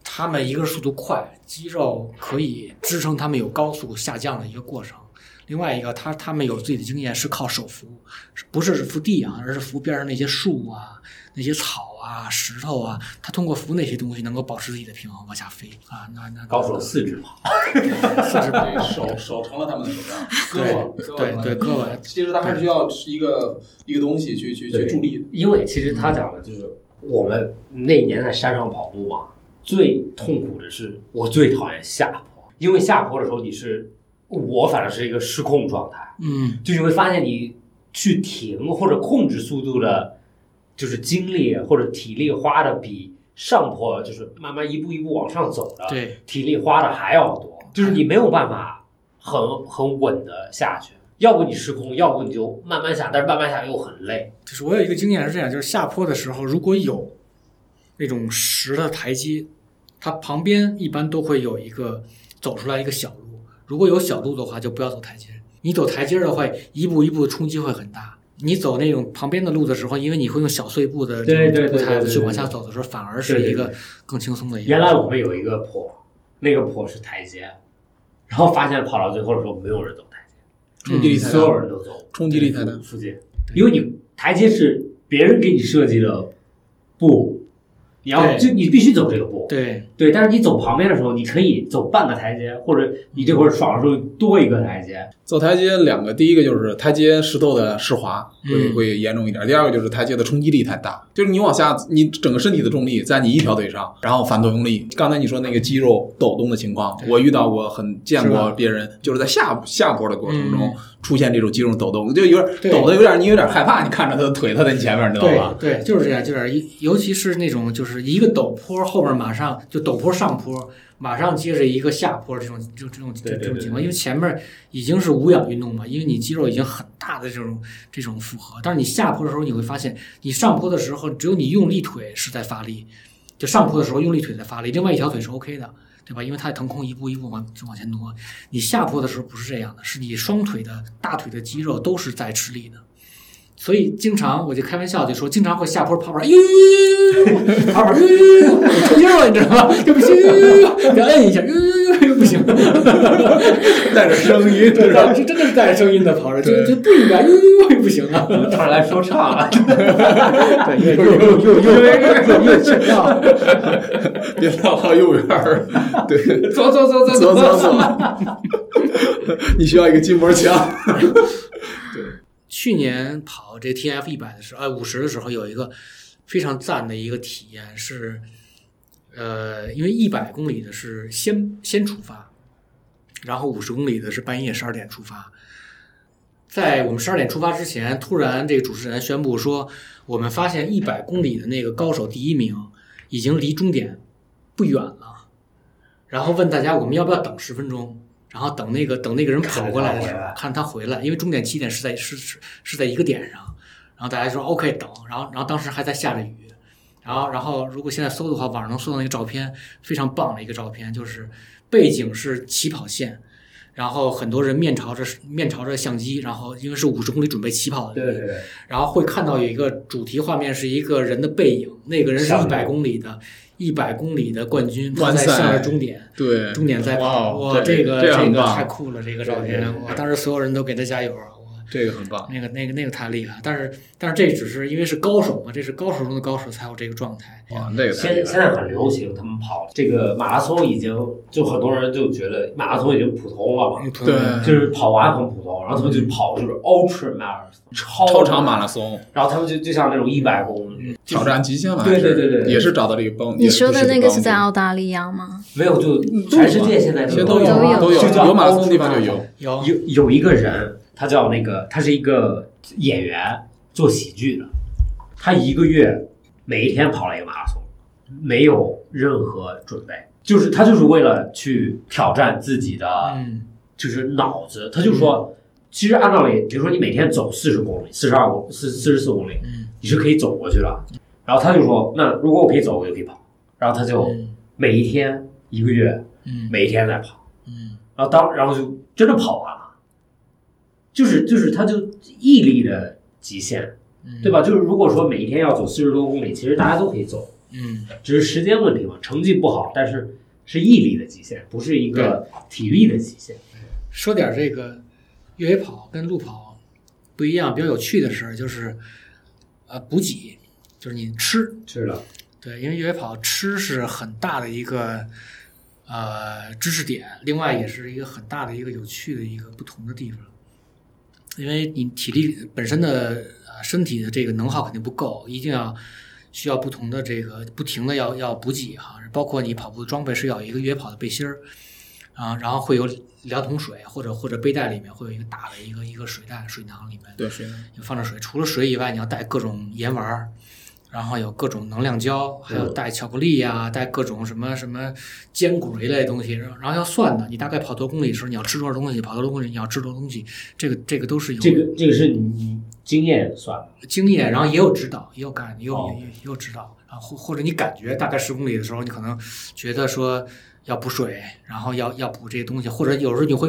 C: 他们一个是速度快，肌肉可以支撑他们有高速下降的一个过程。另外一个，他他们有自己的经验是靠手扶，是不是扶地啊，而是扶边上那些树啊、那些草啊、石头啊，他通过扶那些东西能够保持自己的平衡往下飞啊。那那
B: 高手四肢跑，
C: 四 肢
E: 对手手成了他们的手杖，胳膊胳膊
C: 对
E: 成了
C: 对胳膊
E: 其实他还是需要一个一个东西去去去
B: 对
E: 助力的。
B: 因为其实他讲的就是我们那年在山上跑步嘛，最痛苦的是我最讨厌下坡，因为下坡的时候你是我反正是一个失控状态，
C: 嗯
B: 就你会发现你去停或者控制速度的，就是精力或者体力花的比上坡就是慢慢一步一步往上走的，
C: 对，
B: 体力花的还要多，就是你没有办法很很稳的下去，要不你失控，要不你就慢慢下，但是慢慢下又很累。
C: 就是我有一个经验是这样，就是下坡的时候如果有那种石头台阶，它旁边一般都会有一个走出来一个小路，如果有小路的话就不要走台阶，你走台阶的话一步一步的冲击会很大。你走那种旁边的路的时候，因为你会用小碎步的
B: 对对对
C: 步态
B: 对对
C: 去
B: 对
C: 往下走的时候，反而是一个更轻松的一个。
B: 原来我们有一个坡，那个坡是台阶，然后发现跑到最后的时候没有人走台
E: 冲击力
B: 阶，
E: 太
B: 所有
E: 大，
B: 人都走
E: 冲击力太大。
B: 附近，因为你台阶是别人给你设计的步，你要
C: 对
B: 就你必须走这个步，
C: 对
B: 对，但是你走旁边的时候，你可以走半个台阶，或者你这会儿爽的时候多一个台阶，
E: 走台阶两个，第一个就是台阶石头的湿滑会
C: 嗯
E: 会严重一点，第二个就是台阶的冲击力太大，就是你往下，你整个身体的重力在你一条腿上，然后反作用力。刚才你说那个肌肉抖动的情况，我遇到过，很见
C: 是
E: 过
C: 吧
E: 别人就是在下下坡的过程中
C: 嗯
E: 出现这种肌肉抖动，就有点
C: 对
E: 抖的有点你有点害怕，你看着他的腿，他在你前面，你知道吧？
C: 对对，就是这样，就是一尤其是那种就是一个陡坡后面马上就陡坡上坡，马上接着一个下坡这种就这种
B: 对对
C: 这
B: 对
C: 种情况，
B: 对
C: 因为前面已经是无氧运动嘛，因为你肌肉已经很大的这种这种负荷，但是你下坡的时候你会发现，你上坡的时候只有你用力腿是在发力，就上坡的时候用力腿在发力，另外一条腿是 OK 的。对吧？因为它腾空一步一步往往前挪，你下坡的时候不是这样的，是你双腿的大腿的肌肉都是在吃力的，所以经常我就开玩笑就说，经常会下坡跑跑，哎呦呦呦呦呦呦，跑跑，哎呦呦呦呦呦，抽筋了，你知道吗？就不行，得摁一下，呦呦呦呦，不行，
E: 带着 声音，
C: 对，是真的是带着声音的跑着，就就不应该，呦呦呦，不行啊，
B: 当然来说唱了，
C: 对，又又又又又又吃药，
E: 别绕到右边儿，对，
B: 走走走走
E: 走走走， 你需要一个筋膜枪。
C: 去年跑这 TF 一百的时候，呃五十的时候有一个非常赞的一个体验是，呃，因为一百公里的是先先出发，然后五十公里的是半夜十二点出发。在我们十二点出发之前，突然这个主持人宣布说，我们发现一百公里的那个高手第一名已经离终点不远了，然后问大家我们要不要等十分钟，然后等那个等那个人跑过来的时候
B: 看他回来，
C: 看他回来，因为终点起点是在是是是在一个点上，然后大家说 OK 等，然后然后当时还在下着雨，然后然后如果现在搜的话，网上能搜到那个照片，非常棒的一个照片，就是背景是起跑线。然后很多人面朝着面朝着相机，然后因为是五十公里准备起跑 的，
B: 对对对，
C: 然后会看到有一个主题画面是一个人的背影，那个人是
B: 像
C: 一百公里的，一百公里的冠军，他
E: 完
C: 在
E: 赛
C: 向着终点，
E: 对，
C: 终点在跑，
E: 哇
C: 哇，
E: 这
C: 个
E: 这样
C: 这个
E: 棒
C: 太酷了，这个照
B: 对对
C: 片，
B: 对
C: 哇，当时所有人都给他加油啊，哇，
E: 这个很棒。
C: 那个那个那个太厉害，但是但是这只是因为是高手嘛，这是高手中的高手才有这个状态，
E: 哇，那个太
B: 现
E: 厉
B: 在
E: 害
B: 现在很流行，他们跑这个马拉松已经就很多人就觉得马拉松已经普通了嘛，
C: 嗯，朋友们
E: 对
B: 就是跑完很普通，然后他们就跑就是 ultra marathon 超
E: 超长马拉，松
B: 然后他们就就像那种一百公里，
E: 挑战极限嘛，
B: 对对对对对
E: 也是找到了一个帮。
A: 你说的那个是在
E: 澳
A: 澳大利亚吗？
B: 没有就全世界现在
E: 现在嗯都
B: 都
E: 有啊
A: 都有
E: 都
B: 就叫
E: 有马拉松的地方
B: ultra
E: 就有。
C: 有
B: 有有一个人，他叫那个，他是一个演员，做喜剧的。他一个月每一天跑了一个马拉松，没有任何准备，就是他就是为了去挑战自己的，
C: 嗯
B: 就是脑子。他就说，其实按道理，比如说你每天走四十公里、四十二公、四四十四公里，
C: 嗯
B: 你是可以走过去的。然后他就说，那如果我可以走，我就可以跑。然后他就
C: 嗯
B: 每一天一个月，
C: 嗯
B: 每一天在跑。
C: 嗯
B: 然后当然后就真的跑完了，就是就是他就毅力的极限，
C: 嗯，
B: 对吧？？就是如果说每一天要走四十多公里，其实大家都可以走，
C: 嗯，
B: 只是时间问题嘛。成绩不好，但是是毅力的极限，不是一个体力的极限。
C: 说点这个越野跑跟路跑不一样，比较有趣的事儿就是，呃，补给，就是你吃，
B: 吃了，
C: 对，因为越野跑吃是很大的一个呃知识点，另外也是一个很大的一个有趣的一个不同的地方，因为你体力本身的呃身体的这个能耗肯定不够，一定要需要不同的这个不停的要要补给哈、包括你跑步的装备是要有一个越野跑的背心儿。啊，然后会有两桶水，或者或者背带里面会有一个大的一个一个水袋、水囊里面，
E: 对，是的
C: 有放着水，除了水以外，你要带各种盐丸儿，然后有各种能量胶，还
B: 嗯
C: 有带巧克力呀、带各种什么什么坚果一类的东西，然后然后要算的，你大概跑多少公里的时候你要吃多少东西，跑多少公里你要吃多少东西，这个这个都是有
B: 这个这个是你经验算的，
C: 经验，然后也有指导，也有感，也有、
B: 哦
C: 也也有指导，然后或或者你感觉大概十公里的时候，你可能觉得说要补水，然后要要补这些东西，或者有时候你会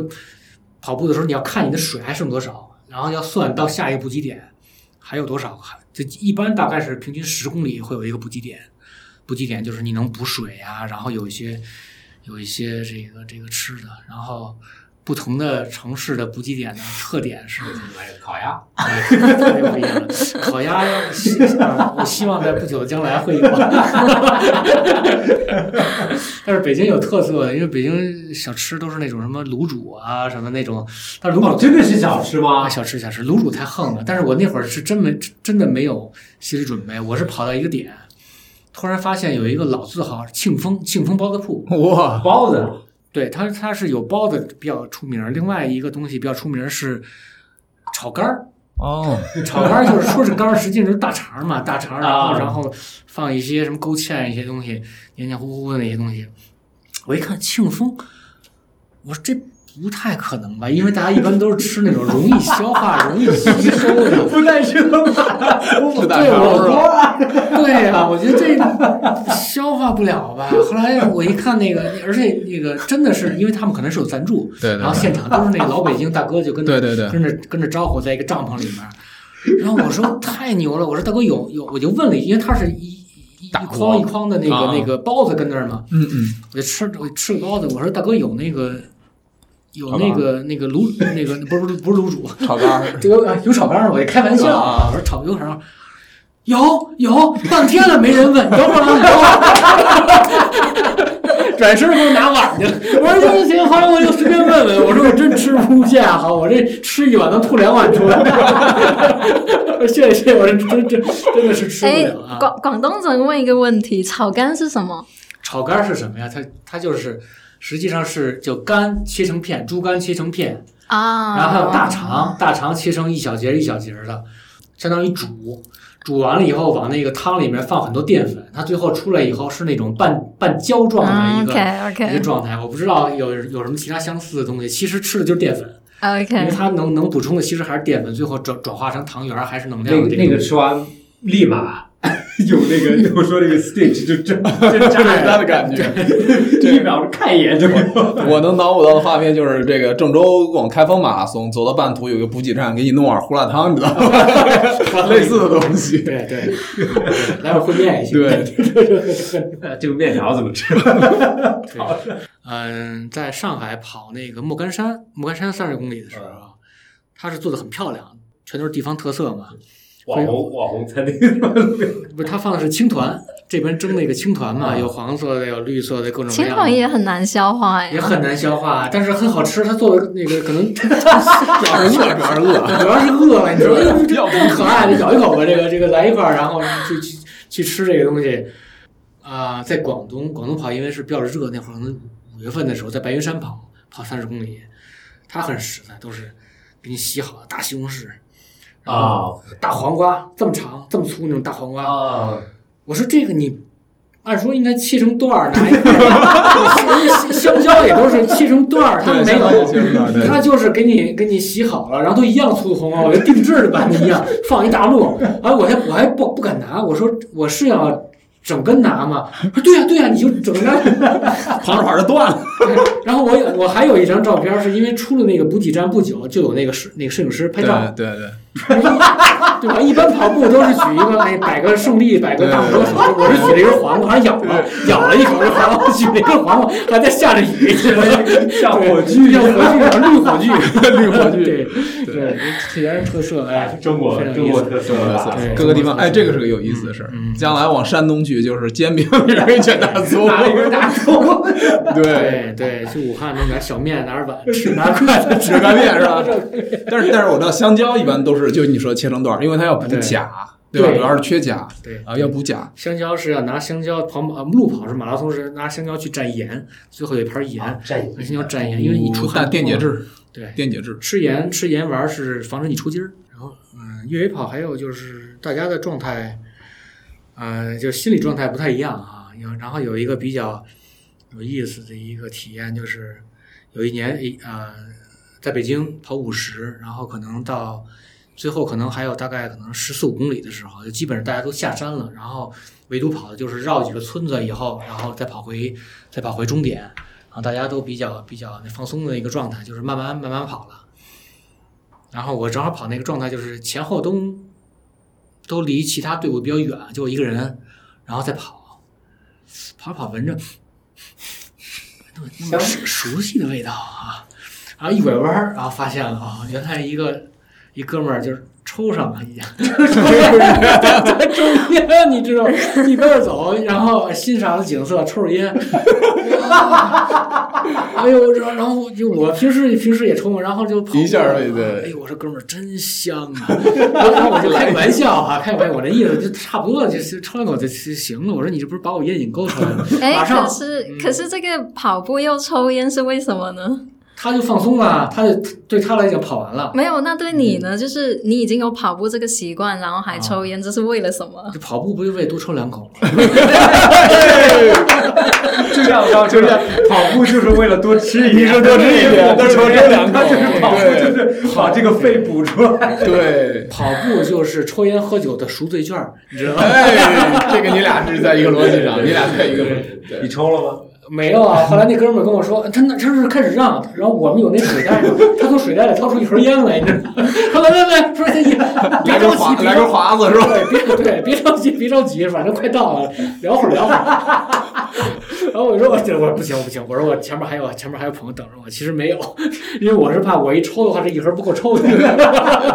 C: 跑步的时候，你要看你的水还剩多少，然后要算到下一个补给点还有多少，还这一般大概是平均十公里会有一个补给点，补给点就是你能补水啊，然后有一些有一些这个这个吃的，然后。不同的城市的补给点的特点是，
B: 烤鸭，
C: 特别不一样了。 烤鸭，呃我希望在不久的将来会有。但是北京有特色的，因为北京小吃都是那种什么卤煮啊，什么那种，但是卤煮、
B: 哦，真的是小吃吗
C: 啊，？小吃小吃，卤煮太横了。但是我那会儿是真没真的没有心理准备，我是跑到一个点，突然发现有一个老字号庆丰庆丰包子铺，
E: 哇，
B: 包子，
C: 对它它是有包子比较出名儿，另外一个东西比较出名儿是炒肝儿。
D: 哦，
C: 炒肝儿就是说是肝儿，实际上就是大肠儿嘛，大肠儿，然后
B: 啊
C: 然后放一些什么勾芡一些东西，黏黏糊糊的那些东西。我一看庆丰，我说这不太可能吧，因为大家一般都是吃那种容易消化、容易吸收的。
B: 不带热吧？
E: 是大
C: 对，
E: 肠
C: 我
E: 是吧？
C: 对呀、我觉得这消化不了吧。后来我一看那个，而且那个真的是，因为他们可能是有赞助，
D: 对对
C: 然后现场都是那个老北京大哥就跟着
D: 对对对
C: 跟着跟着招呼在一个帐篷里面儿。然后我 说太牛了，我说大哥有有，我就问了一，因为他是一一一
D: 大锅
C: 筐一筐的那
D: 啊
C: 个那个包子跟那儿嘛，
D: 嗯嗯，
C: 我就吃我吃了包子，我说大哥有那个有
D: 好吧
C: 那个那个卤那个不是不是不是卤煮，
E: 炒肝儿，
C: 这个有炒肝儿吗？我就开玩笑啊，我说炒有啥？有有，半天了没人问，等会儿啊，等会儿。 转身给我拿碗去了，我说行行行，后来我就随便问问，我说我真吃不下哈，我这吃一碗能吐两碗出来。 我说谢谢谢谢，我这真真真的是吃
A: 哎
C: 不了，啊。
A: 广广东人问一个问题：炒肝是什么？
C: 炒肝是什么呀？它它就是实际上是就肝切成片，猪肝切成片，
A: 啊，
C: 然后还有大肠，大肠切成一小节一小节的，相当于煮，煮完了以后往那个汤里面放很多淀粉，它最后出来以后是那种半半胶状的一个、
A: OK
C: 一个
A: OK
C: 状态。我不知道有有什么其他相似的东西，其实吃的就是淀粉，因为
A: OK，
C: 它能能补充的其实还是淀粉，最后转转化成糖原儿还是能
B: 那
C: 量
B: 个
C: 这
B: 那个吃完立马 有那 个我说那个 stage 就真真炸
E: 简单
B: 了，
E: 的感觉。
B: 一秒钟看一眼 就
E: 我能脑补到的画面就是这个郑州广开封马拉松，走到半途有个补给站，给你弄碗胡辣汤，你知道吗？类似的东西。
C: 对对，对来回烩面一下。
E: 对，
B: 这个面条怎么 吃？
C: 对，嗯，在上海跑那个莫干山，莫干山三十公里的时候啊，它是做的很漂亮，全都是地方特色嘛。
B: 网红 网红餐厅，
C: 不是，它放的是青团，这边蒸那个青团嘛，有黄色的，有绿色的，各种各
A: 啊青
C: 样
A: 团
C: 的。
A: 也很嗯难消化呀
C: 也。很难消化，但是很好吃。它做的那个可 能主
E: 主要是饿，主要是饿。
C: 要是饿了，你说哎呦这
E: 要不
C: 真可爱，就咬一口吧，这个这个来一块儿，然后去去去吃这个东西。啊、在广东，广东跑因为是比较热，那会儿可能五月份的时候，在白云山跑跑三十公里，它很实在，都是给你洗好的大西红柿，然后大黄瓜这么长这么粗那种大黄 瓜，
B: 啊，
C: 我说这个你按说应该切成段儿拿一 块儿，香蕉也都是切成段儿，它
E: 对，
C: 没
E: 相当于
C: 有。
E: 就是那儿对
C: 它就是给你给你洗好了，然后都一样粗的黄瓜，我就定制的版的一样，放一大摞。哎，我还我还不不敢拿，我说我是要整根拿吗？他说对呀、对呀、你就整根拿。
E: 旁着旁着断了。
C: 然后我有我还有一张照片，是因为出了那个补给站不久，就有那个摄那个摄影师拍照，
E: 对对对，
C: 对吧？一般跑步都是举一个哎，摆个竖立，摆个大拇哥什么的。我是举了一根黄瓜，还咬了，咬了一口这黄瓜，举了一根黄瓜，还在下着雨，像
D: 火
C: 炬，像火炬，绿火炬，
D: 绿火炬
C: 对对，体现特色，哎，
B: 中国
C: 非常有
B: 中
C: 意
B: 国
C: 思。
B: 特色
D: 特
B: 吧
D: 色
C: 对
D: 各个地方，哎，这个是个有意
C: 嗯
D: 思的事儿。将来往山东去，就是 煎饼里边一卷大葱，
C: 拿了一根大葱，
D: 对，
C: 对对，去武汉弄点小面，拿着碗吃，拿着筷子吃。
D: 纸干面是吧？但是但是我知道香蕉一般都是就你说切成段儿，因为它要补
C: 对
D: 钾，对吧？
C: 对
D: 主要是缺钾
C: 对
D: 啊，要补钾。
C: 香蕉是要拿香蕉跑马路跑是马拉松是拿香蕉去蘸盐，最后有一盘盐，
B: 战役
C: 拿香蕉蘸盐，因为你出汗
D: 但电解
C: 多嘛，
D: 质，
C: 对，
D: 电 解质。
C: 吃盐吃盐丸儿是防止你出筋儿。然后，嗯、越野跑还有就是大家的状态，呃，就心理状态不太一样啊。有然后有一个比较有意思的一个体验就是，有一年一呃，在北京跑五十，然后可能到最后可能还有大概可能十四五公里的时候，就基本上大家都下山了，然后唯独跑的就是绕几个村子以后，然后再跑回再跑回终点，然后大家都比较比较放松的一个状态，就是慢慢慢慢跑了。然后我正好跑那个状态，就是前后都都离其他队伍比较远，就我一个人，然后再跑，跑着跑闻着，那么那么熟熟悉的味道啊，然后一拐弯儿，然后发现了啊，原来一个一哥们儿就是抽上了已经， 在中间，你知道，一边儿走，然后欣赏景色，抽着烟， 哎呦，然后然后就我平时平时也抽嘛，然后就跑
D: 一下
C: 过
D: 儿
C: 来
D: 对对
C: 哎呦，我说哥们儿真香啊！ 然后我就开玩笑啊，开玩笑，我这意思就差不多，就是抽两口就行了。我说你这不是把我烟瘾勾出来了？
A: 哎，
C: 马上嗯
A: 可是可是这个跑步又抽烟是为什么呢？
C: 他就放松了，他就对他来讲跑完了。
A: 没有，那对
C: 嗯
A: 你呢？就是你已经有跑步这个习惯，然后还抽
C: 啊
A: 烟，这是为了什么？
C: 这跑步不就为多抽两口吗？
B: 就像刚就像跑步就是为了多吃一点，
D: 说多吃一点多抽这两口
B: 他就是跑步就是把这个肺补出来。
D: 对，
C: 跑步就是抽烟喝酒的赎罪券儿，你知道吗？
D: 哎，这个你俩是在一个逻辑上，你俩在一个逻辑。对
B: 你抽了吗？
C: 没有啊，后来那哥们儿跟我说，他那他是开始让，然后我们有那水袋嘛，他从水袋里掏出一盒烟来，你知道吗？他来来来，说哎呀，别
D: 来
C: 着
D: 根华，
C: 急，别
D: 来根
C: 着
D: 华子是吧？
C: 对，别对，别着急，别着急，反正快到了，聊会儿聊会儿。 然后我说我这我不行不行，我说我前面还有前面还有朋友等着我，其实没有，因为我是怕我一抽的话，这一盒不够抽的。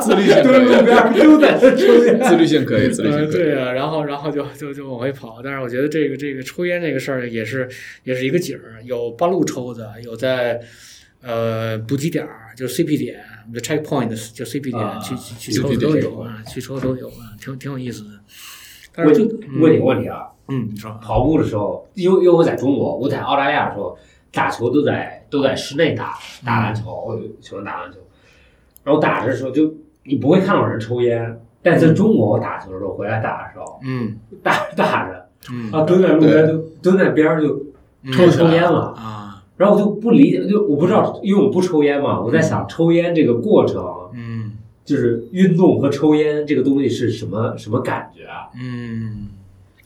D: 自律性可
B: 蹲路
D: 以，
B: 边儿就在这抽烟。
D: 自律性可以，自律
C: 呃，
D: 性可以。
C: 对啊，然后然后就就就往回跑，但是我觉得这个这个抽烟这个事儿也是也是一个景儿，有半路抽的，有在呃补给点儿，就是 CP 点，就 checkpoint 就 CP 点、
B: 啊
C: 去去去
D: CP
C: 抽的都
D: 点
C: 有啊，去抽的都有啊，挺挺有意思的。但我
B: 我
C: 就
B: 问你个
C: 嗯
B: 问题啊，
C: 嗯，你说
B: 跑步的时候，因为因为我在中国，我在澳大利亚的时候打球都在都在室内打打篮球，我就喜欢打篮球。然后打的时候就你不会看到有人抽烟，但在中国我打球的时候回来打的时候，
C: 嗯
B: 打着打着
C: 嗯
B: 啊蹲在路边就蹲在边上就嗯
C: 抽
B: 抽烟了。
C: 啊
B: 然后我就不理解，就我不知道，因为我不抽烟嘛，我在想抽烟这个过程，
C: 嗯
B: 就是运动和抽烟这个东西是什么什么感觉啊？
C: 嗯，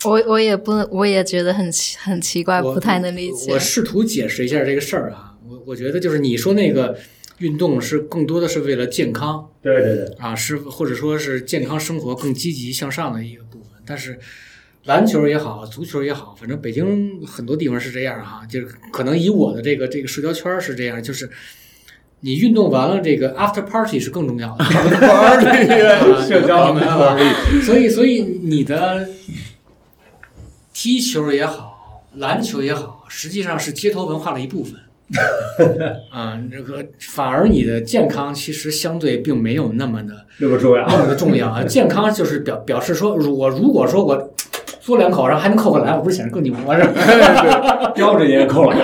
A: 我我也不，我也觉得很奇很奇怪，
C: 我
A: 不太能理解
C: 我。试图解释一下这个事儿啊，我我觉得就是你说那个运动是更多的是为了健康。
B: 对对对，
C: 啊，是或者说是健康生活更积极向上的一个部分。但是篮球也好，足球也好，反正北京很多地方是这样哈、就是可能以我的这个这个社交圈儿是这样，就是你运动完了，这个 after party 是更重要的。 啊
D: 玩儿
C: 社
D: 交
C: 明白吧？啊所以，所以你的踢球也好，篮球也好，实际上是街头文化的一 部分。啊，这个反而你的健康其实相对并没有那么的
B: 那么重要。
C: 那么的重要啊！健康就是表表示说，如我如果说我嘬两口，然后还能扣回来，我不是显得更牛吗？是吧？
D: 哎
B: 叼着烟扣了，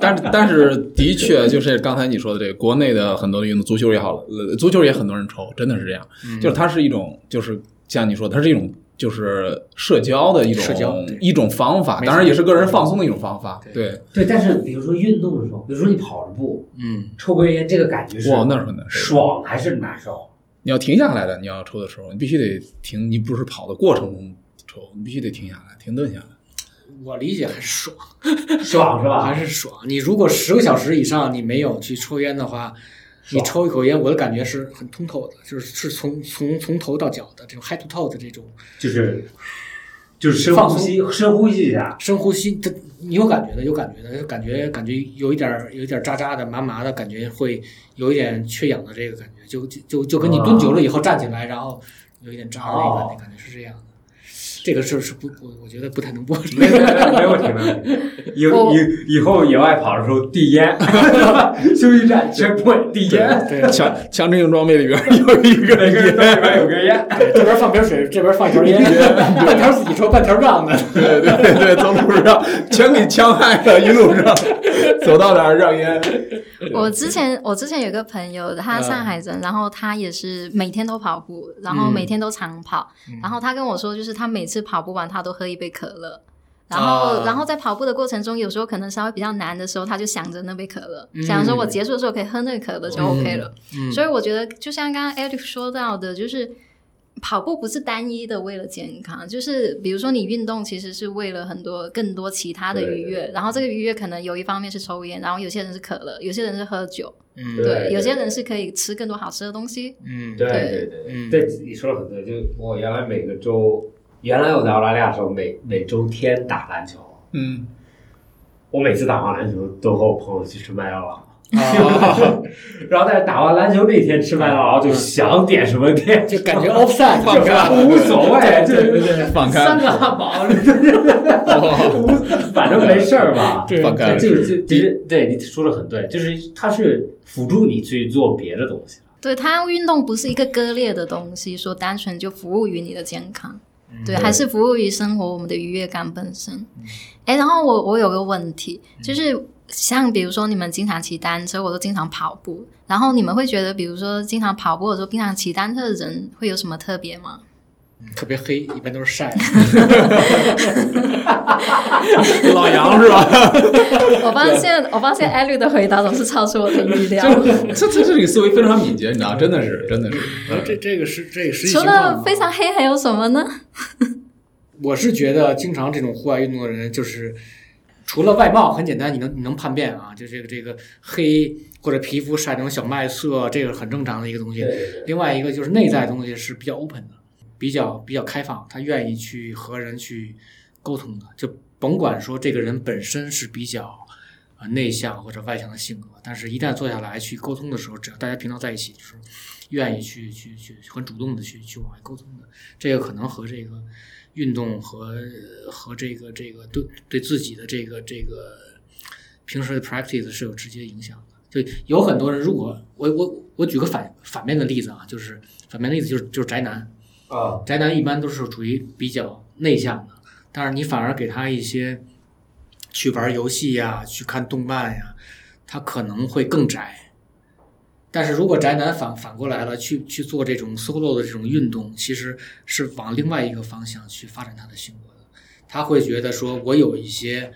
D: 但是但是的确就是刚才你说的这个，国内的很多的运动，足球也好，呃足球也很多人抽，真的是这样。
C: 嗯
D: 就是它是一种，就是像你说，它是一种就是社交的一种
C: 社交对
D: 一种方法，
C: 没错
D: 当然也是个人放松的一种方法。对，
B: 对，但是比如说运动的时候，比如说你跑着步，
C: 嗯，
B: 抽根烟，这个感觉是
D: 哇，那是很难受。
B: 爽还是难受？
D: 你要停下来的，你要抽的时候，你必须得停，你不是跑的过程中抽，你必须得停下来，停顿下来。
C: 我理解还是爽，
B: 爽是吧？
C: 还是爽。你如果十个小时以上你没有去抽烟的话，你抽一口烟，我的感觉是很通透的，就是是从从从头到脚的这种 head to toe 的这种
B: 就是就是深呼吸，深呼吸一下，
C: 深呼吸，这你有感觉的，有感觉的，感觉感觉有一点儿有一点儿扎扎的、麻麻的感觉，会有一点缺氧的这个感觉，就就就就跟你蹲久了以后站起来，然后有一点扎的那
B: 哦
C: 个感觉，感觉是这样的。这个事儿是不，我我觉得不太能播。
B: 没没没没问题，没问题。以
A: 我
B: 以以后野外跑的时候递烟， 休息站全部递烟，
C: 对，
E: 强强制性装备里边有一个
B: 每
E: 人
B: 个人兜 里边有根烟。
C: 对这边放瓶水，这边放一条烟，半条自己抽，半条让的。
E: 对对对，走路上全给枪害了，一路上走到哪儿让烟。
A: 我之前我之前有个朋友，他上海人，然后他也是每天都跑步，然后每天都长跑，然后他跟我说，就是他每次跑步完，他都喝一杯可乐。然后，
E: 啊
A: 然后在跑步的过程中，有时候可能稍微比较难的时候，他就想着那杯可乐，想说我结束的时候可以喝那个可乐就 OK 了。所以我觉得，就像刚刚 Eric 说到的，就是跑步不是单一的为了健康，就是比如说你运动其实是为了很多更多其他的愉悦，然后这个愉悦可能有一方面是抽烟，然后有些人是可乐，有些人是喝酒，
C: 嗯
B: 对
A: 有些人是可以吃更多好吃的东西，
C: 嗯
B: 对
A: 对
B: 对对，
C: 嗯
B: 这你说的很对。就我原来每个周，原来我在澳大利亚的时候，每每周天打篮球，
E: 嗯，
B: 我每次打完篮球都和我朋友去吃麦当劳。
A: 嗯
C: 啊，
B: 然后在打完篮球那天吃麦当
E: 嗯
B: 劳，就想点什么点，
C: 就感觉 offset
B: 就无所谓，就是
E: 嗯 放开
B: 三个 汉堡，无反正没事儿嘛。
C: 对
E: 放开
B: 哎
E: 了，
B: 这个这其实对你说的很对，就是它是辅助你去做别的东西。
A: 对，它运动不是一个割裂的东西，说单纯就服务于你的健康，
C: 嗯
A: 对，还是服务于生活我们的愉悦感本身。哎，然后我我有个问题，就是像比如说你们经常骑单车，我都经常跑步，然后你们会觉得，比如说经常跑步的时候，经常骑单车的人会有什么特别 吗？
C: 特别黑，一般都是 晒。
E: 老杨是吧？
A: 我发现我发现艾绿的回答总是超出我的预料。
E: 这这这个思维非常敏捷，你知道，真的是真的是。
C: 这这个 是这个实际
A: 除
C: 情况
A: 了
C: 嘛。
A: 非常黑，还有什么呢？
C: 我是觉得，经常这种户外运动的人，就是除了外貌很简单，你能你能判辨啊，就这个这个黑或者皮肤晒成小麦色，这个很正常的一个东西。另外一个就是内在的东西是比较 open 的，比较比较开放，他愿意去和人去沟通的，就甭管说这个人本身是比较呃内向或者外向的性格，但是一旦坐下来去沟通的时候，只要大家平常在一起，就是愿意去去去很主动的去去往外沟通的，这个可能和这个运动和和这个这个对对自己的这个这个平时的 practice 是有直接影响的。就有很多人，如果我我我举个反反面的例子啊，就是反面的例子就是就是宅男，
B: 啊，
C: 宅男一般都是属于比较内向的，但是你反而给他一些去玩游戏呀、去看动漫呀、他可能会更宅。但是如果宅男反反过来了，去去做这种 solo 的这种运动，其实是往另外一个方向去发展他的性格的。他会觉得说，我有一些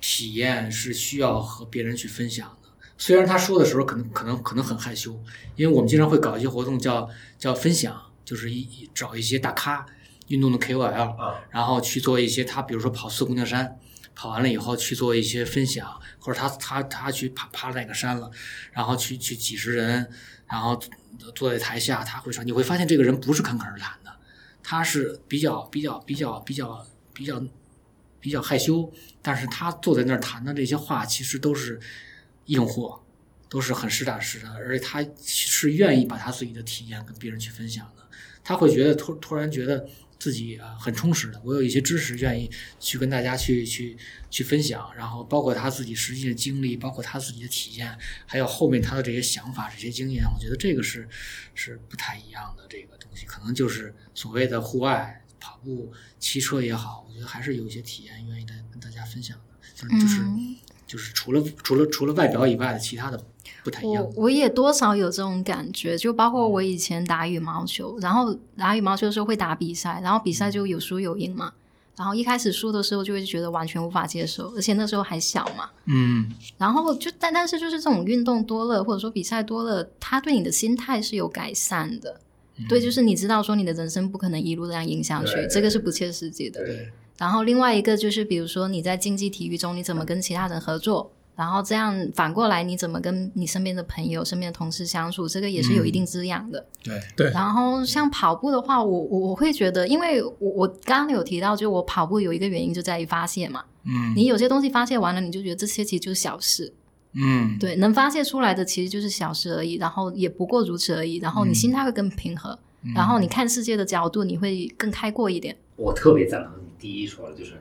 C: 体验是需要和别人去分享的。虽然他说的时候可能可能可能很害羞，因为我们经常会搞一些活动叫叫分享，就是一一找一些大咖运动的 KOL，
B: 啊
C: 然后去做一些他比如说跑四姑娘山，跑完了以后去做一些分享，或者他他他去爬爬哪个山了，然后去去几十人，然后坐在台下，他会说你会发现这个人不是侃侃而谈的，他是比较比较比较比较比较比较害羞，但是他坐在那儿谈的这些话，其实都是硬货，都是很实打实的，而且他是愿意把他自己的体验跟别人去分享的。他会觉得突突然觉得自己啊很充实的，我有一些知识愿意去跟大家去去去分享，然后包括他自己实际的经历，包括他自己的体验，还有后面他的这些想法、这些经验，我觉得这个是是不太一样的这个东西，可能就是所谓的户外跑步、骑车也好，我觉得还是有一些体验愿意跟跟大家分享的，就是就是。
A: 嗯
C: 就是除了除了除了外表以外的其他的不太一样
A: 哦我。我也多少有这种感觉，就包括我以前打羽毛球，然后打羽毛球的时候会打比赛，然后比赛就有输有赢嘛。然后一开始输的时候就会觉得完全无法接受，而且那时候还小嘛。
C: 嗯，
A: 然后就但但是就是这种运动多了，或者说比赛多了，它对你的心态是有改善的。对，就是你知道说你的人生不可能一路这样赢下去
B: 对，
A: 这个是不切实际的。
B: 对
A: 然后另外一个就是，比如说你在竞技体育中，你怎么跟其他人合作？然后这样反过来，你怎么跟你身边的朋友、身边的同事相处，这个也是有一定滋养的。
C: 对
D: 对
A: 然后像跑步的话，我我我会觉得，因为我我刚刚有提到，就我跑步有一个原因就在于发泄嘛。
C: 嗯
A: 你有些东西发泄完了，你就觉得这些其实就是小事，
C: 嗯
A: 对，能发泄出来的其实就是小事而已，然后也不过如此而已。然
C: 嗯
A: 后你心态会更平和，然后你看世界的角度你会更开阔一点。
B: 我特别赞同你第一说的，就是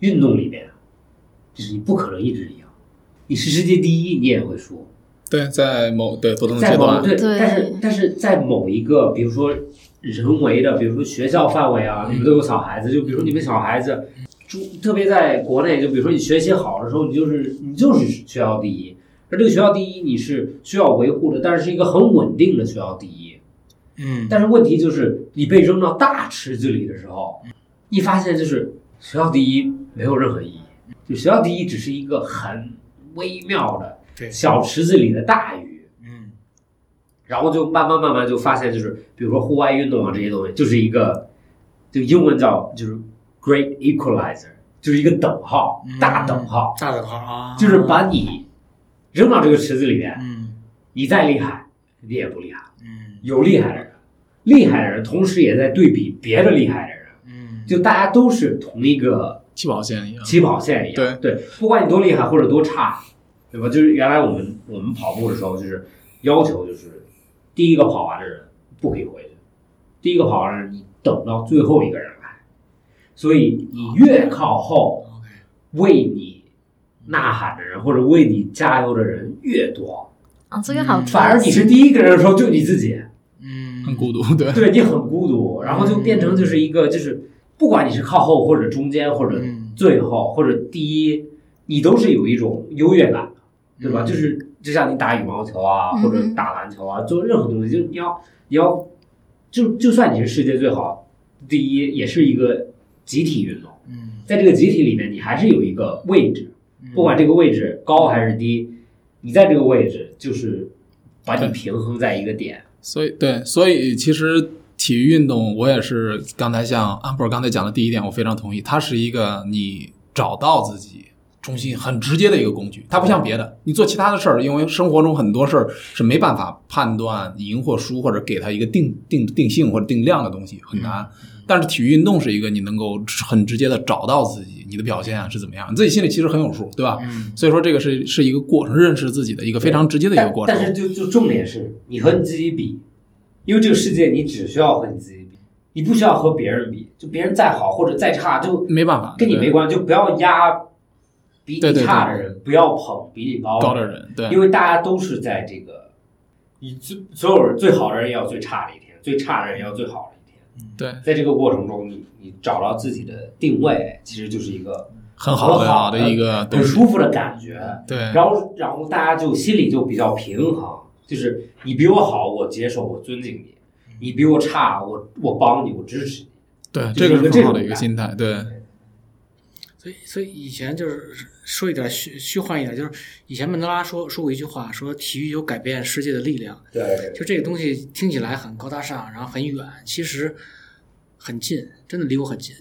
B: 运动里面啊，就是你不可能一直赢，你是世界第一，你也会输。
D: 对，在某对不同的
B: 在
D: 阶
B: 某
D: 嗯段，
B: 对，
A: 对
B: 但是但是在某一个，比如说人为的，比如说学校范围啊，你们都有小孩子，就比如说你们小孩子，就特别在国内，就比如说你学习好的时候，你就是你就是学校第一，而这个学校第一你是需要维护的，但是是一个很稳定的学校第一。
C: 嗯
B: 但是问题就是，你被扔到大池子里的时候，你发现就是学校第一没有任何意义，就学校第一只是一个很微妙
C: 对
B: 的小池子里的大鱼。
C: 嗯
B: 然后就慢慢慢慢就发现，就是比如说户外运动啊这些东西，就是一个，就英文叫就是 great equalizer，就是一个等号
C: 嗯，
B: 大等号，
C: 大等号啊，
B: 就是把你扔到这个池子里面，
C: 嗯
B: 你再厉害，你也不厉害。
C: 嗯
B: 有厉害的人，厉害的人同时也在对比别的厉害的人，
C: 嗯
B: 就大家都是同一个
D: 起跑线一样。
B: 起跑线一样。对不管你多厉害或者多差，对吧？就是原来我们我们跑步的时候，就是要求就是第一个跑完的人不可以回去，第一个跑完的人你等到最后一个人来，所以你越靠后，
C: ，OK，
B: 为你呐喊的人或者为你加油的人越多，
A: 啊、这个好，
C: 嗯
B: 反而你是第一个人的时候就你自己，
C: 嗯，
F: 很孤独，对，
B: 对你很孤独，然后就变成
A: 嗯
B: 就是一个就是不管你是靠后或者中间或者
C: 嗯
B: 最后或者第一，你都是有一种优越感，对吧？就是就像你打羽毛球啊，
A: 嗯
B: 或者打篮球啊，做任何东西，就你要你要，就就算你是世界最好第一，也是一个集体运动。
C: 嗯，
B: 在这个集体里面，你还是有一个位置，
C: 嗯
B: 不管这个位置高还是低，你在这个位置就是把你平衡在一个点。
D: 所以对，所以其实体育运动，我也是刚才像安博刚才讲的第一点，我非常同意，它是一个你找到自己。中心很直接的一个工具，它不像别的，你做其他的事儿，因为生活中很多事儿是没办法判断赢或输，或者给它一个定定定性或者定量的东西，很难。
B: 嗯
D: 但是体育运动是一个你能够很直接的找到自己，你的表现啊是怎么样，你自己心里其实很有数，对吧？
C: 嗯
D: 所以说这个是是一个过认识自己的一个非常直接的一个
B: 但
D: 过程。
B: 但是就就重点是你和你自己比，因为这个世界你只需要和你自己比，你不需要和别人比。就别人再好或者再差，就
D: 没办法，
B: 跟你
D: 对
B: 没关系，就不要压比
D: 对
B: 你
D: 对
B: 差的人，不要捧比你高
D: 高的，人，对，
B: 因为大家都是在这个，你最所有人最好的人也有最差的一天，最差的人也有最好的一天。
D: 对，
B: 在这个过程中，你你找到自己的定位，其实就是一个
D: 很好的
B: 很好的
D: 一个
B: 很
D: 东西，
B: 舒服的感觉。
D: 对，
B: 然后然后大家就心里就比较平衡，就是你比我好，我接受，我尊敬你；你比我差，我我帮你，我支持你。
D: 对，
B: 就是
D: 这个
B: 一个
D: 是
B: 这
D: 很好
B: 种
D: 的一个
B: 感
D: 心态，对，
C: 所以，所以以前就是说一点虚虚幻一点，就是以前曼德拉说说过一句话，说体育有改变世界的力量。
B: 对，
C: 就这个东西听起来很高大上，然后很远，其实很近，真的离我很近，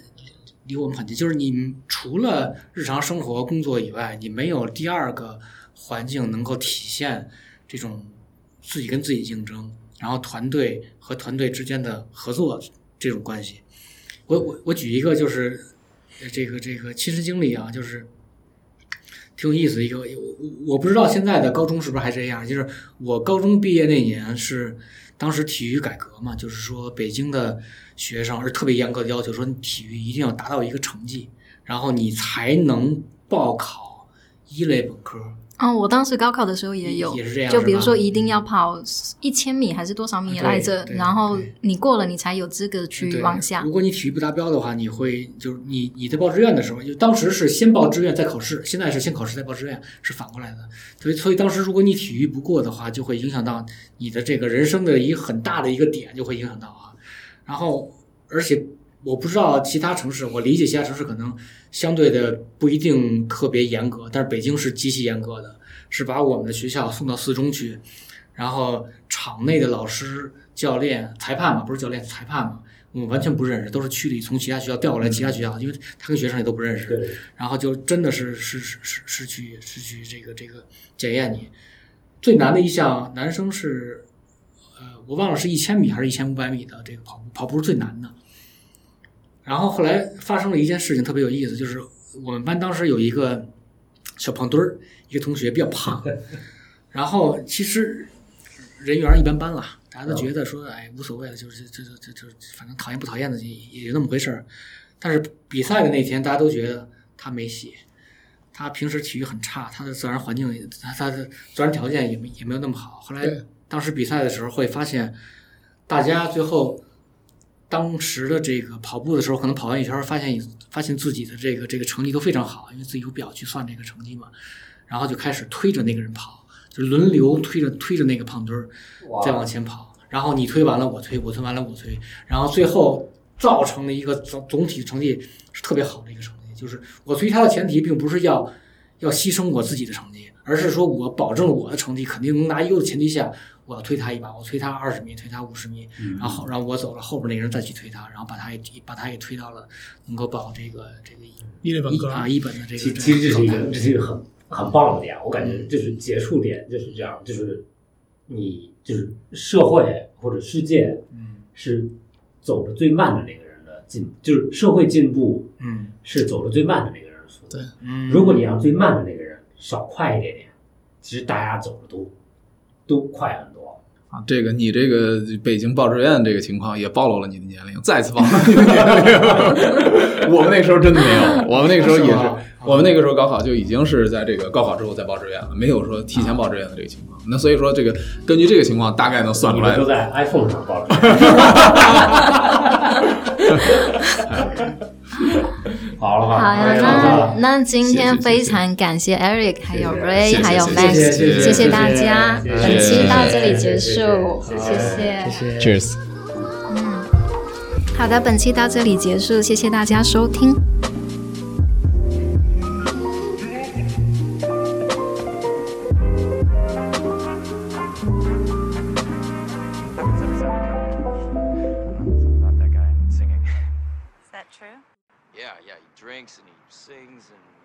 C: 离我们很近。就是你除了日常生活、工作以外，你没有第二个环境能够体现这种自己跟自己竞争，然后团队和团队之间的合作这种关系。我我我举一个就是呃这个这个亲身经历啊，就是挺有意思的一个，我我不知道现在的高中是不是还这样。就是我高中毕业那年是当时体育改革嘛，就是说北京的学生是特别严格的要求，说你体育一定要达到一个成绩，然后你才能报考一类本科。
A: 嗯，我当时高考的时候也有，
C: 也是这样
A: 就比如
C: 是吧
A: 说一定要跑一千米还是多少米
C: 对
A: 来着，
C: 对
A: 然后
C: 对
A: 你过了，你才有资格
C: 对
A: 去往 下
C: 如。果你体育不达标的话，你会就是你你在报志愿的时候，就当时是先报志愿再考试，现在是先考试再报志愿，是反过来的。所以所以当时如果你体育不过的话，就会影响到你的这个人生的一个很大的一个点，就会影响到啊。然后而且我不知道其他城市，我理解其他城市可能相对的不一定特别严格，但是北京是极其严格的，是把我们的学校送到四中去。然后场内的老师、教练、裁判嘛，不是教练，裁判嘛，我我们完全不认识，都是区里从其他学校调过来，其他学校，因为他跟学生也都不认识，
G: 对，
C: 然后就真的是是是是是去是去这个这个检验你。最难的一项，男生是，呃，我忘了是一千米还是一千五百米的这个跑步，跑步是最难的。然后后来发生了一件事情特别有意思，就是我们班当时有一个小胖墩儿，一个同学比较胖，然后其实人缘儿一般般啦，大家都觉得说，哎，无所谓了，就是就就就就反正讨厌不讨厌的也也就那么回事儿。但是比赛的那天，大家都觉得他没戏，他平时体育很差，他的自然环境也，他他的自然条件也没也没有那么好。后来当时比赛的时候，会发现大家最后当时的这个跑步的时候，可能跑完一圈儿，发现发现自己的这个这个成绩都非常好，因为自己有表去算这个成绩嘛，然后就开始推着那个人跑，就轮流推着推着那个胖墩儿再往前跑，然后你推完了我推，我推完了我推，然后最后造成了一个总总体成绩是特别好的一个成绩，就是我推他的前提并不是要要牺牲我自己的成绩，而是说我保证我的成绩肯定能拿优的前提下，我要推他一把，我推他二十米，推他五十米，
B: 嗯
C: 然后然后我走了，后边那个人再去推他，然后把他也把他也推到了能够保这个这个一
H: 一类本科，
C: 啊一本的这
B: 其
C: 个
B: 其实这
C: 这
B: 是
C: 个
B: 一
C: 状
B: 个
C: 态。
B: 这是一个很很棒的点，我感觉就是结束点就是这样，就是你就是社会或者世界，
C: 嗯
B: 是走的最慢的那个人的进步，就是社会进步
C: 嗯
B: 是走的最慢的那个人的速度。
C: 嗯，
B: 如果你让最慢的那个人少快一点点，其实大家走的都都快很多。
D: 啊，这个你这个北京报志愿这个情况也暴露了你的年龄，再次暴露了你的年龄。我们那时候真的没有，我们那个时候也
C: 是
D: 是
C: 吗，
D: 我们那个时候高考就已经是在这个高考之后再报志愿了，没有说提前报志愿的这个情况。那所以说，这个根据这个情况大概能算
B: 你
D: 出
B: 们
D: 来
B: 都，在 iPhone 上 报了，好了吧？
A: 好
B: 哎
A: 呀，
B: 好了
A: 那那今天
D: 谢谢
A: 非常感谢 Eric，还有
B: 谢谢
A: Ray，还有
D: 谢谢
A: Max，
D: 谢谢
A: 谢谢大家，
B: 谢谢
A: 本
D: 谢
A: 期
D: 谢
A: 到这里结束，
B: 谢
A: 谢
B: 谢
A: 谢。
I: Cheers。
A: 好的，本期到这里结束，谢谢大家收听。
J: I'm not that guy in singing.
K: Is that true?
L: Yeah, yeah, he drinks and he sings and